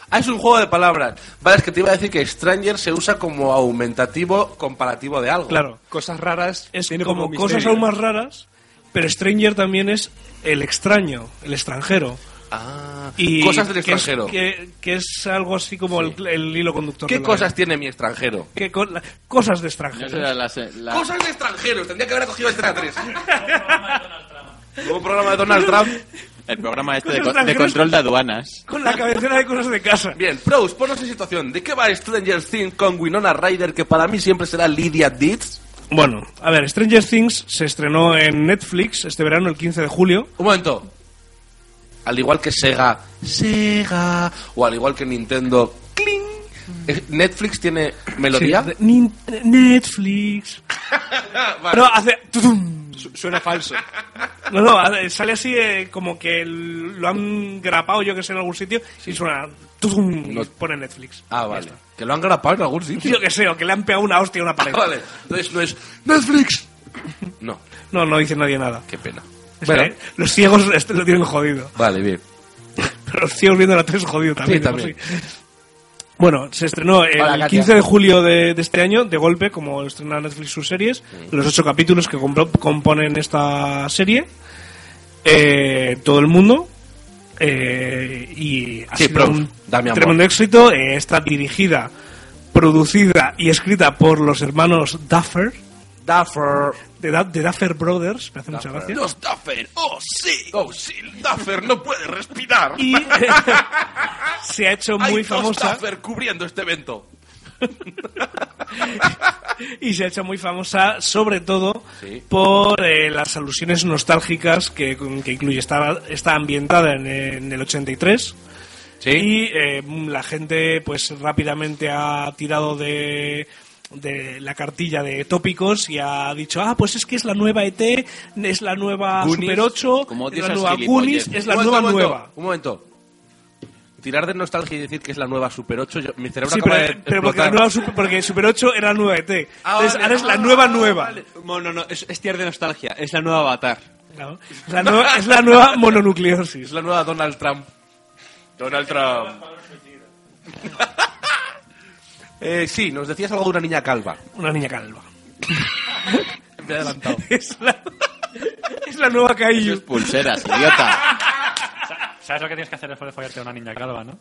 Speaker 2: Ah, es un juego de palabras. Vale, es que te iba a decir que Stranger se usa como aumentativo comparativo de algo.
Speaker 3: Claro.
Speaker 5: Cosas raras.
Speaker 3: Es
Speaker 5: tiene
Speaker 3: como,
Speaker 5: como
Speaker 3: cosas
Speaker 5: misterio.
Speaker 3: aún más raras, pero Stranger también es el extraño, el extranjero.
Speaker 2: Ah,
Speaker 3: Y
Speaker 2: cosas del
Speaker 3: que es-
Speaker 2: extranjero.
Speaker 3: Que, que es algo así como el, el hilo conductor.
Speaker 2: ¿Qué
Speaker 3: de la-
Speaker 2: cosas tiene mi extranjero?
Speaker 3: que co- la- cosas de
Speaker 11: No
Speaker 3: extranjeros.
Speaker 11: será la, se- la-
Speaker 2: Cosas de extranjeros. Tendría que haber acogido este 3. Nuevo programa de Donald Trump.
Speaker 11: el programa este de,
Speaker 3: Cosas
Speaker 11: co- de
Speaker 3: extranjeras.
Speaker 11: control de aduanas.
Speaker 3: Con la cabecera de cosas de casa.
Speaker 2: Bien, pros, ponnos en situación. ¿De qué va Stranger Things con Winona Ryder, que para mí siempre será Lydia Ditz?
Speaker 3: Bueno, a ver, Stranger Things se estrenó en Netflix este verano, el 15 de julio.
Speaker 2: Un momento. Al igual que Sega, Sega, o al igual que Nintendo, ¡cling! Eh, Netflix tiene melodía.
Speaker 3: Sí, de- Nin- Netflix. No, hace... tutum.
Speaker 5: Suena falso.
Speaker 3: No, no, hace- sale así eh, como que el- lo han grapado, yo que sé, en algún sitio, y suena... tutum, y
Speaker 2: No.
Speaker 3: pone Netflix.
Speaker 2: Ah, vale. Que lo han grapado en algún sitio.
Speaker 3: Yo que sé, o que le han pegado una hostia a una pared.
Speaker 2: Vale. Entonces no es Netflix. No,
Speaker 3: No, no dice nadie nada.
Speaker 2: qué pena.
Speaker 3: Es
Speaker 2: Bueno,
Speaker 3: que los ciegos este, lo tienen jodido.
Speaker 2: vale, bien.
Speaker 3: Pero los ciegos viendo la tele es jodido también.
Speaker 2: Sí,
Speaker 3: de por
Speaker 2: también.
Speaker 3: Bueno, se estrenó el
Speaker 2: Hola, Katia.
Speaker 3: 15 de julio de, de este año, de golpe, como estrenó Netflix sus series,
Speaker 2: Mm.
Speaker 3: los ocho capítulos que compro- componen esta serie, eh, todo el mundo, eh, y ha
Speaker 2: Sí,
Speaker 3: sido
Speaker 2: prof,
Speaker 3: un
Speaker 2: dame amor.
Speaker 3: tremendo éxito. eh, está dirigida, producida y escrita por los hermanos Duffer,
Speaker 2: Duffer.
Speaker 3: de, Da- de Duffer Brothers, me hace mucha
Speaker 2: Duffer.
Speaker 3: gracia.
Speaker 2: Los Duffer. Oh, sí. Oh, sí. Duffer no puede respirar.
Speaker 3: Y se ha hecho
Speaker 2: Hay
Speaker 3: muy
Speaker 2: dos
Speaker 3: famosa.
Speaker 2: Duffer cubriendo este evento.
Speaker 3: y se ha hecho muy famosa sobre todo
Speaker 2: Sí.
Speaker 3: por eh, las alusiones nostálgicas que, que incluye. Está, está ambientada en, en el 83 y eh, la gente pues rápidamente ha tirado de de la cartilla de tópicos y ha dicho, ah, pues es que es la nueva ET, es la nueva
Speaker 11: Goonies,
Speaker 3: Super 8,
Speaker 11: como
Speaker 3: es
Speaker 11: odio
Speaker 3: la
Speaker 11: esas
Speaker 3: nueva
Speaker 11: gilipolleces.
Speaker 3: Goonies, es la
Speaker 2: Un
Speaker 3: nueva
Speaker 2: momento, un momento,
Speaker 3: nueva.
Speaker 2: Un momento. Tirar de nostalgia y decir que es la nueva Super 8, yo- mi cerebro
Speaker 3: Sí,
Speaker 2: acaba de
Speaker 3: pero, pero porque, la
Speaker 2: explotar.
Speaker 3: nueva Super, porque Super 8 era la nueva ET.
Speaker 2: Ah,
Speaker 3: Entonces,
Speaker 2: vale.
Speaker 3: ahora es la
Speaker 2: Ah,
Speaker 3: nueva nueva.
Speaker 5: No, no, no. Es, es tirar de nostalgia. Es la nueva avatar.
Speaker 3: Claro. Es la nueva, es la nueva
Speaker 2: Es
Speaker 3: mononucleosis.
Speaker 2: la nueva Donald Trump. Donald Trump. eh, sí, nos decías algo de una niña calva.
Speaker 3: Una niña calva.
Speaker 2: Me he adelantado.
Speaker 3: Es la, es la nueva
Speaker 11: Eso es
Speaker 3: Caillou.
Speaker 11: pulseras, idiota.
Speaker 7: Sa- ¿Sabes lo que tienes que hacer después de follarte a una niña calva, no?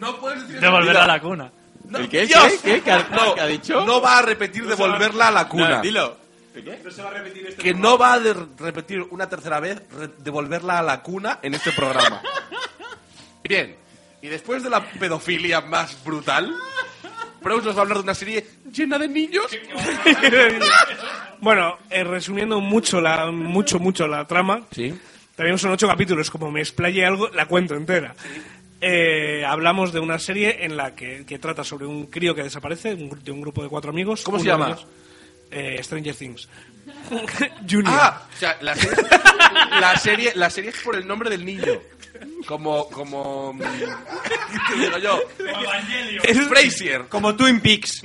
Speaker 2: No puedes decir
Speaker 7: Devolverla a la cuna.
Speaker 2: No,
Speaker 11: ¿El qué?
Speaker 2: Dios.
Speaker 11: ¿Qué? ¿Qué? ¿Qué ha-
Speaker 2: no,
Speaker 11: qué ha dicho?
Speaker 2: No va a repetir devolverla a la cuna.
Speaker 11: No, dilo.
Speaker 2: que no va a de- repetir una tercera vez re- devolverla a la cuna en este programa. Bien, y después de la pedofilia más brutal, Proust nos va a hablar de una serie llena de niños.
Speaker 3: bueno, eh, resumiendo mucho la, mucho, mucho la trama,
Speaker 2: Sí.
Speaker 3: También son ocho capítulos, como me explaye algo, la cuento entera. Eh, hablamos de una serie en la que, que trata sobre un crío que desaparece, un gru- de un grupo de cuatro amigos.
Speaker 2: ¿Cómo se
Speaker 3: Uno de
Speaker 2: llama?
Speaker 3: ellos, eh, Stranger Things. Junior.
Speaker 2: Ah, o sea, la serie, la serie, la serie es por el nombre del niño. Como, como... mm, ¿Qué te digo yo?
Speaker 3: Es-
Speaker 2: Frasier.
Speaker 5: Como Twin Peaks.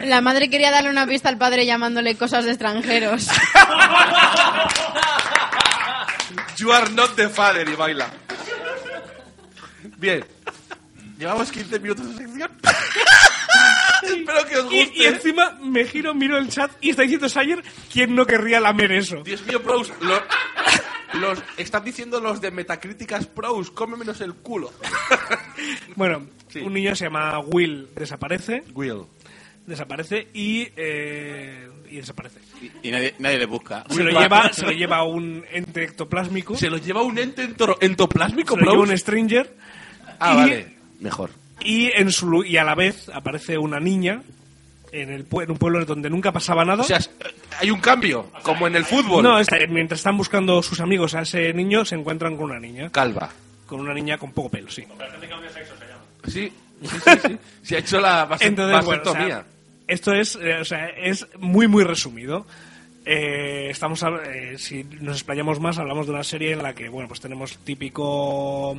Speaker 6: La madre quería darle una pista al padre llamándole cosas de extranjeros.
Speaker 2: You are not the father y baila. Bien. Llevamos 15 minutos de sección. Espero que os guste.
Speaker 3: y, y encima me giro, miro el chat y está diciendo Sayer quién no querría lamer eso.
Speaker 2: Dios mío, pros. Los, los- están diciendo los de Metacríticas pros. Come menos el culo.
Speaker 3: Bueno,
Speaker 2: Sí.
Speaker 3: un niño se llama Will desaparece.
Speaker 2: Will.
Speaker 3: desaparece y, eh, y desaparece.
Speaker 11: Y, y nadie, nadie le busca.
Speaker 3: Se lo, lleva, se lo lleva un ente ectoplásmico.
Speaker 2: Se lo lleva un ente entro- entoplásmico,
Speaker 3: Se lo lleva
Speaker 2: Blows?
Speaker 3: un Stranger.
Speaker 2: Ah,
Speaker 3: y-
Speaker 2: vale. Mejor.
Speaker 3: Y, en su, lu- y a la vez aparece una niña en, el, pue- en un pueblo donde nunca pasaba nada.
Speaker 2: O sea, es- hay un cambio, como en el fútbol.
Speaker 3: No, es- mientras están buscando sus amigos a ese niño, se encuentran con una niña.
Speaker 2: Calva.
Speaker 3: Con una niña con poco pelo, sí.
Speaker 2: Sí, sí, sí, sí. Se ha hecho la base
Speaker 3: Entonces, bueno, o sea, esto es, eh, o sea, es muy, muy resumido. Eh, estamos hab- eh, si nos explayamos más hablamos de una serie en la que bueno pues tenemos típico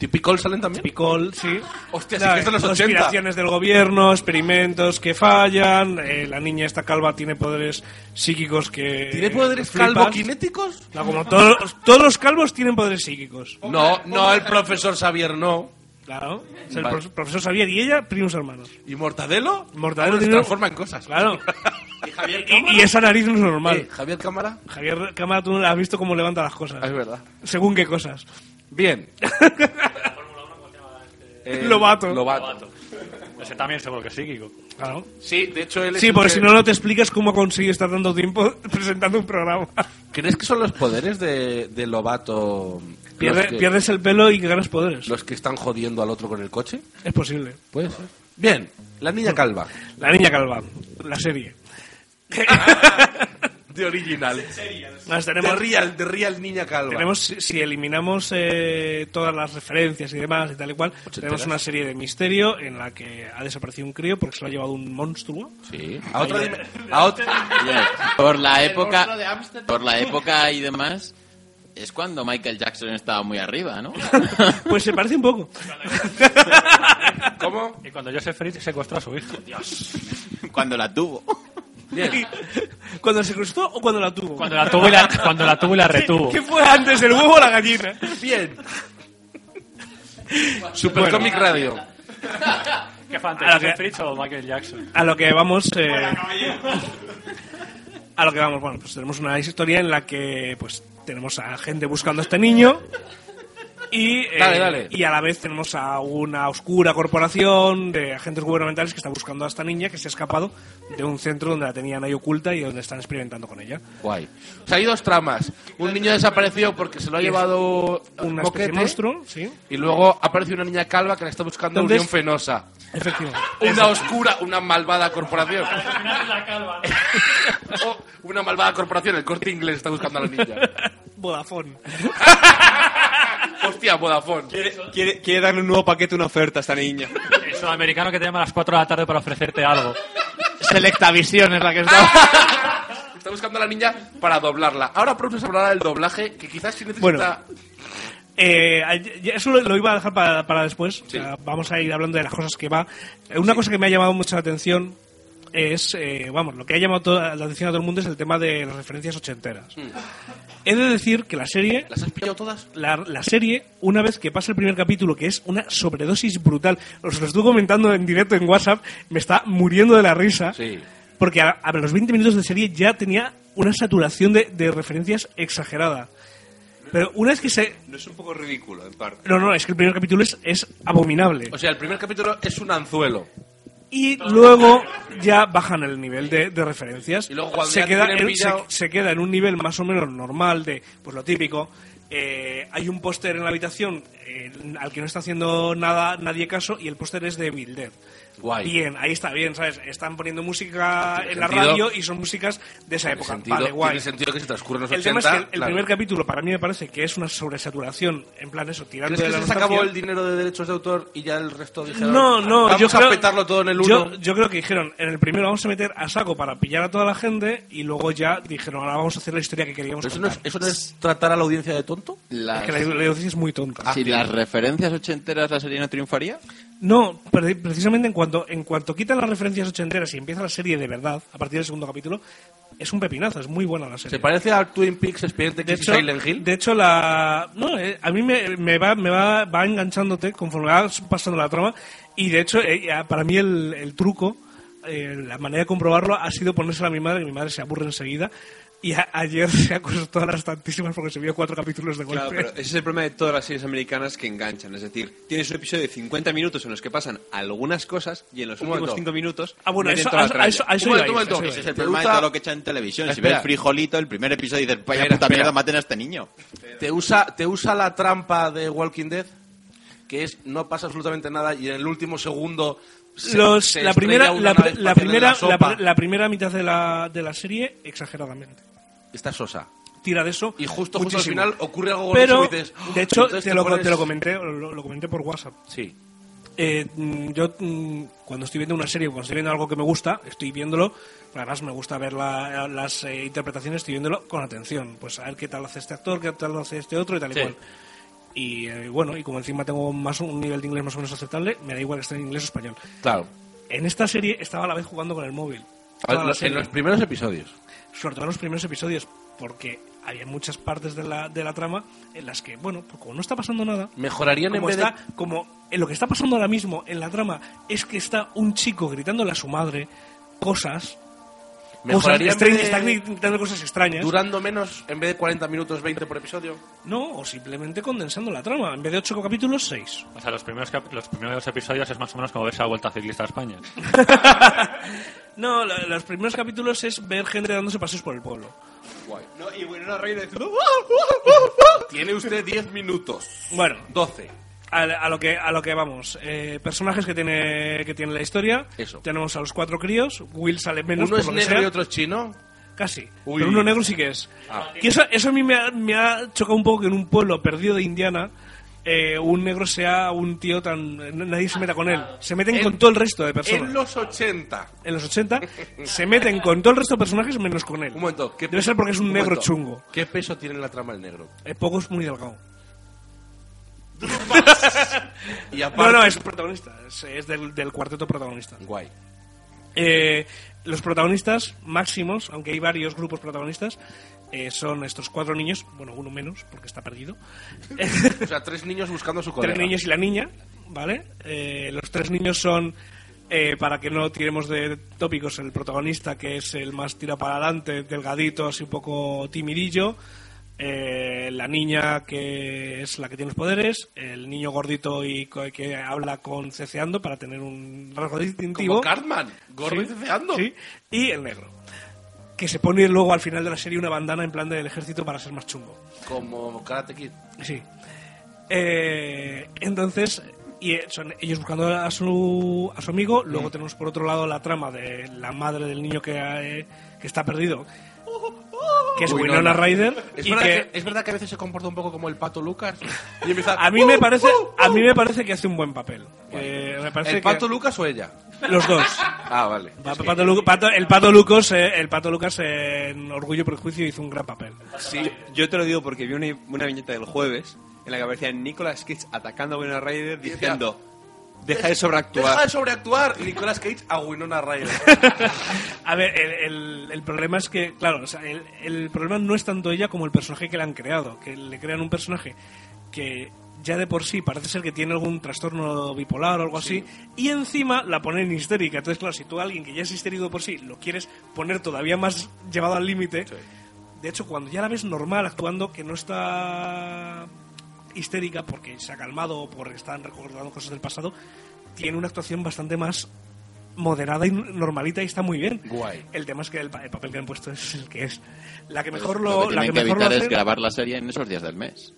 Speaker 2: típico salen también
Speaker 3: típico sí
Speaker 2: Hostia,
Speaker 3: Ya,
Speaker 2: sí que es de los 80.
Speaker 3: conspiraciones del gobierno experimentos que fallan eh, la niña esta calva tiene poderes psíquicos que
Speaker 2: ¿Tiene poderes
Speaker 3: flipas.
Speaker 2: calvoquinéticos?
Speaker 3: No, como todos todos los calvos tienen poderes psíquicos
Speaker 2: No, no, el profesor Xavier no.
Speaker 3: Claro. O sea, el
Speaker 2: Vale.
Speaker 3: pro- profesor Xavier y ella primos hermanos
Speaker 2: ¿Y Mortadelo?
Speaker 3: Mortadelo
Speaker 2: Hombre, se
Speaker 3: tiene-
Speaker 2: transforma en cosas.
Speaker 3: Claro.
Speaker 2: ¿Y Javier
Speaker 3: y, y esa nariz no es normal
Speaker 2: ¿Javier Cámara? Ah,
Speaker 3: Javier Cámara, tú no has visto cómo levanta las cosas.
Speaker 2: Es verdad.
Speaker 3: Según qué cosas.
Speaker 2: Bien.
Speaker 3: Lobato.
Speaker 2: Eh, Lobato.
Speaker 7: Ese también seguro que es psíquico.
Speaker 3: Claro.
Speaker 2: Sí, de hecho él es
Speaker 3: Sí,
Speaker 2: el
Speaker 3: porque
Speaker 2: que-
Speaker 3: si no, no te explicas cómo consigues estar tanto tiempo presentando un programa.
Speaker 2: ¿Crees que son los poderes de, de Lobato los
Speaker 3: Pierde-
Speaker 2: que-
Speaker 3: Pierdes el pelo y ganas poderes.
Speaker 2: los que están jodiendo al otro con el coche?
Speaker 3: Es posible.
Speaker 2: Puede ser. Bien, la niña calva.
Speaker 3: La niña calva. La serie.
Speaker 2: de original.
Speaker 3: Más tenemos-
Speaker 2: de real, de real niña calva.
Speaker 3: Tenemos, si si eliminamos eh, todas las referencias y demás y tal y cual, tenemos
Speaker 2: Ochenteras.
Speaker 3: una serie de misterio en la que ha desaparecido un crío porque se lo ha llevado un monstruo.
Speaker 2: Sí. A otra
Speaker 3: Ahí-
Speaker 2: dime- a otra-
Speaker 11: Por la
Speaker 4: El
Speaker 11: época,
Speaker 4: monstruo de Ámsterdam.
Speaker 11: por la época y demás, es cuando Michael Jackson estaba muy arriba, ¿no?
Speaker 3: Pues se parece un poco.
Speaker 2: ¿Cómo?
Speaker 7: Y cuando Joseph Fritz secuestró a su hijo. Dios.
Speaker 11: Cuando la tuvo.
Speaker 3: ¿Cuando se cruzó o cuando la tuvo?
Speaker 7: Cuando la tuvo y la, cuando la, tuvo y la retuvo.
Speaker 3: ¿Qué fue antes, el huevo o la gallina?
Speaker 2: Bien. Supercomic Radio.
Speaker 7: ¿Qué fan?
Speaker 3: A lo que-
Speaker 7: ¿Joseph Fritz o Michael Jackson?
Speaker 3: A lo que vamos. eh, a lo que vamos, bueno, pues tenemos una historia en la que pues tenemos a gente buscando a este niño. Y, eh,
Speaker 2: Dale, dale.
Speaker 3: y a la vez tenemos a una oscura corporación de agentes gubernamentales que está buscando a esta niña que se ha escapado de un centro donde la tenían ahí oculta y donde están experimentando con ella.
Speaker 2: Guay. O sea, hay dos tramas. Un niño desapareció porque se lo ha
Speaker 3: Y es
Speaker 2: llevado un
Speaker 3: Una especie de
Speaker 2: boquete.
Speaker 3: monstruo, sí.
Speaker 2: Y luego aparece una niña calva que la está buscando
Speaker 3: Entonces-
Speaker 2: Unión Fenosa.
Speaker 3: Efectivamente.
Speaker 2: Una oscura, una malvada corporación.
Speaker 7: La calva.
Speaker 2: O una malvada corporación, el corte inglés está buscando a la niña.
Speaker 3: Vodafone.
Speaker 2: Hostia, Vodafone.
Speaker 5: Quiere, quiere- quiere darle un nuevo paquete, una oferta a esta niña.
Speaker 7: El sudamericano que te llama a las 4 de la tarde para ofrecerte algo. Ah.
Speaker 12: Selecta visión es la que está.
Speaker 2: Está buscando a la niña para doblarla. Ahora pronto se hablará del doblaje, que quizás sí necesita...
Speaker 3: Bueno. Eh, ya- eso lo, lo iba a dejar para, para después. O sea, vamos a ir hablando de las cosas que va. Eh, una cosa que me ha llamado mucho la atención es, eh, vamos, lo que ha llamado toda la atención a todo el mundo es el tema de las referencias ochenteras. He de decir que la serie,
Speaker 2: Mm. ¿Las has pillado todas?
Speaker 3: la, la serie, una vez que pasa el primer capítulo, que es una sobredosis brutal, os lo estuve comentando en directo en WhatsApp, me está muriendo de la risa,
Speaker 2: Sí.
Speaker 3: porque a, a los 20 minutos de serie ya tenía una saturación de, de referencias exagerada. Pero una vez que se,
Speaker 5: No es un poco ridículo, en parte.
Speaker 3: no, no, es que el primer capítulo es, es abominable.
Speaker 2: O sea, el primer capítulo es un anzuelo.
Speaker 3: Y luego ya bajan el nivel de, de referencias.
Speaker 2: Y luego cuando
Speaker 3: se
Speaker 2: ya
Speaker 3: queda,
Speaker 2: tienen
Speaker 3: en,
Speaker 2: pillado-
Speaker 3: se- se queda en un nivel más o menos normal de, pues lo típico, eh, hay un póster en la habitación eh, al que no está haciendo nada nadie caso y el póster es de Bill Dead.
Speaker 2: Guay. Pues
Speaker 3: Bien, ahí está bien, ¿sabes? Están poniendo música
Speaker 2: Tiene
Speaker 3: en la
Speaker 2: sentido.
Speaker 3: radio y son músicas de esa
Speaker 2: Tiene
Speaker 3: época.
Speaker 2: sentido,
Speaker 3: vale, guay.
Speaker 2: tiene sentido que se transcurren los
Speaker 3: El
Speaker 2: 80.
Speaker 3: tema es que el, el
Speaker 2: claro.
Speaker 3: primer capítulo para mí me parece que es una sobresaturación, en plan eso, tirando
Speaker 2: ¿Crees que
Speaker 3: de la
Speaker 2: se les acabó
Speaker 3: nostalgia.
Speaker 2: el dinero de derechos de autor y ya el resto dijeron
Speaker 3: No, no,
Speaker 2: vamos
Speaker 3: yo
Speaker 2: a
Speaker 3: creo-
Speaker 2: petarlo todo en el
Speaker 3: yo-
Speaker 2: uno?
Speaker 3: Yo, creo que dijeron, en el primero vamos a meter a saco para pillar a toda la gente y luego ya dijeron, ahora vamos a hacer la historia que queríamos
Speaker 2: ¿Eso, no
Speaker 3: contar.
Speaker 2: es, eso no es tratar a la audiencia de tonto?
Speaker 11: Las-
Speaker 3: Es que la la idioticia es muy tonta.
Speaker 2: Ah,
Speaker 11: si las referencias ochenteras la serie no triunfaría,
Speaker 3: No, pre- precisamente en cuanto, en cuanto quitan las referencias ochenteras y empieza la serie de verdad, a partir del segundo capítulo, es un pepinazo, es muy buena la serie.
Speaker 2: ¿Se parece a Twin Peaks, Expediente
Speaker 3: De
Speaker 2: X
Speaker 3: hecho,
Speaker 2: y Silent Hill?
Speaker 3: de hecho, la. No, eh, a mí me, me va, me va, va enganchándote conforme va pasando la trama. Y de hecho, eh, ya, para mí el, el truco, eh, la manera de comprobarlo ha sido ponérsela a mi madre, que mi madre se aburre enseguida. Y a- ayer se acostó a las tantísimas porque se vio cuatro capítulos de golpe.
Speaker 20: Claro, pero ese es el problema de todas las series americanas que enganchan. Es decir, tienes un episodio de 50 minutos en los que pasan algunas cosas y en los
Speaker 2: Un
Speaker 20: últimos
Speaker 2: momento.
Speaker 20: 5 minutos.
Speaker 3: Ah, bueno,
Speaker 20: meten
Speaker 3: eso-
Speaker 20: toda la
Speaker 3: a- a
Speaker 20: tralla.
Speaker 3: eso- a eso
Speaker 20: Un
Speaker 3: iba
Speaker 20: momento,
Speaker 3: a ir,
Speaker 20: un momento.
Speaker 3: a
Speaker 11: Ese es el
Speaker 20: Te
Speaker 11: problema de
Speaker 20: gusta-
Speaker 11: todo lo que echan en televisión. Si ves
Speaker 2: Espera.
Speaker 11: el frijolito, el primer episodio, dices, vaya
Speaker 2: Espera,
Speaker 11: puta
Speaker 2: espera.
Speaker 11: mierda, maten a este niño.
Speaker 2: ¿Te usa, ¿Te usa la trampa de Walking Dead? Que es, no pasa absolutamente nada y en el último segundo... se-
Speaker 3: Los-
Speaker 2: se
Speaker 3: la
Speaker 2: estrella
Speaker 3: primera
Speaker 2: una
Speaker 3: la,
Speaker 2: nave
Speaker 3: pri-
Speaker 2: espacial
Speaker 3: la
Speaker 2: en
Speaker 3: primera la,
Speaker 2: sopa.
Speaker 3: pri- la primera mitad de la, de la serie exageradamente
Speaker 2: Está sosa.
Speaker 3: tira de eso
Speaker 2: Y justo, justo al
Speaker 3: muchísimo.
Speaker 2: final ocurre algo
Speaker 3: pero
Speaker 2: goloso y dices, "Oh",
Speaker 3: de hecho
Speaker 2: entonces
Speaker 3: te
Speaker 2: te
Speaker 3: lo,
Speaker 2: pones-
Speaker 3: te lo comenté lo, lo comenté por WhatsApp
Speaker 2: sí
Speaker 3: Eh, mm, yo mm, cuando estoy viendo una serie o cuando estoy viendo algo que me gusta estoy viéndolo además me gusta ver la- las eh, interpretaciones estoy viéndolo con atención pues a ver qué tal hace este actor qué tal hace este otro y tal y
Speaker 2: Sí.
Speaker 3: cual y eh, bueno y como encima tengo más un nivel de inglés más o menos aceptable me da igual que esté en inglés o español
Speaker 2: Claro.
Speaker 3: en esta serie estaba a la vez jugando con el móvil Toda la
Speaker 2: Los-
Speaker 3: serie.
Speaker 2: en Ah, los primeros episodios.
Speaker 3: sobre todo en los primeros episodios, porque había muchas partes de la, de la trama en las que, bueno, pues como no está pasando nada,
Speaker 2: Mejorarían en
Speaker 3: como
Speaker 2: vez de-
Speaker 3: está, como en lo que está pasando ahora mismo en la trama es que está un chico gritándole a su madre cosas, cosas
Speaker 2: Mejorarían
Speaker 3: extrañas,
Speaker 2: de-
Speaker 3: está gritando cosas extrañas,
Speaker 2: Durando menos, en vez de 40 minutos, 20 por episodio.
Speaker 3: no, o simplemente condensando la trama, en vez de ocho capítulos, seis.
Speaker 7: O sea, los primeros, cap- los primeros episodios es más o menos como verse a vuelta ciclista a España.
Speaker 3: No, la- los primeros capítulos es ver gente dándose paseos por el pueblo.
Speaker 20: No, y bueno, no reír de
Speaker 2: Tiene usted 10 minutos.
Speaker 3: Bueno,
Speaker 2: 12.
Speaker 3: A, a lo que a lo que vamos. Eh, personajes que tiene que tiene la historia.
Speaker 2: Eso.
Speaker 3: Tenemos a los cuatro críos. Will sale menos.
Speaker 2: Uno
Speaker 3: por
Speaker 2: es
Speaker 3: lo que
Speaker 2: negro
Speaker 3: sea.
Speaker 2: y otro es chino.
Speaker 3: Casi.
Speaker 2: Uy.
Speaker 3: Pero uno negro sí que es.
Speaker 2: Ah.
Speaker 3: Y eso, eso a mí me ha, me ha chocado un poco que en un pueblo perdido de Indiana eh, un negro sea un tío tan... Nadie se meta con él. Se meten
Speaker 2: En-
Speaker 3: con todo el resto de personas.
Speaker 2: En los 80.
Speaker 3: En los 80 se meten con todo el resto de personajes menos con él.
Speaker 2: Un momento. ¿qué
Speaker 3: Debe
Speaker 2: peso-
Speaker 3: ser porque es un negro
Speaker 2: momento,
Speaker 3: chungo.
Speaker 2: ¿Qué peso tiene en la trama el negro?
Speaker 3: El poco es muy delgado.
Speaker 2: Y aparte-
Speaker 3: No, no, es protagonista. Es, es del, del cuarteto protagonista.
Speaker 2: Guay.
Speaker 3: Eh, los protagonistas máximos, aunque hay varios grupos protagonistas, eh, son estos cuatro niños. Bueno, uno menos, porque está perdido.
Speaker 2: O sea, tres niños buscando a su colega.
Speaker 3: Tres niños y la niña, ¿vale? Eh, los tres niños son, eh, para que no tiremos de tópicos, el protagonista, que es el más tira para adelante, delgadito, así un poco timidillo. eh, la niña que es la que tiene los poderes, el niño gordito y co- que habla con ceceando para tener un rasgo distintivo.
Speaker 2: Como Cartman. Gordo y
Speaker 3: Sí,
Speaker 2: ceceando.
Speaker 3: sí, y el negro, que se pone luego al final de la serie una bandana en plan del ejército para ser más chungo.
Speaker 2: Como Karate Kid.
Speaker 3: Sí. Eh, entonces, y eh, son ellos buscando a su, a su amigo.
Speaker 2: Mm.
Speaker 3: Luego tenemos por otro lado la trama de la madre del niño que, eh, que está perdido, que es
Speaker 2: Uy, no,
Speaker 3: Winona
Speaker 2: no.
Speaker 3: Ryder.
Speaker 2: ¿Es,
Speaker 3: y
Speaker 2: verdad
Speaker 3: que
Speaker 2: que, es verdad que a veces se comporta un poco como el pato Lucas. Y empieza, "Oh,
Speaker 3: a mí, me parece, a mí me parece que hace un buen papel. Eh, me parece
Speaker 2: uh, ¿El pato
Speaker 3: que-
Speaker 2: Lucas o ella?
Speaker 3: Los dos.
Speaker 2: Ah, vale.
Speaker 3: Pa- Pato Lu- Pato- el Pato Lucas, eh, el Pato Lucas eh, en Orgullo y Prejuicio hizo un gran papel.
Speaker 20: Sí, yo te lo digo porque vi una, una viñeta del jueves en la que aparecía Nicolas Cage atacando a Winona Ryder diciendo: Deja de sobreactuar.
Speaker 2: Deja de sobreactuar. Y Nicolas Cage a Winona Ryder.
Speaker 3: A ver, el, el- el problema es que, claro, o sea, el, el problema no es tanto ella como el personaje que le han creado, que le crean un personaje que ya de por sí parece ser que tiene algún trastorno bipolar o algo así, y encima la ponen histérica. Entonces, claro, si tú a alguien que ya es histérico de por sí lo quieres poner todavía más llevado al límite, de hecho, cuando ya la ves normal actuando, que no está histérica porque se ha calmado o porque están recordando cosas del pasado, tiene una actuación bastante más moderada y normalita y está muy bien.
Speaker 2: Guay.
Speaker 3: El tema es que el, pa- el papel que han puesto es el que es. La que
Speaker 11: Pues
Speaker 3: mejor
Speaker 11: Lo
Speaker 3: lo,
Speaker 11: que
Speaker 3: la
Speaker 11: tienen
Speaker 3: que
Speaker 11: que
Speaker 3: mejor lo
Speaker 11: evitar es
Speaker 3: hace-
Speaker 11: grabar la serie en esos días del mes.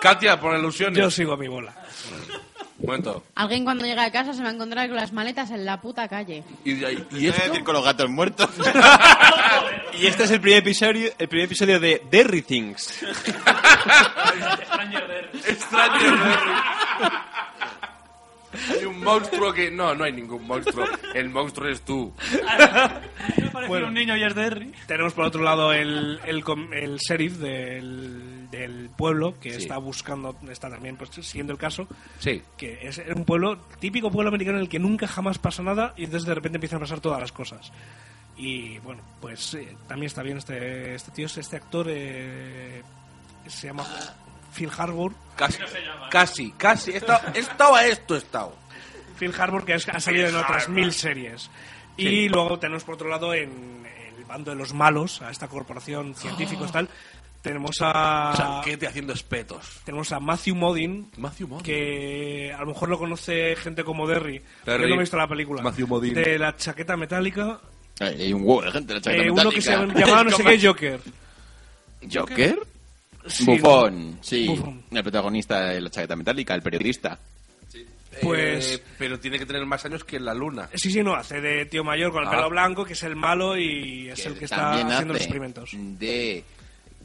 Speaker 2: Katia, por ilusiones.
Speaker 3: Yo sigo a mi bola.
Speaker 2: Momento.
Speaker 6: Alguien cuando llega a casa se va a encontrar con las maletas en la puta calle.
Speaker 2: ¿Y, de ahí- y
Speaker 11: Voy a
Speaker 2: esto?
Speaker 11: decir con los gatos muertos.
Speaker 20: Y este es el primer episodio, el primer episodio de Derry Things.
Speaker 2: Extraño. Hay un monstruo que... No, no hay ningún monstruo. El monstruo es tú.
Speaker 3: Bueno.
Speaker 7: un niño y es de Henry.
Speaker 3: Tenemos por otro lado el, el, com- el sheriff del, del pueblo que
Speaker 2: Sí.
Speaker 3: está buscando, está también pues, siguiendo el caso,
Speaker 2: Sí.
Speaker 3: que es un pueblo, típico pueblo americano en el que nunca jamás pasa nada y entonces de repente empiezan a pasar todas las cosas. Y bueno, pues eh, también está bien este, este tío, este actor eh, se llama Phil Harbour.
Speaker 2: Casi, casi, casi. He estado, he estado a esto, he estado.
Speaker 3: Phil Harbour, que es- ha salido en otras mil series. Y
Speaker 2: Sí.
Speaker 3: luego tenemos por otro lado en el bando de los malos, a esta corporación
Speaker 2: Ah.
Speaker 3: científicos tal, tenemos a...
Speaker 2: Chanquete haciendo espetos.
Speaker 3: Tenemos a Matthew Modin,
Speaker 2: Matthew Modine.
Speaker 3: que a lo mejor lo conoce gente como Derry.
Speaker 2: Derry.
Speaker 3: Yo no he visto la película.
Speaker 2: Matthew Modine.
Speaker 3: De la chaqueta metálica.
Speaker 11: Ay, Hay un huevo de gente, la chaqueta
Speaker 3: eh, uno que se
Speaker 11: metálica.
Speaker 3: llamaba no sé qué Joker.
Speaker 11: ¿Joker?
Speaker 3: Sí.
Speaker 11: Bufón, sí.
Speaker 3: Buffon.
Speaker 11: El protagonista de la chaqueta metálica, el periodista.
Speaker 3: Pues-
Speaker 2: Eh, pero tiene que tener más años que la luna.
Speaker 3: Sí, sí, no, hace de tío mayor con el
Speaker 2: Ah.
Speaker 3: pelo blanco, que es el malo y es el que está
Speaker 11: También
Speaker 3: haciendo los
Speaker 11: hace
Speaker 3: experimentos.
Speaker 11: De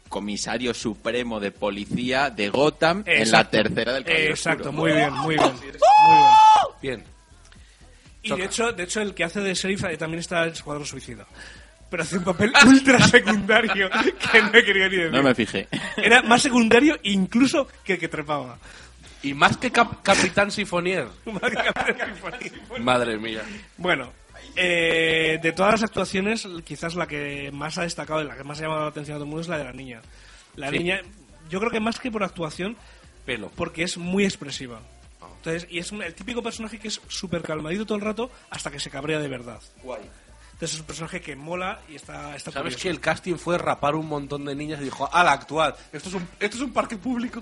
Speaker 11: comisario supremo de policía de Gotham en la
Speaker 3: Exacto.
Speaker 11: tercera del Caballero
Speaker 3: Eh, Exacto,
Speaker 11: Oscuro. Ah.
Speaker 3: muy bien, muy bien.
Speaker 2: Bien.
Speaker 3: Y de hecho, de hecho, el que hace de sheriff eh, también está en Escuadrón Suicida. Pero hace un papel ultra secundario que no he querido ni decir.
Speaker 11: No me fijé.
Speaker 3: Era más secundario incluso que el que trepaba.
Speaker 2: Y más que Cap- Capitán Sinfonier. Madre mía.
Speaker 3: Bueno, eh, de todas las actuaciones, quizás la que más ha destacado y la que más ha llamado la atención a todo el mundo es la de la niña. La
Speaker 2: Sí.
Speaker 3: niña, yo creo que más que por actuación,
Speaker 2: Pelo.
Speaker 3: porque es muy expresiva. Entonces, y es un- el típico personaje que es súper calmadito todo el rato hasta que se cabrea de verdad.
Speaker 2: Guay.
Speaker 3: Entonces es un personaje que mola y está, está
Speaker 2: ¿Sabes
Speaker 3: curioso.
Speaker 2: que el casting fue rapar un montón de niñas y dijo, ala, actuad, esto es un, esto es un parque público?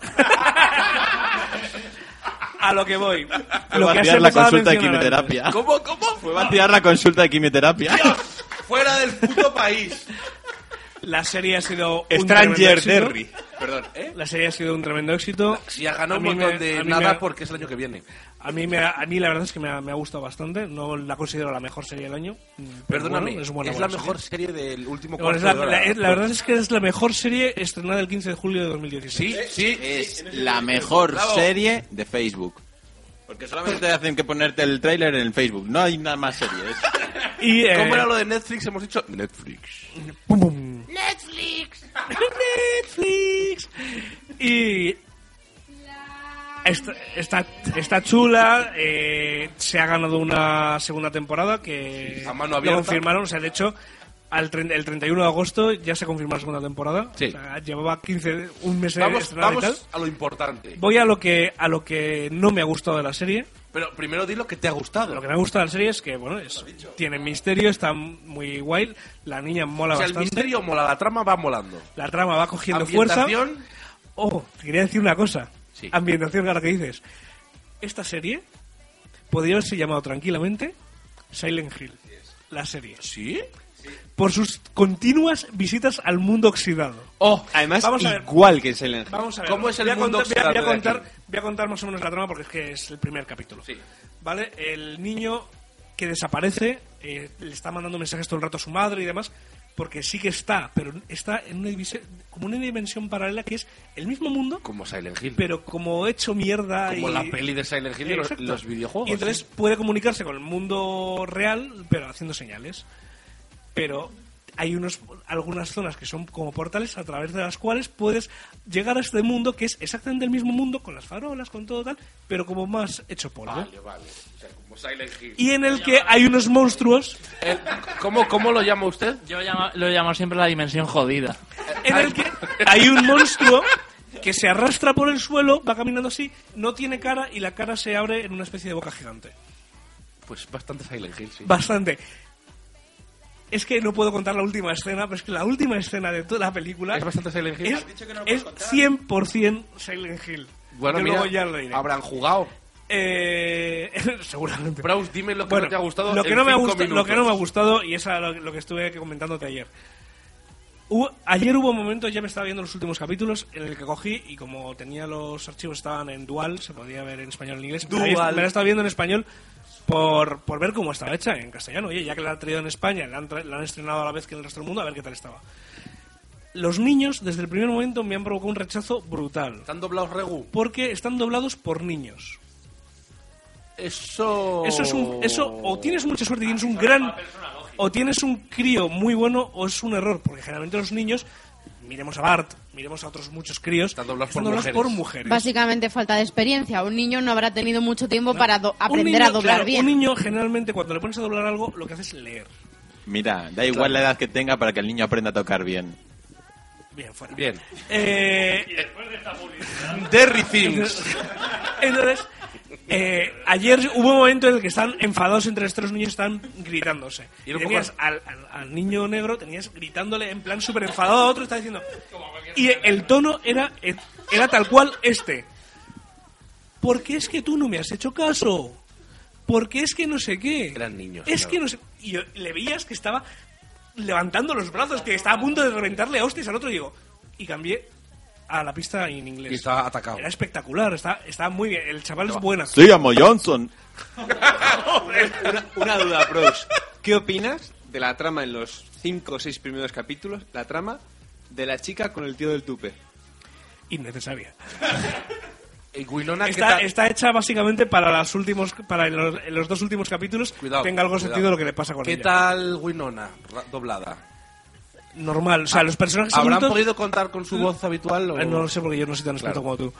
Speaker 3: A lo que voy.
Speaker 11: Fue
Speaker 3: Lo que has
Speaker 11: vaciar la
Speaker 3: empezado a
Speaker 11: consulta de
Speaker 3: mencionar
Speaker 11: quimioterapia.
Speaker 2: ¿Cómo, cómo?
Speaker 11: Fue vaciar la consulta de quimioterapia.
Speaker 2: Fuera del puto país.
Speaker 3: antes. La serie ha sido un tremendo
Speaker 20: Stranger
Speaker 3: éxito.
Speaker 20: Derry.
Speaker 2: Perdón, ¿eh?
Speaker 3: La serie ha sido un tremendo éxito.
Speaker 2: Si ha ganado
Speaker 3: A
Speaker 2: un
Speaker 3: mí
Speaker 2: montón
Speaker 3: me- a
Speaker 2: de
Speaker 3: mí
Speaker 2: nada
Speaker 3: me-
Speaker 2: porque es el año que viene.
Speaker 3: A mí, me, ha- a mí la verdad es que me ha, me ha gustado bastante. No la considero la mejor serie del año. mm, pero
Speaker 2: Perdóname,
Speaker 3: bueno,
Speaker 2: es,
Speaker 3: buena,
Speaker 2: la
Speaker 3: buena
Speaker 2: mejor
Speaker 3: serie.
Speaker 2: serie del último cuarto
Speaker 3: Bueno, es la,
Speaker 2: de hora.
Speaker 3: la- es- la verdad es que es la mejor serie estrenada el 15 de julio de 2016.
Speaker 2: Sí, sí.
Speaker 11: Es la mejor serie de Facebook. Porque solamente hacen que ponerte el tráiler en el Facebook. No hay nada más series.
Speaker 3: Y, eh,
Speaker 2: ¿Cómo era lo de Netflix? Hemos dicho Netflix.
Speaker 3: pum, pum.
Speaker 1: Netflix.
Speaker 3: Netflix. Y. Está, está, está chula. eh, se ha ganado una segunda temporada que.
Speaker 2: A mano
Speaker 3: lo
Speaker 2: abierta.
Speaker 3: confirmaron, o sea, de hecho. Al trein- el 31 de agosto ya se confirmó la segunda temporada.
Speaker 2: Sí.
Speaker 3: O sea, llevaba 15, un mes
Speaker 2: Vamos,
Speaker 3: estrenada y tal.
Speaker 2: vamos a lo importante.
Speaker 3: Voy a lo que a lo que no me ha gustado de la serie.
Speaker 2: Pero primero di lo que te ha gustado.
Speaker 3: Lo que me ha gustado de la serie es que, bueno, es, tiene misterio, está muy guay. La niña mola
Speaker 2: o sea, el
Speaker 3: bastante.
Speaker 2: misterio mola, la trama va molando.
Speaker 3: La trama va cogiendo fuerza.
Speaker 2: Ambientación,
Speaker 3: Oh, te quería decir una cosa.
Speaker 2: Sí.
Speaker 3: Ambientación, ahora que dices. Esta serie podría haberse llamado tranquilamente Silent Hill. La serie.
Speaker 2: ¿Sí?
Speaker 3: Por sus continuas visitas al mundo oxidado.
Speaker 20: Oh, además,
Speaker 3: Vamos a ver.
Speaker 20: igual que en Silent Hill.
Speaker 3: Vamos a ver.
Speaker 2: ¿Cómo es el
Speaker 3: voy a
Speaker 2: mundo
Speaker 3: contar, voy a- voy a,
Speaker 2: oxidado de
Speaker 3: contar,
Speaker 2: aquí?
Speaker 3: voy a contar más o menos la trama porque es que es el primer capítulo.
Speaker 2: Sí.
Speaker 3: ¿Vale? El niño que desaparece eh, le está mandando mensajes todo el rato a su madre y demás porque sí que está, pero está en una división, como una dimensión paralela que es el mismo mundo
Speaker 2: Como Silent Hill.
Speaker 3: pero como hecho mierda
Speaker 2: como
Speaker 3: y-
Speaker 2: la peli de Silent Hill y los,
Speaker 3: Exacto.
Speaker 2: los videojuegos.
Speaker 3: Y entonces
Speaker 2: ¿sí?
Speaker 3: puede comunicarse con el mundo real, pero haciendo señales. Pero hay unos algunas zonas que son como portales a través de las cuales puedes llegar a este mundo que es exactamente el mismo mundo con las farolas, con todo tal, pero como más hecho polvo.
Speaker 2: Vale, vale. O sea, como Silent Hill.
Speaker 3: Y en el que hay unos monstruos
Speaker 2: El- ¿cómo, ¿Cómo lo llama usted?
Speaker 21: Yo llama- lo he llamado siempre la dimensión jodida.
Speaker 3: en el que hay un monstruo que se arrastra por el suelo, va caminando así, no tiene cara y la cara se abre en una especie de boca gigante.
Speaker 2: Pues bastante Silent Hill, sí.
Speaker 3: Bastante. Es que no puedo contar la última escena, pero es que la última escena de toda la película
Speaker 2: Es bastante Silent Hill.
Speaker 3: es, es 100% Silent Hill.
Speaker 2: Bueno,
Speaker 3: Yo
Speaker 2: mira,
Speaker 3: luego ya lo diré.
Speaker 2: habrán jugado.
Speaker 3: Eh, seguramente.
Speaker 2: Braus, dime lo que
Speaker 3: Bueno,
Speaker 2: no te ha gustado.
Speaker 3: lo que,
Speaker 2: en
Speaker 3: no me ha
Speaker 2: cinco
Speaker 3: gustado, lo
Speaker 2: minutos.
Speaker 3: que no me ha gustado, y es a lo, lo que estuve comentándote ayer. Hubo- ayer hubo momentos, ya me estaba viendo los últimos capítulos, en el que cogí y como tenía los archivos estaban en dual, se podía ver en español en inglés. Me la,
Speaker 2: Dual.
Speaker 3: me la estaba viendo en español por, por ver cómo estaba hecha en castellano. Oye, ya que la han traído en España, la han, tra- la han estrenado a la vez que en el resto del mundo, a ver qué tal estaba. Los niños, desde el primer momento, me han provocado un rechazo brutal.
Speaker 2: ¿Están doblados Regu?
Speaker 3: Porque están doblados por niños.
Speaker 2: Eso...
Speaker 3: Eso es un, eso o tienes mucha suerte y tienes un gran o tienes un crío muy bueno o es un error, porque generalmente los niños miremos a Bart, miremos a otros muchos críos,
Speaker 2: Están doblados
Speaker 3: están
Speaker 2: por
Speaker 3: doblados
Speaker 2: mujeres.
Speaker 3: mujeres.
Speaker 6: Básicamente falta de experiencia. Un niño no habrá tenido mucho tiempo para do-
Speaker 3: Un
Speaker 6: aprender
Speaker 3: niño,
Speaker 6: a doblar
Speaker 3: claro,
Speaker 6: bien.
Speaker 3: Un niño generalmente cuando le pones a doblar algo lo que hace es leer.
Speaker 11: Mira, da igual la edad que tenga para que el niño aprenda a tocar bien.
Speaker 3: Bien, fuera.
Speaker 2: Bien.
Speaker 3: Eh,
Speaker 2: Derry Things.
Speaker 3: Entonces, Eh, ayer hubo un momento en el que están enfadados entre los tres niños, están gritándose. Y, tenías al, al- al niño negro, tenías gritándole en plan súper enfadado a otro, está diciendo. Y el tono era, era tal cual este. Porque es que tú no me has hecho caso. Porque es que no sé qué.
Speaker 2: Eran niños.
Speaker 3: Es
Speaker 2: claro.
Speaker 3: que no sé. Y yo- le veías que estaba levantando los brazos, que estaba a punto de reventarle a hostias al otro. Y digo, y cambié a la pista en inglés.
Speaker 2: Y estaba atacado.
Speaker 3: Era espectacular, estaba, estaba muy bien. El chaval es buena.
Speaker 11: Sí, amo Johnson.
Speaker 20: una, una duda, Prox. ¿Qué opinas de la trama en los 5 o 6 primeros capítulos? La trama de la chica con el tío del tupe.
Speaker 3: Innecesaria.
Speaker 2: Y Winona, ¿qué
Speaker 3: Está,
Speaker 2: tal?
Speaker 3: está hecha básicamente para, las últimos, para en los, en los dos últimos capítulos
Speaker 2: Cuidado,
Speaker 3: tenga algo
Speaker 2: cuidado.
Speaker 3: sentido lo que le pasa con
Speaker 2: ¿Qué
Speaker 3: ella.
Speaker 2: tal Winona ra- doblada?
Speaker 3: Normal. O sea, los personajes
Speaker 2: Ah, ¿Habrán
Speaker 3: adultos-
Speaker 2: podido contar con su voz habitual? o-
Speaker 3: Eh, No lo sé porque yo no soy tan experto
Speaker 2: Claro.
Speaker 3: como tú.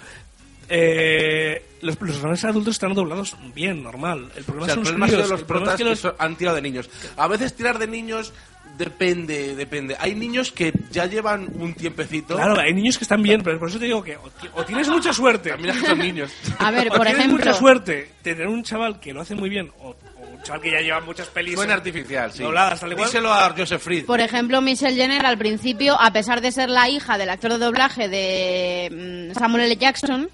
Speaker 3: Eh, los, los personajes adultos están doblados bien, normal. El problema
Speaker 2: O sea,
Speaker 3: son
Speaker 2: el
Speaker 3: los
Speaker 2: problema ha sido
Speaker 3: críos.
Speaker 2: los
Speaker 3: El problema
Speaker 2: protas
Speaker 3: es que
Speaker 2: que,
Speaker 3: los-
Speaker 2: so- han tirado de niños. A veces tirar de niños depende, depende. Hay niños que ya llevan un tiempecito.
Speaker 3: Claro, hay niños que están bien, pero por eso te digo que o, ti- o tienes mucha suerte.
Speaker 2: También Ah, son niños.
Speaker 6: A ver,
Speaker 3: o
Speaker 6: por
Speaker 3: tienes
Speaker 6: ejemplo-
Speaker 3: mucha suerte tener un chaval que lo hace muy bien o, o un chaval que ya lleva muchas pelis
Speaker 2: Suena artificial, sí.
Speaker 3: dobladas, tal y cual.
Speaker 2: Díselo a Joseph Fried.
Speaker 6: Por ejemplo, Michelle Jenner al principio, a pesar de ser la hija del actor de doblaje de mm, Samuel L. Jackson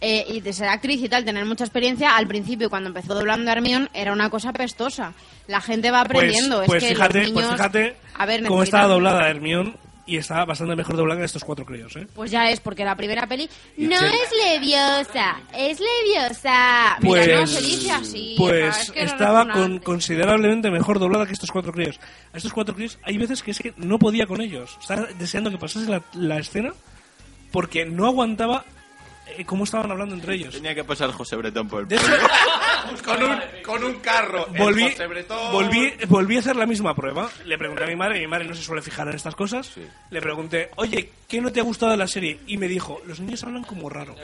Speaker 6: eh, y de ser actriz y tal, tener mucha experiencia, al principio cuando empezó doblando a Hermione era una cosa pestosa. La gente va
Speaker 3: Pues-
Speaker 6: aprendiendo.
Speaker 3: pues
Speaker 6: es que
Speaker 3: fíjate,
Speaker 6: los niños,
Speaker 3: pues fíjate
Speaker 6: a ver,
Speaker 3: cómo estaba
Speaker 6: necesitan-
Speaker 3: doblada Hermión y estaba bastante mejor doblada que estos cuatro críos, ¿eh?
Speaker 6: Pues ya es, porque la primera peli no
Speaker 3: Michelle-
Speaker 6: es leviosa, es leviosa. Ah,
Speaker 3: Pues,
Speaker 6: Mira, no se dice así. o sea,
Speaker 3: pues
Speaker 6: es que no
Speaker 3: estaba
Speaker 6: recuerdo
Speaker 3: con, considerablemente mejor doblada que estos cuatro críos. A estos cuatro críos hay veces que es que no podía con ellos. Estaba deseando que pasase la, la escena porque no aguantaba eh, cómo estaban hablando entre ellos.
Speaker 11: Tenía que pasar José Bretón por el...
Speaker 2: con, un, con un carro. el
Speaker 3: Volví,
Speaker 2: José Bretón.
Speaker 3: volví, volví a hacer la misma prueba. Le pregunté a mi madre, y mi madre no se suele fijar en estas cosas. Le pregunté, oye, ¿qué no te ha gustado de la serie? Y me dijo, los niños hablan como raro.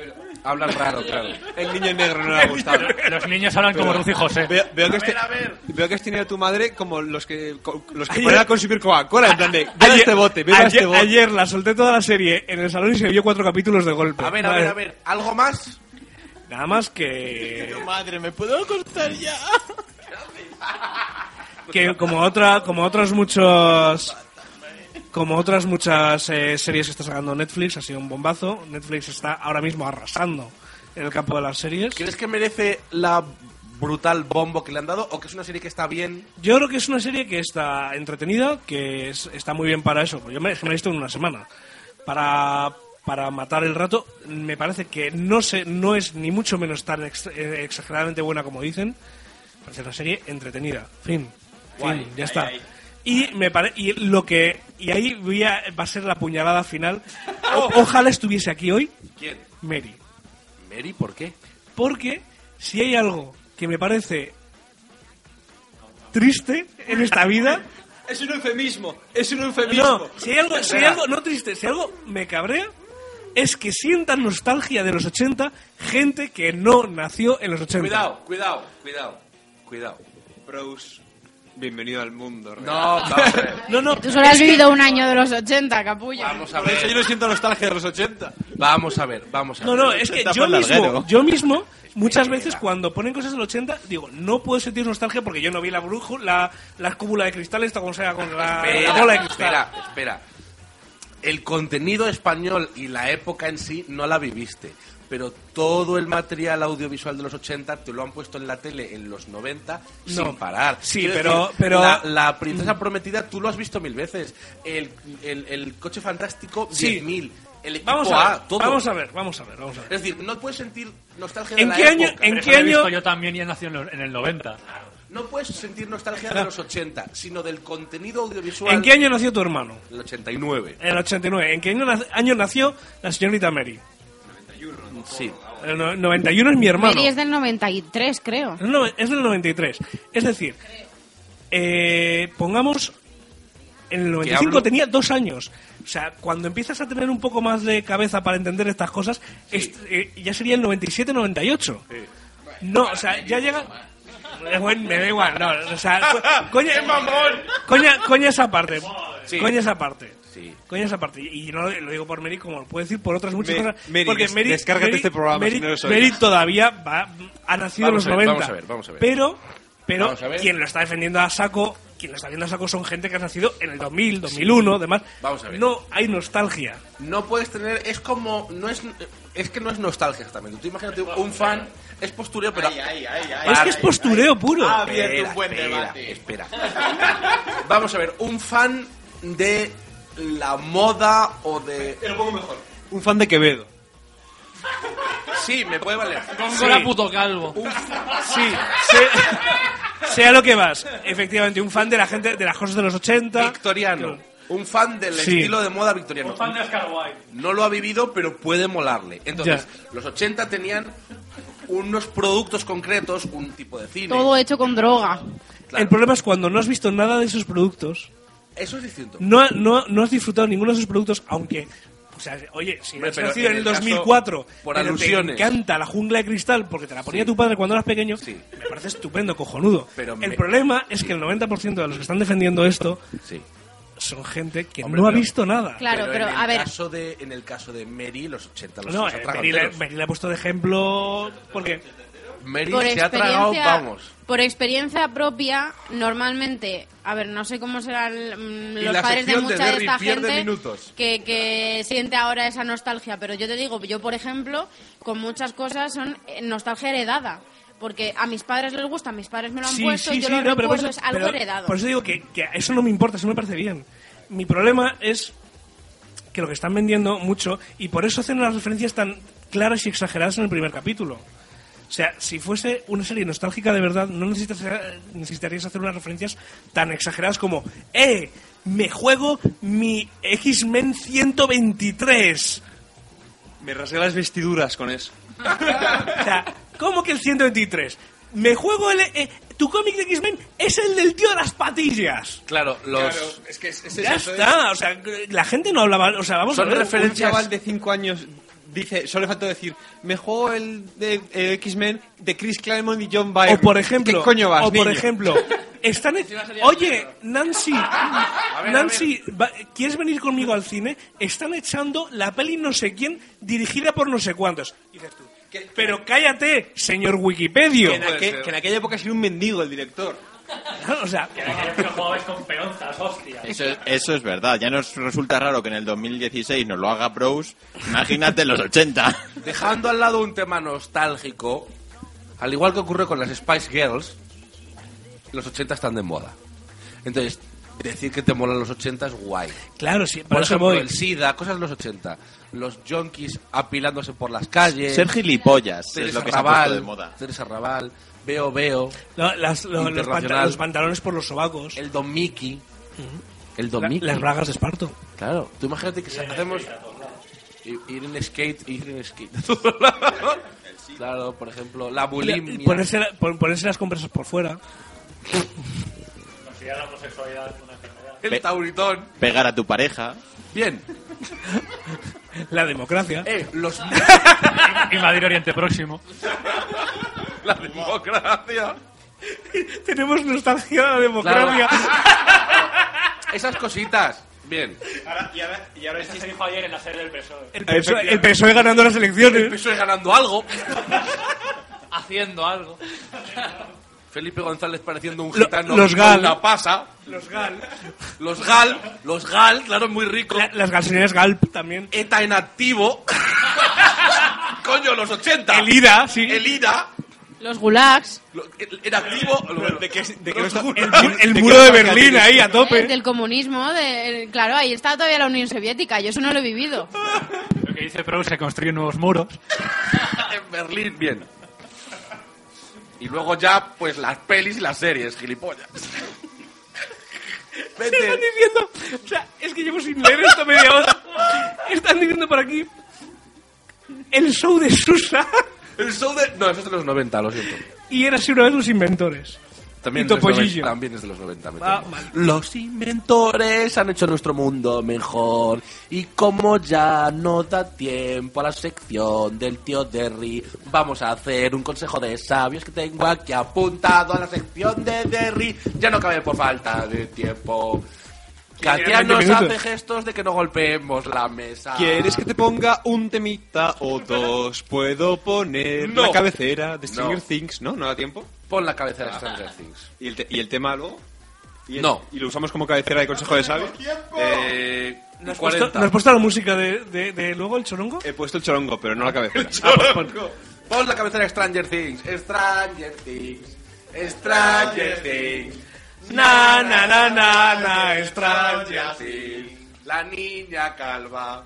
Speaker 2: Hablan raro, claro.
Speaker 20: El niño negro no le ha gustado.
Speaker 7: Los niños hablan como Ruth y José.
Speaker 20: Veo, veo que
Speaker 7: A ver,
Speaker 20: este-
Speaker 7: a ver.
Speaker 20: veo que has tenido a tu madre como los que, co- los que
Speaker 3: Ayer-
Speaker 20: ponen a consumir Coca-Cola. En plan de, beba este bote, beba
Speaker 3: ayer-
Speaker 20: este bote.
Speaker 3: ayer la solté toda la serie en el salón y se vio cuatro capítulos de golpe.
Speaker 2: A ver, a
Speaker 3: Vale.
Speaker 2: ver, a ver. ¿Algo más?
Speaker 3: Nada más que,
Speaker 11: Madre, ¿me puedo cortar ya?
Speaker 3: que como otra, como otras muchas, como otras muchas eh, series que está sacando Netflix, ha sido un bombazo. Netflix está ahora mismo arrasando en el campo de las series.
Speaker 2: ¿Crees que merece la brutal bombo que le han dado o que es una serie que está bien?
Speaker 3: Yo creo que es una serie que está entretenida, que es- está muy bien para eso. Yo me, me la he visto en una semana. Para, para matar el rato, me parece que no, se, no es ni mucho menos tan ex- eh, exageradamente buena como dicen. Parece una serie entretenida. Fin.
Speaker 20: Guay.
Speaker 3: Fin, ya
Speaker 20: Ahí,
Speaker 3: está.
Speaker 20: ahí.
Speaker 3: Y me pare- y lo que y ahí voy a- va a ser la puñalada final. O- ojalá estuviese aquí hoy
Speaker 2: ¿Quién?
Speaker 3: Mary,
Speaker 2: Mary, ¿por qué?
Speaker 3: porque si hay algo que me parece triste en esta vida
Speaker 20: Es un eufemismo, es un eufemismo.
Speaker 3: No, si hay algo, si hay algo, no triste, si algo me cabrea, es que sientan nostalgia de los 80 gente que no nació en los 80.
Speaker 2: Cuidado, cuidado, cuidado, cuidado.
Speaker 20: Bros, bienvenido al mundo. real.
Speaker 2: No, vamos a ver.
Speaker 3: No, no,
Speaker 6: Tú solo has
Speaker 3: es que-
Speaker 6: vivido un año de los 80, capullo.
Speaker 2: Vamos a
Speaker 20: Por eso
Speaker 2: ver.
Speaker 20: yo no siento nostalgia de los 80.
Speaker 2: Vamos a ver, vamos a ver.
Speaker 3: No, no, es que
Speaker 20: Está
Speaker 3: yo
Speaker 20: por
Speaker 3: mismo,
Speaker 20: larguero.
Speaker 3: yo mismo, muchas veces cuando ponen cosas del 80, digo, no puedo sentir nostalgia porque yo no vi la brújula, la, la cúpula de cristal, esta como sea, con la, la bola
Speaker 2: Espera,
Speaker 3: de cristal.
Speaker 2: espera, espera. El contenido español y la época en sí no la viviste, pero todo el material audiovisual de los 80 te lo han puesto en la tele en los 90
Speaker 3: No.
Speaker 2: sin parar.
Speaker 3: Sí,
Speaker 2: Quiero
Speaker 3: pero-
Speaker 2: decir,
Speaker 3: pero-
Speaker 2: La, la princesa prometida tú lo has visto mil veces. El, el- el coche fantástico,
Speaker 3: Sí.
Speaker 2: 10.000. El equipo
Speaker 3: Vamos a,
Speaker 2: A,
Speaker 3: ver,
Speaker 2: todo.
Speaker 3: vamos a ver, vamos a ver, vamos a ver.
Speaker 2: Es decir, no puedes sentir nostalgia de
Speaker 3: ¿En
Speaker 2: la
Speaker 3: qué año-
Speaker 2: época.
Speaker 3: en
Speaker 7: Pero eso
Speaker 3: qué
Speaker 7: lo he
Speaker 3: año-
Speaker 7: visto yo también y he nacido en los- en el 90.
Speaker 2: No puedes sentir nostalgia de los 80, sino del contenido audiovisual.
Speaker 3: ¿En qué año nació tu hermano?
Speaker 2: El 89.
Speaker 3: En el 89. ¿En qué año nac- año nació la señorita Mary?
Speaker 2: Sí.
Speaker 3: El no- 91 es mi hermano.
Speaker 6: Mary es del 93, creo.
Speaker 3: Es no- Es del 93. Es decir, eh, pongamos. En el
Speaker 2: Que
Speaker 3: 95
Speaker 2: hablo-
Speaker 3: tenía dos años. O sea, cuando empiezas a tener un poco más de cabeza para entender estas cosas, es- eh, ya sería el 97-98. No, o sea, ya llega. Eh, bueno, me da igual, no. O sea, co- coña, coña, coña esa parte. Coña esa parte.
Speaker 2: Sí.
Speaker 3: Coñas aparte. Y no lo, lo digo por Mary, como lo puedo decir por otras muchas
Speaker 5: Me-
Speaker 3: cosas.
Speaker 5: Mary,
Speaker 3: porque
Speaker 5: des-
Speaker 3: Mary,
Speaker 5: descárgate
Speaker 3: Mary-
Speaker 5: este programa,
Speaker 3: Mary-
Speaker 5: si no lo sabías.
Speaker 3: Mary todavía va- ha nacido
Speaker 2: Vamos
Speaker 3: en
Speaker 2: a
Speaker 3: los
Speaker 2: ver,
Speaker 3: 90.
Speaker 2: vamos a ver, vamos a ver.
Speaker 3: Pero, pero
Speaker 2: Vamos a ver.
Speaker 3: quien lo está defendiendo a saco, quien lo está viendo a saco son gente que ha nacido en el 2000, 2001, demás.
Speaker 2: Vamos a ver.
Speaker 3: No hay nostalgia.
Speaker 2: No puedes tener. Es como. No es, es que no es nostalgia también. Tú imagínate un fan. Es postureo, pero.
Speaker 3: es que es postureo puro.
Speaker 2: Ha abierto un buen debate. Espera. Vamos a ver, un fan de la moda o de.
Speaker 5: Te lo pongo mejor.
Speaker 2: Un fan de Quevedo. Sí, me puede valer.
Speaker 3: Sí.
Speaker 22: Góngora puto calvo.
Speaker 3: Sí, sé- sea lo que vas. Efectivamente, un fan de la gente de las cosas de los 80.
Speaker 2: Victoriano. Un fan del
Speaker 3: Sí.
Speaker 2: estilo de moda victoriano.
Speaker 10: Un fan de Oscar Wilde.
Speaker 2: No lo ha vivido, pero puede molarle. Entonces, los 80 tenían unos productos concretos, un tipo de cine.
Speaker 6: Todo hecho con droga.
Speaker 3: El problema es cuando no has visto nada de esos productos,
Speaker 2: Eso es distinto.
Speaker 3: no, no, no has disfrutado ninguno de esos productos, aunque. O sea, oye, si
Speaker 2: Hombre,
Speaker 3: has
Speaker 2: pero
Speaker 3: nacido
Speaker 2: en
Speaker 3: en el
Speaker 2: el caso,
Speaker 3: 2004,
Speaker 2: por
Speaker 3: pero
Speaker 2: alusiones.
Speaker 3: te encanta la jungla de cristal porque te la ponía
Speaker 2: Sí.
Speaker 3: tu padre cuando eras pequeño, me parece estupendo, cojonudo.
Speaker 2: Pero
Speaker 3: el
Speaker 2: me-
Speaker 3: problema es que el 90% de los que están defendiendo esto
Speaker 2: Sí.
Speaker 3: son gente que
Speaker 2: Hombre,
Speaker 3: no ha
Speaker 2: pero-
Speaker 3: visto nada.
Speaker 6: Claro, pero,
Speaker 2: en
Speaker 6: a
Speaker 2: el
Speaker 6: ver.
Speaker 2: Caso de, en el caso de Mary, los 80 los
Speaker 3: No,
Speaker 2: Pues los
Speaker 3: eh, Mary
Speaker 2: atraganteros.
Speaker 3: le, Mary le ha puesto de ejemplo porque
Speaker 2: Mary
Speaker 6: por
Speaker 2: se ha tragado,
Speaker 6: experiencia,
Speaker 2: vamos.
Speaker 6: por experiencia propia, normalmente, a ver, no sé cómo serán mm,
Speaker 2: Y
Speaker 6: los
Speaker 2: la
Speaker 6: padres de
Speaker 2: sección de
Speaker 6: mucha de,
Speaker 2: Derry
Speaker 6: esta
Speaker 2: pierde
Speaker 6: gente
Speaker 2: minutos.
Speaker 6: Que, que siente ahora esa nostalgia, pero yo te digo, yo por ejemplo, con muchas cosas son eh, nostalgia heredada. Porque a mis padres les gusta, a mis padres me lo han puesto, yo lo
Speaker 3: no,
Speaker 6: recuerdo,
Speaker 3: por
Speaker 6: es
Speaker 3: eso-
Speaker 6: algo
Speaker 3: pero
Speaker 6: heredado.
Speaker 3: Por eso digo que, que eso no me importa, eso me parece bien. Mi problema es que lo que están vendiendo mucho, y por eso hacen las referencias tan claras y exageradas en el primer capítulo. O sea, si fuese una serie nostálgica de verdad, no necesitas, necesitarías hacer unas referencias tan exageradas como ¡Eh! Me juego mi X-Men 123.
Speaker 5: Me rasgué las vestiduras con eso.
Speaker 3: O sea, ¿cómo que el 123? Me juego el... eh, tu cómic de X-Men es el del tío de las patillas.
Speaker 2: Claro, los.
Speaker 5: es que es, es
Speaker 3: ya
Speaker 5: eso, ¿eh?
Speaker 3: está, o sea, la gente no hablaba, o sea, vamos
Speaker 5: Son
Speaker 3: a ver.
Speaker 5: referencias. Un chaval de 5 años dice, solo le faltó decir, me juego el de eh, X-Men de Chris Claremont y John Byrne.
Speaker 3: O por ejemplo,
Speaker 5: ¿Qué coño vas,
Speaker 3: o por
Speaker 5: niño?
Speaker 3: ejemplo, están Oye, Nancy, Nancy, va- ¿quieres venir conmigo al cine? Están echando la peli no sé quién dirigida por no sé cuántos. Y dices tú, pero cállate, señor Wikipedia.
Speaker 5: Que en, aquel- que en aquella época sería un mendigo el director.
Speaker 3: o sea,
Speaker 10: Que jugabas con peonzas, hostia.
Speaker 4: Eso es, eso es verdad. Ya nos resulta raro que en el 2016 nos lo haga Bros. Imagínate en los 80.
Speaker 2: Dejando al lado un tema nostálgico, al igual que ocurre con las Spice Girls, los 80 están de moda. Entonces, decir que te molan los 80 es guay.
Speaker 3: claro, sí,
Speaker 2: Por
Speaker 3: por eso
Speaker 2: ejemplo,
Speaker 3: voy.
Speaker 2: el SIDA, cosas de los 80. Los junkies apilándose por las
Speaker 11: Eh,
Speaker 2: calles.
Speaker 4: Ser gilipollas es
Speaker 2: Teresa
Speaker 4: lo que se ha puesto de
Speaker 2: Raval.
Speaker 4: moda.
Speaker 2: Teresa Raval. Veo, veo.
Speaker 3: No, las- lo- los, panta-
Speaker 2: Internacional.
Speaker 3: los pantalones por los sobacos.
Speaker 2: El Don Mickey. El Don
Speaker 3: La-
Speaker 2: Mickey.
Speaker 3: las bragas de esparto.
Speaker 2: Claro, tú imagínate que hacemos i- ir en skate, ir en skate a todos lados. Claro, por ejemplo, la
Speaker 3: Y
Speaker 2: bulimia.
Speaker 3: Ponerse, la- pon- ponerse las compresas por fuera.
Speaker 10: Considerar la homosexualidad una enfermedad.
Speaker 2: El tauritón.
Speaker 4: Pegar a tu pareja.
Speaker 2: Bien.
Speaker 3: La democracia.
Speaker 2: Eh, los
Speaker 3: Ah.
Speaker 10: Invadir Oriente Próximo.
Speaker 2: la democracia.
Speaker 3: Tenemos nostalgia de la democracia.
Speaker 2: Esas cositas. Bien.
Speaker 10: y ahora, y ahora se dijo ayer en la serie del PSOE.
Speaker 3: El, PSOE, el PSOE ganando las
Speaker 2: El
Speaker 3: elecciones.
Speaker 2: PSOE ganando algo.
Speaker 22: Haciendo algo.
Speaker 2: Felipe González pareciendo un
Speaker 3: Lo-
Speaker 2: gitano.
Speaker 3: los Gal.
Speaker 2: con La pasa.
Speaker 3: Los GAL.
Speaker 2: Los gal. Los gal, claro, muy rico.
Speaker 3: las gasolineras GALP también.
Speaker 2: ETA en activo. Coño, los 80.
Speaker 3: El IRA, sí.
Speaker 2: El IRA.
Speaker 6: Los gulags, ¿eh?
Speaker 2: Lo- el- En activo.
Speaker 5: ¿De qué- de qué
Speaker 2: Los
Speaker 5: no está-
Speaker 2: gul-
Speaker 3: El, mu- el muro de Berlín ahí a
Speaker 6: eh,
Speaker 3: tope.
Speaker 6: del comunismo, de- claro, ahí está todavía la Unión Soviética, yo eso no lo he vivido.
Speaker 10: Lo que dice Pro se construyen nuevos muros.
Speaker 2: en Berlín, bien. Y luego ya, pues las pelis y las series, gilipollas.
Speaker 3: Están diciendo. O sea, es que llevo sin leer esto media hora. Están diciendo por aquí. El show de Susa.
Speaker 2: El show de. No, eso es de los 90, lo siento.
Speaker 3: Y era así una vez los inventores.
Speaker 2: También,
Speaker 3: Y
Speaker 2: es de los
Speaker 3: Topollillo.
Speaker 2: 90, también es de los 90. me
Speaker 3: Ah,
Speaker 2: temo.
Speaker 3: vale.
Speaker 2: Los inventores han hecho nuestro mundo mejor. Y como ya no da tiempo a la sección del tío Derry, vamos a hacer un consejo de sabios que tengo aquí apuntado a la sección de Derry. Ya no cabe por falta de tiempo. Katia nos hace gestos de que no golpeemos la mesa.
Speaker 20: ¿Quieres que te ponga un temita o dos? Puedo poner
Speaker 2: No.
Speaker 20: la cabecera de Stranger
Speaker 2: No.
Speaker 20: Things, ¿no? ¿No da tiempo?
Speaker 2: Pon la cabecera de
Speaker 3: Ah.
Speaker 2: Stranger Things.
Speaker 20: ¿Y el, te- y el tema luego? ¿Y el-
Speaker 2: No.
Speaker 20: ¿Y lo usamos como cabecera de Consejo de Sabio?
Speaker 2: Eh,
Speaker 3: ¿Nos has, puesto,
Speaker 2: 40.
Speaker 3: ¿no has puesto la música de, de- de luego el chorongo?
Speaker 2: Eh,
Speaker 20: He puesto el chorongo, pero no la cabecera.
Speaker 2: Pon la cabecera de Stranger Things. Stranger Things. Stranger Things. Na, na, na, na, na. Stranger Things. La niña calva.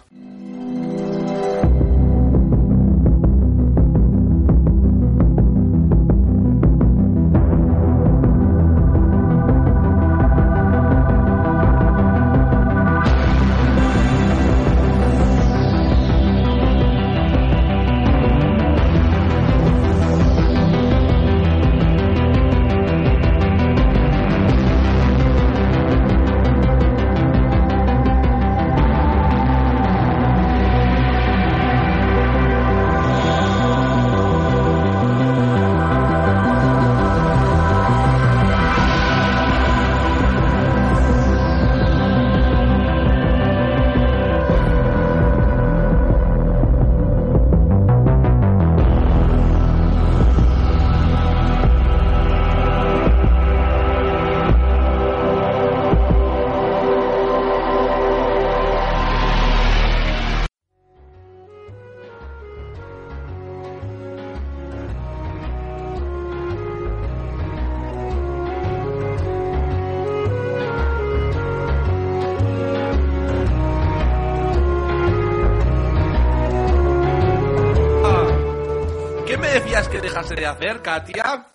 Speaker 3: Ah.
Speaker 2: ¿Qué me decías que dejase de hacer, Katia?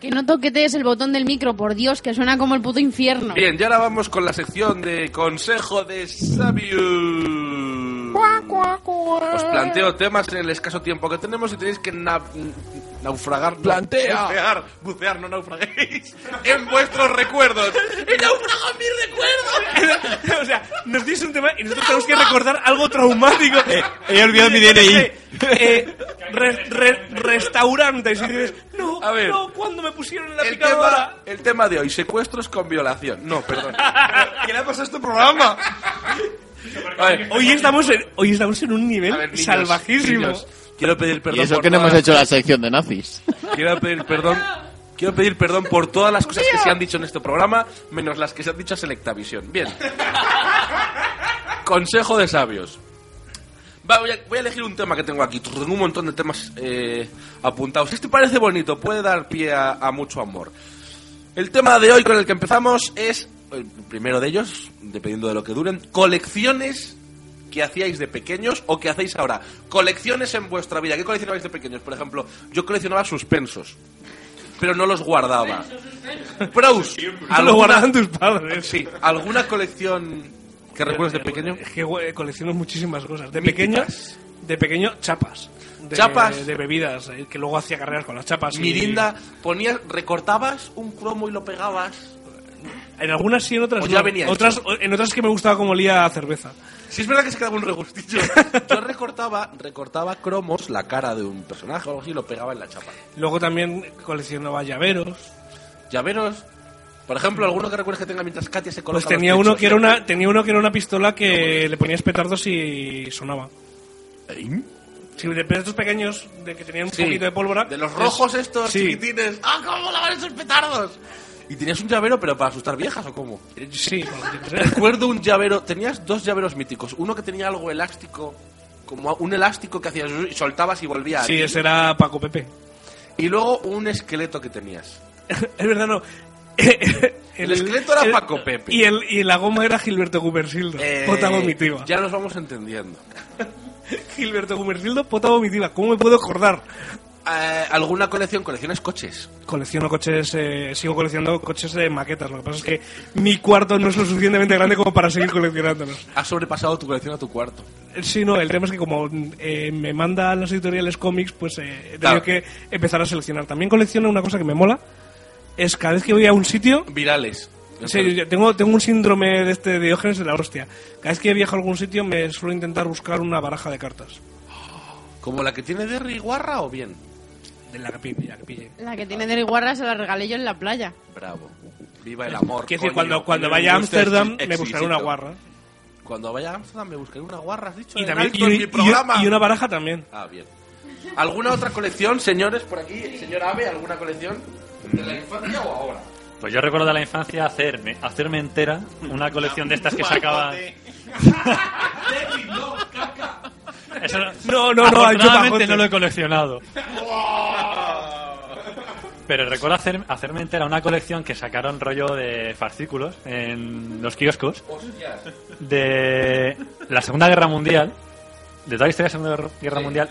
Speaker 6: Que no toquetees el botón del micro, por Dios, que suena como el puto infierno.
Speaker 2: Bien, y ahora vamos con la sección de Consejo de Sabio. Os planteo temas en el escaso tiempo que tenemos y tenéis que na- naufragar. no,
Speaker 23: Plantea.
Speaker 2: Bucear, bucear, no naufraguéis. En vuestros recuerdos. ¡Y naufragan mis recuerdos!
Speaker 3: o sea, nos dice un tema y nosotros tenemos que recordar algo traumático.
Speaker 2: Eh,
Speaker 20: he olvidado mi DNI.
Speaker 3: Eh, re- re- restaurantes y dices, no,
Speaker 2: A ver.
Speaker 3: no, cuando me pusieron en la
Speaker 2: El
Speaker 3: picadora.
Speaker 2: tema, el tema de hoy, secuestros con violación. No, perdón.
Speaker 20: ¿Qué le ha pasado a este programa?
Speaker 2: A ver,
Speaker 3: Hoy estamos en, hoy estamos en un nivel
Speaker 2: a ver, niños,
Speaker 3: salvajísimo.
Speaker 2: niños, quiero pedir perdón
Speaker 11: Y eso
Speaker 2: por
Speaker 11: que no hemos
Speaker 2: todas las
Speaker 11: hecho la sección de nazis.
Speaker 2: Quiero pedir perdón. Quiero pedir perdón por todas las cosas que se han dicho en este programa, menos las que se han dicho a Selectavisión. Bien. Consejo de sabios. Va, voy, a, voy a elegir un tema que tengo aquí. Tengo un montón de temas eh, apuntados. Este parece bonito, puede dar pie a, a mucho amor. El tema de hoy con el que empezamos es, el primero de ellos, dependiendo de lo que duren, colecciones que hacíais de pequeños o que hacéis ahora. Colecciones en vuestra vida. ¿Qué coleccionabais de pequeños? Por ejemplo, yo coleccionaba suspensos, pero no los guardaba. Pros.
Speaker 3: Lo guardaban
Speaker 2: ¿alguna,
Speaker 3: tus padres.
Speaker 2: sí, ¿Alguna colección que recuerdas de pequeño?
Speaker 3: Es Eh, que güey, colecciono muchísimas cosas. De pequeño, de pequeño chapas. De,
Speaker 2: Chapas.
Speaker 3: De bebidas, eh, que luego hacía carreras con las chapas. y-
Speaker 2: Mirinda, ponías, recortabas un cromo y lo pegabas.
Speaker 3: En algunas sí, en otras
Speaker 2: O ya
Speaker 3: no.
Speaker 2: venía
Speaker 3: otras,
Speaker 2: hecho.
Speaker 3: En otras que me gustaba como olía a cerveza.
Speaker 2: Si es verdad que se quedaba un regustillo. Yo recortaba, recortaba cromos, la cara de un personaje o algo así, y lo pegaba en la chapa.
Speaker 3: Luego también coleccionaba llaveros.
Speaker 2: Llaveros, por ejemplo, alguno que recuerdes que tenga mientras Katia se coloca
Speaker 3: Pues tenía
Speaker 2: los
Speaker 3: uno
Speaker 2: pechos?
Speaker 3: que era una tenía uno que era una pistola que le ponías petardos y sonaba. Sí, de estos pequeños de que tenían un
Speaker 2: Sí,
Speaker 3: poquito de pólvora.
Speaker 2: De los rojos
Speaker 3: es-
Speaker 2: estos
Speaker 3: sí.
Speaker 2: chiquitines. ¡Ah, cómo lavar esos petardos! ¿Y tenías un llavero, pero para asustar viejas o cómo?
Speaker 3: Sí, con-
Speaker 2: Recuerdo un llavero. Tenías dos llaveros míticos. Uno que tenía algo elástico, como un elástico que hacías y soltabas y volvía. a
Speaker 3: sí,
Speaker 2: ti.
Speaker 3: ese era Paco Pepe.
Speaker 2: Y luego un esqueleto que tenías.
Speaker 3: es verdad, no.
Speaker 2: El esqueleto era Paco Pepe.
Speaker 3: Y, el, y la goma era Gilberto Gumersildo.
Speaker 2: Eh,
Speaker 3: pota vomitiva.
Speaker 2: Ya nos vamos entendiendo.
Speaker 3: Gilberto Gumersildo, pota vomitiva. ¿Cómo me puedo acordar?
Speaker 2: Eh, ¿Alguna colección? Colecciones coches.
Speaker 3: Colecciono coches, eh, sigo coleccionando coches de maquetas. Lo que pasa es que mi cuarto no es lo suficientemente grande como para seguir coleccionándolos.
Speaker 2: Has sobrepasado tu colección a tu cuarto.
Speaker 3: Sí, no, el tema es que como mm, eh, me mandan las editoriales cómics, pues eh, he
Speaker 2: Claro.
Speaker 3: tenido que empezar a seleccionar. También colecciono una cosa que me mola, es cada vez que voy a un sitio...
Speaker 2: Virales.
Speaker 3: en serio, yo tengo, tengo un síndrome de este de Diógenes de la hostia. Cada vez que viajo a algún sitio me suelo intentar buscar una baraja de cartas.
Speaker 2: ¿Como la que tiene de Riguarra o bien?
Speaker 3: De la que pille, la que pille.
Speaker 6: La que tiene de guarda se la regalé yo en la playa.
Speaker 2: Bravo. Viva el amor.
Speaker 3: Quiero
Speaker 2: coño.
Speaker 3: decir, cuando, cuando vaya a Ámsterdam me buscaré
Speaker 2: Exquisito.
Speaker 3: una guarra.
Speaker 2: Cuando vaya a Ámsterdam me buscaré una guarra, has dicho.
Speaker 3: Y
Speaker 2: en
Speaker 3: también
Speaker 2: alto en
Speaker 3: y-
Speaker 2: mi
Speaker 3: y-
Speaker 2: programa.
Speaker 3: y una baraja también.
Speaker 2: Ah, bien. ¿Alguna otra colección, señores, por aquí? Señor Ave, ¿alguna colección de la infancia o ahora?
Speaker 10: Pues yo recuerdo de la infancia hacerme, hacerme entera una colección de estas que sacaban. Eso
Speaker 3: No, no, no, hay
Speaker 10: afortunadamente
Speaker 3: chupacote.
Speaker 10: no lo he coleccionado. Pero recuerdo hacer- hacerme entera una colección que sacaron rollo de fascículos en los kioscos de la Segunda Guerra Mundial, de toda la historia de la Segunda Guerra Mundial,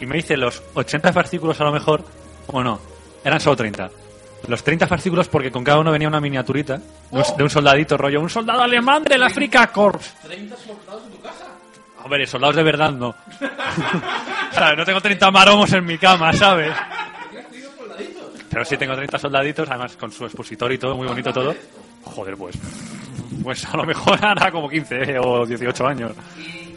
Speaker 10: y me hice los 80 fascículos a lo mejor, o no, eran solo 30. Los 30 fascículos porque con cada uno venía una miniaturita de un,
Speaker 2: Oh.
Speaker 10: de un soldadito rollo, un soldado alemán del África Corps.
Speaker 2: ¿30 soldados en tu casa?
Speaker 10: Hombre, soldados de verdad no. ¿Sabes? No tengo 30 maromos en mi cama, ¿sabes? Pero sí tengo 30 soldaditos, además con su expositor y todo, muy bonito todo. Joder, pues. Pues a lo mejor hará como 15 o 18 años.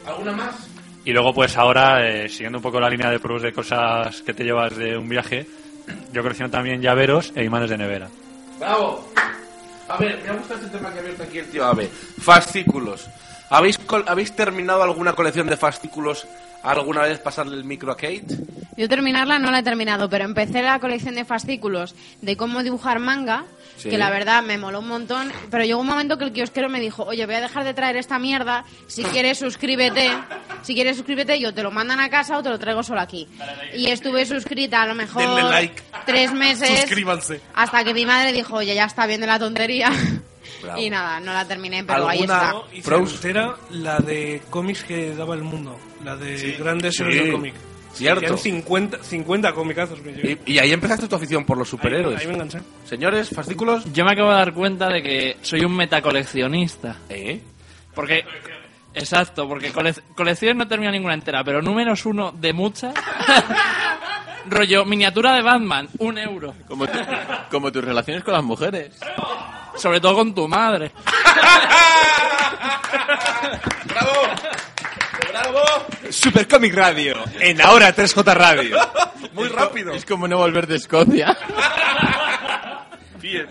Speaker 2: ¿Alguna más?
Speaker 10: Y luego, pues ahora, eh, siguiendo un poco la línea de pros de cosas que te llevas de un viaje, yo colecciono también llaveros e imanes de nevera.
Speaker 2: ¡Bravo! A ver, me ha gustado este tema que ha abierto aquí el tío Ave. Fascículos. ¿Habéis, col- ¿Habéis terminado alguna colección de fascículos alguna vez pasarle el micro a Kate?
Speaker 6: Yo terminarla no la he terminado, pero empecé la colección de fascículos de cómo dibujar manga,
Speaker 2: Sí.
Speaker 6: que la verdad me moló un montón, pero llegó un momento que el kiosquero me dijo, oye, voy a dejar de traer esta mierda, si quieres suscríbete, si quieres suscríbete, yo te lo mandan a casa o te lo traigo solo aquí. Y estuve suscrita a lo mejor
Speaker 2: Denle like.
Speaker 6: tres meses,
Speaker 2: Suscríbanse.
Speaker 6: hasta que mi madre dijo, oye, ya está bien de la tontería.
Speaker 2: Bravo.
Speaker 6: Y nada, no la terminé, pero ahí
Speaker 3: ¿Alguna
Speaker 6: está.
Speaker 3: hice
Speaker 2: Pros.
Speaker 3: entera la de cómics que daba el mundo. La de grandes
Speaker 2: Sí.
Speaker 3: héroes del cómic.
Speaker 2: Cierto.
Speaker 3: Eran 50, 50 comicazos me llevé.
Speaker 2: Y, y ahí empezaste tu afición por los superhéroes.
Speaker 3: Ahí me enganché.
Speaker 2: Señores, fascículos.
Speaker 21: Yo me acabo de dar cuenta de que soy un metacoleccionista.
Speaker 2: ¿Eh?
Speaker 21: Porque. Exacto, porque cole- colección no termino ninguna entera, pero números uno de muchas. rollo, miniatura de Batman, un euro.
Speaker 4: Como, tu- como tus relaciones con las mujeres.
Speaker 21: Sobre todo con tu madre.
Speaker 2: ¡Bravo! ¡Bravo!
Speaker 20: Super Comic Radio, en ahora 3J Radio.
Speaker 2: Muy rápido.
Speaker 4: Es como no volver de Escocia.
Speaker 2: Bien.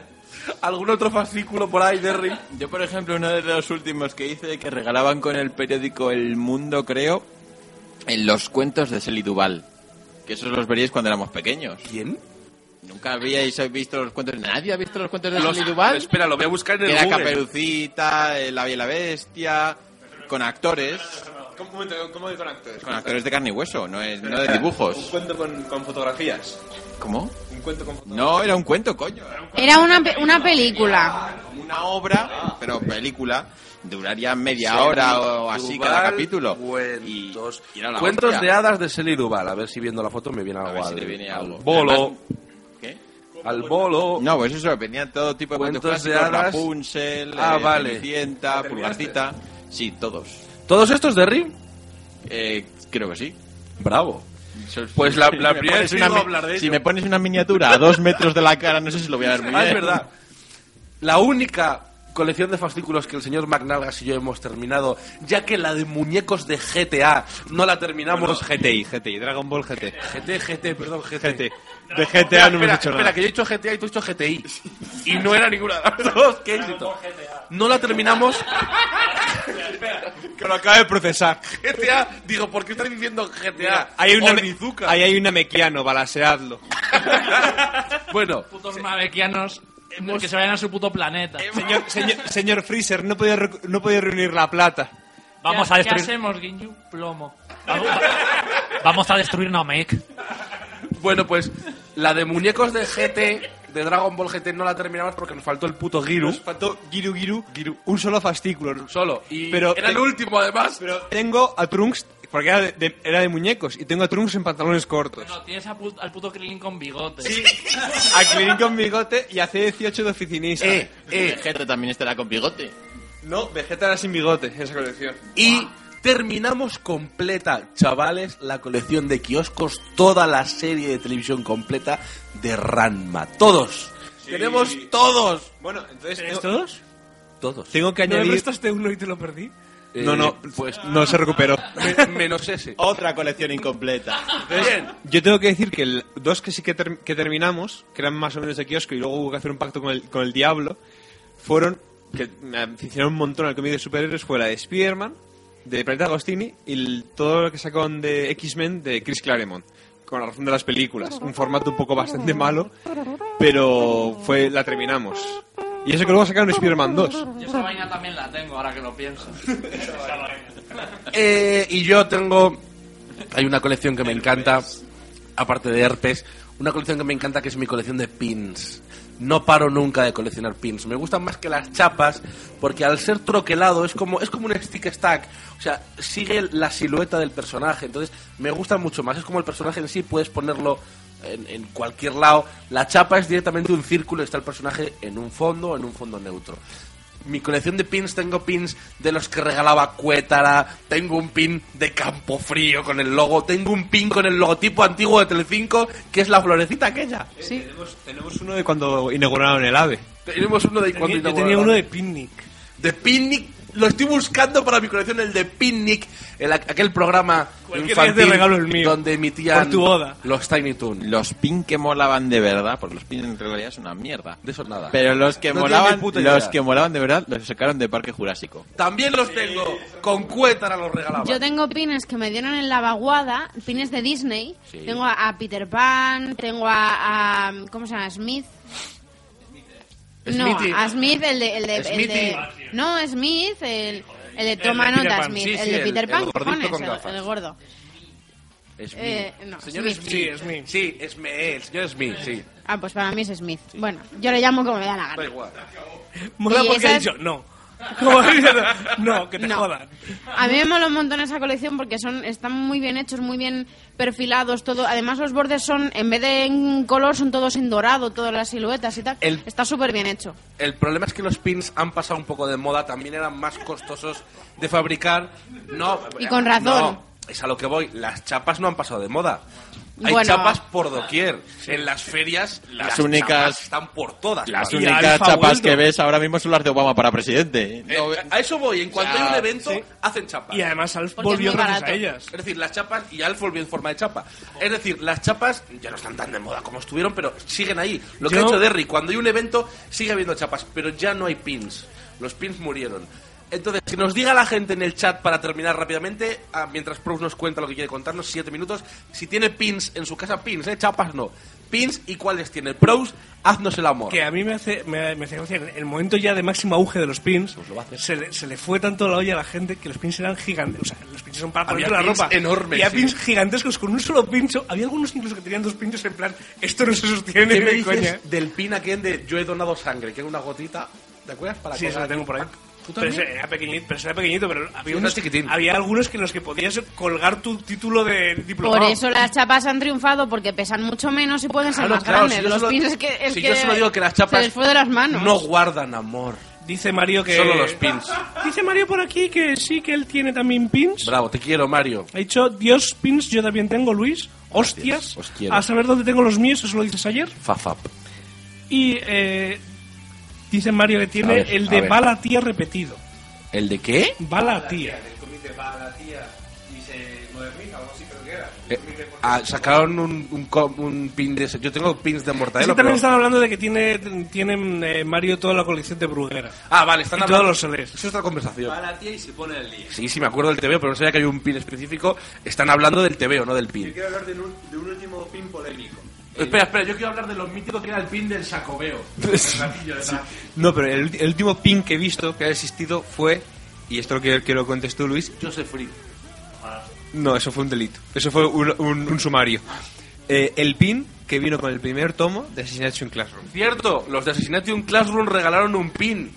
Speaker 2: ¿Algún otro fascículo por ahí, Derry?
Speaker 4: Yo, por ejemplo, uno de los últimos que hice, que regalaban con el periódico El Mundo, creo, en los cuentos de Sely Duval. Que esos los veríais cuando éramos pequeños.
Speaker 2: ¿Quién?
Speaker 4: Nunca habíais visto los cuentos. Nadie ha visto los cuentos de
Speaker 2: Los-
Speaker 4: Sely Duval.
Speaker 2: Pues Espera, lo voy a buscar en el
Speaker 4: Era
Speaker 2: Google.
Speaker 4: Caperucita, eh, La Bella y la Bestia, con actores.
Speaker 20: ¿Cómo, cómo de con actores?
Speaker 4: Con actores de carne y hueso, no, es, no de dibujos.
Speaker 20: cuento con, con fotografías.
Speaker 4: ¿Cómo?
Speaker 20: Un cuento con
Speaker 4: No, era un cuento, coño.
Speaker 6: Era una, pe- una película.
Speaker 4: Una obra, pero película, duraría media
Speaker 2: Sely
Speaker 4: hora o así cada
Speaker 2: Duval,
Speaker 4: capítulo.
Speaker 2: Cuentos.
Speaker 4: Y era la
Speaker 2: Cuentos
Speaker 4: hostia.
Speaker 2: de hadas de Sely Duval. A ver si viendo la foto me viene algo.
Speaker 4: ver si
Speaker 2: al,
Speaker 4: te viene
Speaker 2: al
Speaker 4: algo.
Speaker 2: bolo.
Speaker 4: ¿Qué?
Speaker 2: Al bolo.
Speaker 4: No, pues eso, venían todo tipo de cuentos
Speaker 2: Cuentos de
Speaker 4: clásicos,
Speaker 2: hadas.
Speaker 4: Rapunzel,
Speaker 2: Ah,
Speaker 4: eh,
Speaker 2: vale.
Speaker 4: Cenicienta, Pulgarcita, sí, todos.
Speaker 2: ¿Todos estos, Derry?
Speaker 4: Eh, creo que sí.
Speaker 2: Bravo. Pues la, la
Speaker 4: Si me
Speaker 2: primera vez que
Speaker 4: pones una
Speaker 2: oigo
Speaker 4: mi-
Speaker 2: hablar de
Speaker 4: Si
Speaker 2: ello.
Speaker 4: me pones una miniatura a dos metros de la cara, no sé si lo voy a ver muy
Speaker 2: Ah,
Speaker 4: bien.
Speaker 2: es verdad. La única colección de fascículos que el señor McNalgas y yo hemos terminado, ya que la de muñecos de GTA no la terminamos.
Speaker 20: GTI, GTI, Dragon Ball GT.
Speaker 2: GT, GT, perdón, GT.
Speaker 20: De
Speaker 2: Espera,
Speaker 20: GTA no hemos
Speaker 2: espera,
Speaker 20: hecho
Speaker 2: espera,
Speaker 20: nada.
Speaker 2: que yo he hecho GTA y tú has hecho GTI. Y no era ninguna de las dos. ¡Qué éxito! No la terminamos.
Speaker 20: Que lo acaba de procesar.
Speaker 2: GTA. Digo, ¿por qué estás diciendo GTA?
Speaker 20: Hay una,
Speaker 2: Onizuka.
Speaker 20: ahí hay una mequiano, balaseadlo.
Speaker 2: Bueno,
Speaker 21: Putos mabequianos que se vayan a su puto planeta.
Speaker 20: Señor, señor, señor Freezer, no podía, recu- no podía reunir la plata.
Speaker 10: Vamos
Speaker 21: ¿Qué-
Speaker 10: a
Speaker 21: ¿Qué
Speaker 10: destruir.
Speaker 21: hacemos, Ginyu? Plomo.
Speaker 10: Vamos a destruir Namek.
Speaker 2: bueno, pues la de muñecos de GT, de Dragon Ball GT, no la terminamos porque nos faltó el puto Giru.
Speaker 20: Nos faltó Giru Giru, un solo fascículo.
Speaker 2: Solo. Y
Speaker 20: Pero-
Speaker 2: era el último, además.
Speaker 20: Tengo a Trunks, porque era de, de- era de muñecos, y tengo a Trunks en pantalones cortos.
Speaker 21: No, tienes a pu- al puto Krillin con bigote.
Speaker 20: A Krillin con bigote y a C18 de oficinista.
Speaker 2: Eh, eh.
Speaker 4: Vegeta también estará con bigote.
Speaker 20: No, Vegeta era sin bigote, esa colección.
Speaker 2: Y terminamos completa, chavales, la colección de kioscos, toda la serie de televisión completa de Ranma. Todos. Tenemos todos.
Speaker 20: Bueno, entonces...
Speaker 3: ¿Tenéis
Speaker 20: tengo-
Speaker 3: todos?
Speaker 2: Todos.
Speaker 20: Tengo que
Speaker 3: ¿No me
Speaker 20: añadir...
Speaker 3: prestaste uno y te lo perdí?
Speaker 2: Eh,
Speaker 20: No, no,
Speaker 2: pues
Speaker 20: no se recuperó.
Speaker 2: me- menos ese.
Speaker 4: Otra colección incompleta.
Speaker 2: Bien.
Speaker 20: Yo tengo que decir que el, dos que sí que, ter- que terminamos, que eran más o menos de kiosco y luego hubo que hacer un pacto con el, con el diablo,
Speaker 5: fueron, que me aficionaron un montón al cómic de superhéroes, fue la de Spider-Man, de Planeta Agostini y el- todo lo que sacaron de X-Men de Chris Claremont, con la razón de las películas. Un formato un poco bastante malo, pero fue la terminamos. Y eso que luego sacaron Spider-Man 2.
Speaker 24: Yo esa vaina también la tengo, ahora que lo pienso.
Speaker 2: Eh, y yo tengo. Hay una colección que me encanta, aparte de herpes, una colección que me encanta que es mi colección de pins. No paro nunca de coleccionar pins. Me gustan más que las chapas porque al ser troquelado es como es como un stick stack. O sea, sigue la silueta del personaje. Entonces me gusta mucho más. Es como el personaje en sí, puedes ponerlo en, en cualquier lado. La chapa es directamente un círculo y está el personaje en un fondo o en un fondo neutro mi colección de pins tengo pins de los que regalaba Cuétara, tengo un pin de Campo Frío con el logo, tengo un pin con el logotipo antiguo de Telecinco que es la florecita aquella.
Speaker 5: Sí. Tenemos, tenemos uno de cuando inauguraron el AVE.
Speaker 2: Tenemos uno de cuando
Speaker 3: Tenía- yo
Speaker 2: inauguraron
Speaker 3: tenía
Speaker 2: la-
Speaker 3: uno de Picnic.
Speaker 2: de Picnic, lo estoy buscando para mi colección el de Picnic, el, aquel programa
Speaker 3: Cualquier día
Speaker 2: infantil
Speaker 3: te regalo el mío.
Speaker 2: donde emitían
Speaker 3: Por tu boda.
Speaker 2: los Tiny Toons.
Speaker 4: Los pin que molaban de verdad, porque los pin en realidad es una mierda.
Speaker 2: De eso nada.
Speaker 4: Pero los que
Speaker 2: No tiene
Speaker 4: molaban,
Speaker 2: ni puta
Speaker 4: los
Speaker 2: idea.
Speaker 4: que molaban de verdad, los sacaron de Parque Jurásico.
Speaker 2: También los tengo, con Cuétara los regalaba.
Speaker 6: Yo tengo pines que me dieron en la vaguada, pines de Disney.
Speaker 2: Sí.
Speaker 6: Tengo a, a Peter Pan, tengo a, a- ¿Cómo se llama? Smith.
Speaker 2: Smithy.
Speaker 6: No, a Smith, el de. El de, el
Speaker 2: Smithy.
Speaker 6: de- no, Smith, el, el de Toma
Speaker 2: El de Peter
Speaker 6: Nota,
Speaker 2: Pan.
Speaker 6: Smith.
Speaker 2: Sí,
Speaker 6: el
Speaker 2: sí,
Speaker 6: de
Speaker 2: el-
Speaker 6: Peter
Speaker 2: el
Speaker 6: Pan,
Speaker 2: gordito
Speaker 6: cojones,
Speaker 2: con
Speaker 6: el-
Speaker 2: gafas.
Speaker 6: el gordo.
Speaker 2: Es mi.
Speaker 6: Eh, no,
Speaker 2: señor
Speaker 6: Smith.
Speaker 2: Smith. Sí, es mi, el señor Smith, sí.
Speaker 6: Ah, pues para mí es Smith. Bueno, yo le llamo como me da la
Speaker 2: Da
Speaker 6: gana.
Speaker 2: igual.
Speaker 3: Mola
Speaker 6: Y
Speaker 3: porque ha
Speaker 6: esas-
Speaker 3: dicho no. Como diciendo, no, que te
Speaker 6: No.
Speaker 3: jodan.
Speaker 6: A mí me mola un montón esa colección porque son están muy bien hechos, muy bien perfilados, todo. Además los bordes son, en vez de en color, son todos en dorado, todas las siluetas y tal.
Speaker 2: El-
Speaker 6: Está súper bien hecho.
Speaker 2: El problema es que los pins han pasado un poco de moda, también eran más costosos de fabricar. No,
Speaker 6: Y con razón.
Speaker 2: no, es a lo que voy. Las chapas no han pasado de moda. Hay
Speaker 6: Bueno.
Speaker 2: chapas por doquier. En las ferias las,
Speaker 4: Las únicas-
Speaker 2: chapas están por todas.
Speaker 4: Las
Speaker 2: partes.
Speaker 4: únicas chapas que ves ahora mismo son las de Obama para presidente.
Speaker 2: Eh, a eso voy. En cuanto hay un evento, hacen chapas.
Speaker 3: Y además Alf
Speaker 6: Porque es
Speaker 3: volvió
Speaker 6: muy
Speaker 3: gracias a
Speaker 6: barato.
Speaker 3: ellas.
Speaker 2: Es decir, las chapas y Alf volvió en forma de chapa. Es decir, las chapas ya no están tan de moda como estuvieron, pero siguen ahí. Lo que
Speaker 3: Yo-
Speaker 2: ha hecho Derry, cuando hay un evento sigue habiendo chapas, pero ya no hay pins. Los pins murieron. Entonces, que nos diga la gente en el chat para terminar rápidamente, ah, mientras Proust nos cuenta lo que quiere contarnos, siete minutos, si tiene pins en su casa, pins, ¿eh? Chapas no. Pins y cuáles tiene. Proust, haznos el amor.
Speaker 3: Que a mí me hace, me, me hace gracia, en el momento ya de máximo auge de los pins,
Speaker 2: Pues
Speaker 3: se, le, se le fue tanto la olla a la gente que los pins eran gigantes. O sea, los pins son para
Speaker 2: Había
Speaker 3: ponerte la
Speaker 2: pins
Speaker 3: ropa.
Speaker 2: enormes,
Speaker 3: Y había
Speaker 2: sí.
Speaker 3: pins gigantescos con un solo pincho. Había algunos incluso que tenían dos pinchos en plan, esto no se
Speaker 2: ¿Qué
Speaker 3: sostiene
Speaker 2: me
Speaker 3: ni de
Speaker 2: dices
Speaker 3: coña.
Speaker 2: del pin aquel de yo he donado sangre, que era una gotita? ¿Te acuerdas? Para
Speaker 3: Sí,
Speaker 2: colgar
Speaker 3: eso lo tengo
Speaker 2: aquí?
Speaker 3: por ahí.
Speaker 2: ¿Tú
Speaker 3: Pero
Speaker 2: también?
Speaker 3: ese era pequeñito, pero ese era pequeñito, pero había,
Speaker 2: era
Speaker 3: unos-
Speaker 2: chiquitín.
Speaker 3: había algunos que en los que podías colgar tu título de
Speaker 6: Por
Speaker 3: diplomado.
Speaker 2: ah.
Speaker 6: eso las chapas han triunfado porque pesan mucho menos y pueden ser
Speaker 2: Claro,
Speaker 6: más
Speaker 2: Ah, claro,
Speaker 6: grandes.
Speaker 2: si yo
Speaker 6: los
Speaker 2: solo-
Speaker 6: pines que, es
Speaker 2: si
Speaker 6: que
Speaker 2: yo solo digo que las chapas
Speaker 6: se les fue de las manos.
Speaker 2: No guardan amor.
Speaker 3: Dice Mario que...
Speaker 2: Solo los pins.
Speaker 3: Dice Mario por aquí que sí, que él tiene también pins.
Speaker 2: Bravo, te quiero, Mario.
Speaker 3: Ha dicho, Dios, pins, yo también tengo, Luis. Hostias.
Speaker 2: os quiero.
Speaker 3: A saber dónde tengo los míos, eso lo dices ayer.
Speaker 2: Fafap.
Speaker 3: Y eh, dice Mario que tiene
Speaker 2: A ver,
Speaker 3: el
Speaker 2: a
Speaker 3: de
Speaker 2: ver.
Speaker 3: bala tía repetido.
Speaker 2: ¿El de qué?
Speaker 3: Bala tía. Este
Speaker 2: Eh, ah, sacaron un, un, co- un pin de ese. Yo tengo pins de
Speaker 3: Sí,
Speaker 2: mortadelo.
Speaker 3: también
Speaker 2: pero-
Speaker 3: están hablando de que tiene, tienen eh, Mario toda la colección de Bruguera.
Speaker 2: Ah, vale, están
Speaker 3: y
Speaker 2: hablando.
Speaker 3: todos los solés.
Speaker 2: Eso es otra conversación.
Speaker 5: la tía y se pone al día.
Speaker 2: Sí, sí, me acuerdo del TVO, pero no sabía que hay un pin específico. Están hablando del TVO, no del pin. Eh,
Speaker 5: Quiero hablar de un, de un último pin polémico.
Speaker 2: Espera, espera, yo quiero hablar de los míticos que era el pin del sacobeo.
Speaker 25: No, pero eh, el, ulti- el último pin que he visto que ha existido fue, y esto lo que, que lo cuentes tú, Luis,
Speaker 2: Yo soy free.
Speaker 5: Ah.
Speaker 25: no, eso fue un delito, eso fue un, un- un sumario. Eh, el pin que vino con el primer tomo de Assassination Classroom.
Speaker 2: Cierto, los de Assassination Classroom regalaron un pin.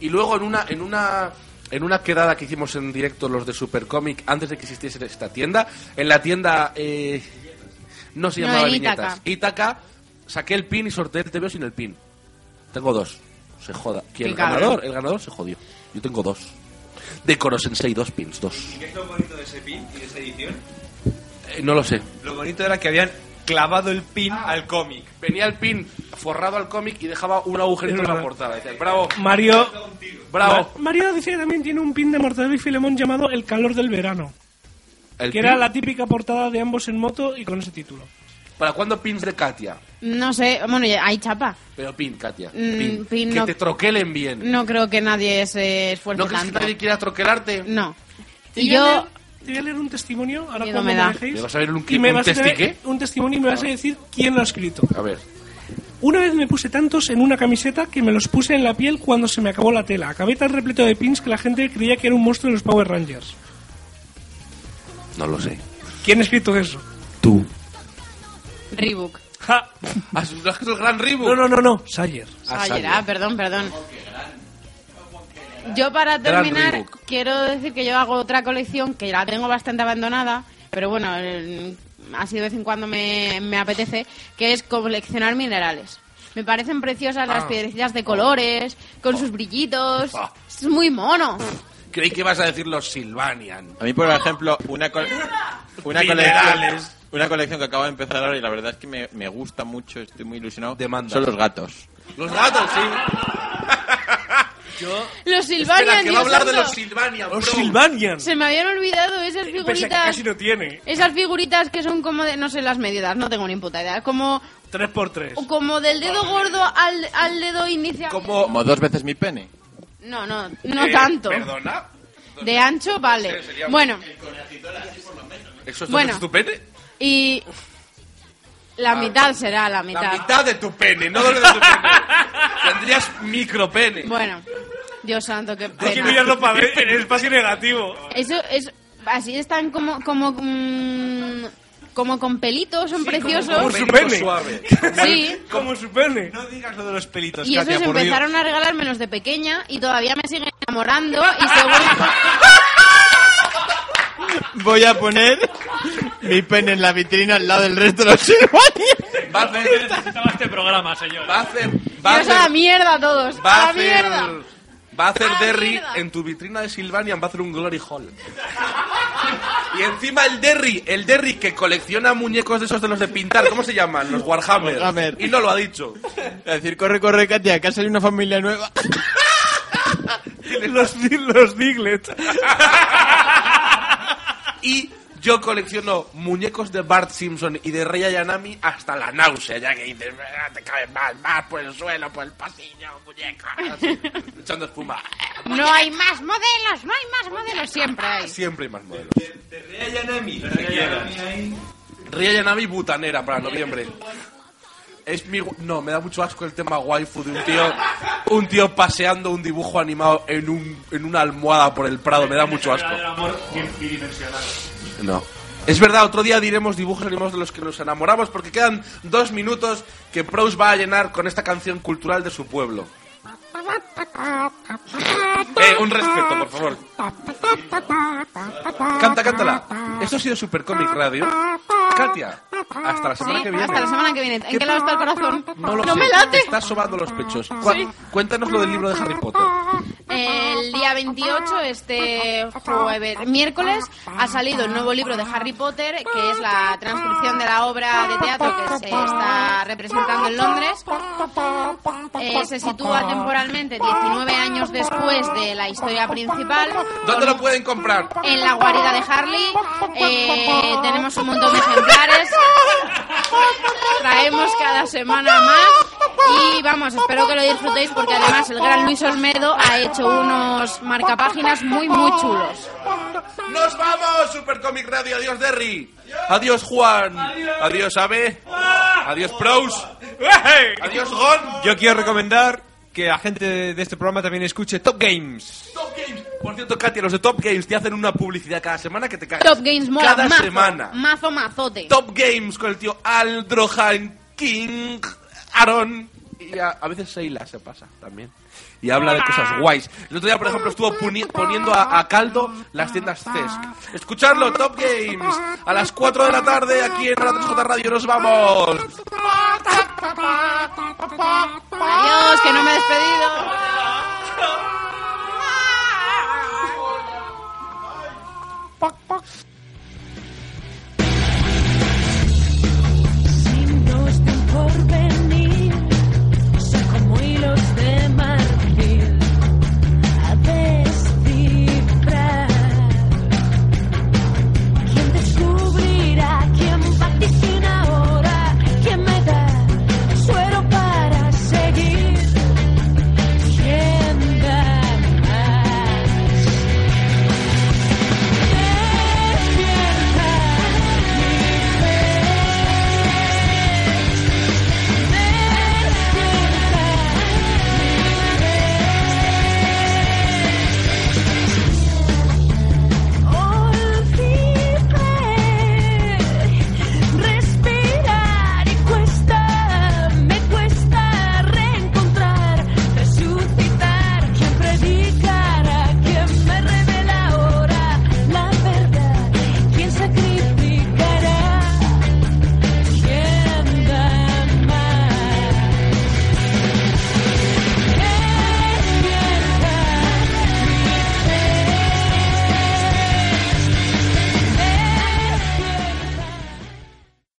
Speaker 2: Y luego en una, en una, en una quedada que hicimos en directo los de Supercomic antes de que existiese esta tienda, en la tienda eh, no se
Speaker 6: No,
Speaker 2: llamaba
Speaker 6: en
Speaker 2: Viñetas. Ítaca, saqué el pin y sorteé el TVO sin el pin. Tengo dos. Se joda. ¿Quién?
Speaker 6: Qué
Speaker 2: El
Speaker 6: cabrón.
Speaker 2: ganador, el ganador se jodió. Yo tengo dos. De Koro Sensei, dos pins, dos.
Speaker 25: ¿Qué es lo bonito de ese pin y de esa edición?
Speaker 2: Eh, no lo sé.
Speaker 25: Lo bonito era que habían clavado el pin al cómic.
Speaker 2: Venía el pin forrado al cómic y dejaba un agujerito en la portada. Decía, bravo,
Speaker 3: Mario,
Speaker 2: bravo.
Speaker 3: Ma- Mario dice que también tiene un pin de Mortadelo y Filemón llamado El calor del verano.
Speaker 2: El
Speaker 3: que era
Speaker 2: pin-
Speaker 3: la típica portada de ambos en moto y con ese título.
Speaker 2: ¿Para cuándo pins de Katia?
Speaker 6: No sé, bueno, ya- hay chapa.
Speaker 2: Pero pin, Katia.
Speaker 6: Mm,
Speaker 2: Pin.
Speaker 6: pin
Speaker 2: que
Speaker 6: no-
Speaker 2: te troquelen bien.
Speaker 6: No creo que nadie se esfuerce
Speaker 2: ¿No crees que
Speaker 6: tanto.
Speaker 2: nadie quiera troquelarte?
Speaker 6: No.
Speaker 3: Te voy a
Speaker 6: Yo,
Speaker 3: leer- te voy a leer un testimonio ahora
Speaker 6: Miedo
Speaker 3: cuando
Speaker 6: me
Speaker 3: me
Speaker 6: da.
Speaker 3: dejéis.
Speaker 2: ¿Me vas a leer un-
Speaker 3: Y me
Speaker 2: un
Speaker 3: vas a
Speaker 2: testi
Speaker 3: leer
Speaker 2: qué?
Speaker 3: un testimonio y me vas a decir quién lo ha escrito.
Speaker 2: A ver.
Speaker 3: Una vez me puse tantos en una camiseta que me los puse en la piel cuando se me acabó la tela. Acabé tan repleto de pins que la gente creía que era un monstruo de los Power Rangers.
Speaker 2: No lo sé.
Speaker 3: ¿Quién ha escrito eso?
Speaker 2: Tú.
Speaker 6: Reebok.
Speaker 3: ¡Ja!
Speaker 2: ¿Has el Ah, gran Reebok?
Speaker 3: No, no, no, no. Sayer.
Speaker 2: Ah,
Speaker 6: Ayer,
Speaker 2: Sander.
Speaker 6: ah, perdón, perdón. Yo para terminar
Speaker 2: Reebok.
Speaker 6: quiero decir que yo hago otra colección que la tengo bastante abandonada, pero bueno, el- así de vez en cuando me, me apetece, que es coleccionar minerales. Me parecen preciosas las
Speaker 2: Ah.
Speaker 6: piedrecitas de colores, con sus brillitos.
Speaker 2: Ah.
Speaker 6: Es muy mono.
Speaker 2: Creí que ibas a decir los Silvanian.
Speaker 4: A mí, por ejemplo, una, col- una colección...
Speaker 2: Minerales.
Speaker 4: Una colección que acabo de empezar ahora y la verdad es que me, me gusta mucho, estoy muy ilusionado.
Speaker 2: Demanda.
Speaker 4: Son los gatos.
Speaker 2: Los gatos, sí.
Speaker 6: Los Silvanian,
Speaker 2: Espera, que va a
Speaker 6: Dios
Speaker 2: hablar de
Speaker 6: santo.
Speaker 2: los Silvanian.
Speaker 3: ¡Los
Speaker 2: bro.
Speaker 3: Silvanian!
Speaker 6: Se me habían olvidado esas
Speaker 3: Pese a que
Speaker 6: figuritas.
Speaker 3: casi no tiene.
Speaker 6: Esas figuritas que son como de, no sé las medidas, no tengo ni puta idea. Como,
Speaker 3: 3x3.
Speaker 6: como del dedo gordo al, al dedo inicial.
Speaker 4: Como dos veces mi pene.
Speaker 6: No, no, no
Speaker 2: Eh,
Speaker 6: tanto.
Speaker 2: ¿Perdona?
Speaker 6: De ancho, vale. Bueno,
Speaker 2: ¿Eso es
Speaker 6: Bueno.
Speaker 2: bueno. tu pene?
Speaker 6: y
Speaker 3: Ah,
Speaker 6: la mitad será la
Speaker 2: La
Speaker 6: mitad.
Speaker 2: mitad de tu pene, no doble de tu pene. Tendrías micro pene.
Speaker 6: Bueno, Dios santo, qué
Speaker 3: Hay que
Speaker 6: pena.
Speaker 3: mirarlo para ver en el espacio negativo.
Speaker 6: Eso es así están como como mm, como con pelitos, son
Speaker 3: Como
Speaker 6: preciosos.
Speaker 3: su
Speaker 2: Pelito
Speaker 3: pene.
Speaker 2: suave.
Speaker 6: Sí.
Speaker 3: Como su pene.
Speaker 26: No digas lo de los pelitos,
Speaker 6: Y
Speaker 26: Katia,
Speaker 6: esos
Speaker 26: por Dios.
Speaker 6: empezaron a regalarme los de pequeña y todavía me siguen enamorando y según
Speaker 4: Voy a poner mi pene en la vitrina al lado del resto de los silvanios.
Speaker 2: Va a hacer.
Speaker 10: Necesitaba este programa, señor.
Speaker 2: Va a hacer. Va a
Speaker 6: Dios, a la
Speaker 2: hacer.
Speaker 6: mierda todos,
Speaker 2: Va a
Speaker 6: a la
Speaker 2: hacer.
Speaker 6: mierda.
Speaker 2: Va a hacer
Speaker 6: A la
Speaker 2: Derry
Speaker 6: Ah, mierda.
Speaker 2: en tu vitrina de Silvanian, va a hacer un Glory Hall. Y encima el Derry, el Derry que colecciona muñecos de esos de los de pintar, ¿cómo se llaman? Los Warhammer.
Speaker 4: Warhammer.
Speaker 2: Y no lo ha dicho.
Speaker 4: A decir, corre, corre, Katia, acá sale una familia nueva.
Speaker 3: Los, di- los Diglett.
Speaker 2: Y yo colecciono muñecos de Bart Simpson y de Rey Ayanami hasta la náusea, ya que dices, "Ah, te caen más, más por el suelo, por el pasillo, muñeca, así, echando espuma.
Speaker 27: No hay más modelos, no hay más modelos, siempre hay.
Speaker 2: Siempre hay más modelos. Rey Ayanami butanera para noviembre. Es mi... gu- No, me da mucho asco el tema waifu de un tío, un tío paseando un dibujo animado en, un, en una almohada por el Prado. Me da mucho asco.
Speaker 10: El amor bidimensional.
Speaker 2: No. Es verdad, otro día diremos dibujos animados de los que nos enamoramos porque quedan dos minutos que Prous va a llenar con esta canción cultural de su pueblo. Eh, un respeto, por favor. Canta, cántala. Esto ha sido Super Comic Radio. Katia, hasta la semana
Speaker 6: Sí,
Speaker 2: que viene.
Speaker 6: hasta la semana que viene. ¿En qué, lado está el corazón?
Speaker 2: No lo sé,
Speaker 6: me late.
Speaker 2: Estás sobando los pechos. Cu-
Speaker 6: Sí.
Speaker 2: Cuéntanos lo del libro de Harry Potter.
Speaker 6: El día 28, este jueves, miércoles, ha salido el nuevo libro de Harry Potter, que es la transcripción de la obra de teatro que se está representando en Londres. Eh, se sitúa temporalmente 19 años después de la historia principal.
Speaker 2: ¿Dónde lo pueden comprar?
Speaker 6: En la guarida de Harley eh, tenemos un montón de ejemplares. Traemos cada semana más. Y vamos, espero que lo disfrutéis porque además el gran Luis Olmedo ha hecho unos marcapáginas muy, muy chulos.
Speaker 2: ¡Nos vamos, Super Comic Radio! ¡Adiós, Derry! ¡Adiós, Juan! ¡Adiós, Abe! ¡Adiós, Prous!
Speaker 5: ¡Ey!
Speaker 2: ¡Adiós, Gon!
Speaker 5: Yo quiero recomendar que la gente de este programa también escuche Top Games.
Speaker 2: Top Games. Por cierto, Katia, los de Top Games te hacen una publicidad cada semana que te cagas.
Speaker 6: Top Games mola
Speaker 2: Cada
Speaker 6: mazo,
Speaker 2: semana.
Speaker 6: Mazo, mazote.
Speaker 2: Top Games con el tío Aldrohan King, Aaron. Y a, a veces Seila se pasa también. Y habla de cosas guays. El otro día, por ejemplo, estuvo puni- poniendo a, a caldo las tiendas CESC. Escucharlo, Top Games. A las 4 de la tarde aquí en Radio 3J Radio. ¡Nos vamos!
Speaker 6: Adiós, que no me he despedido.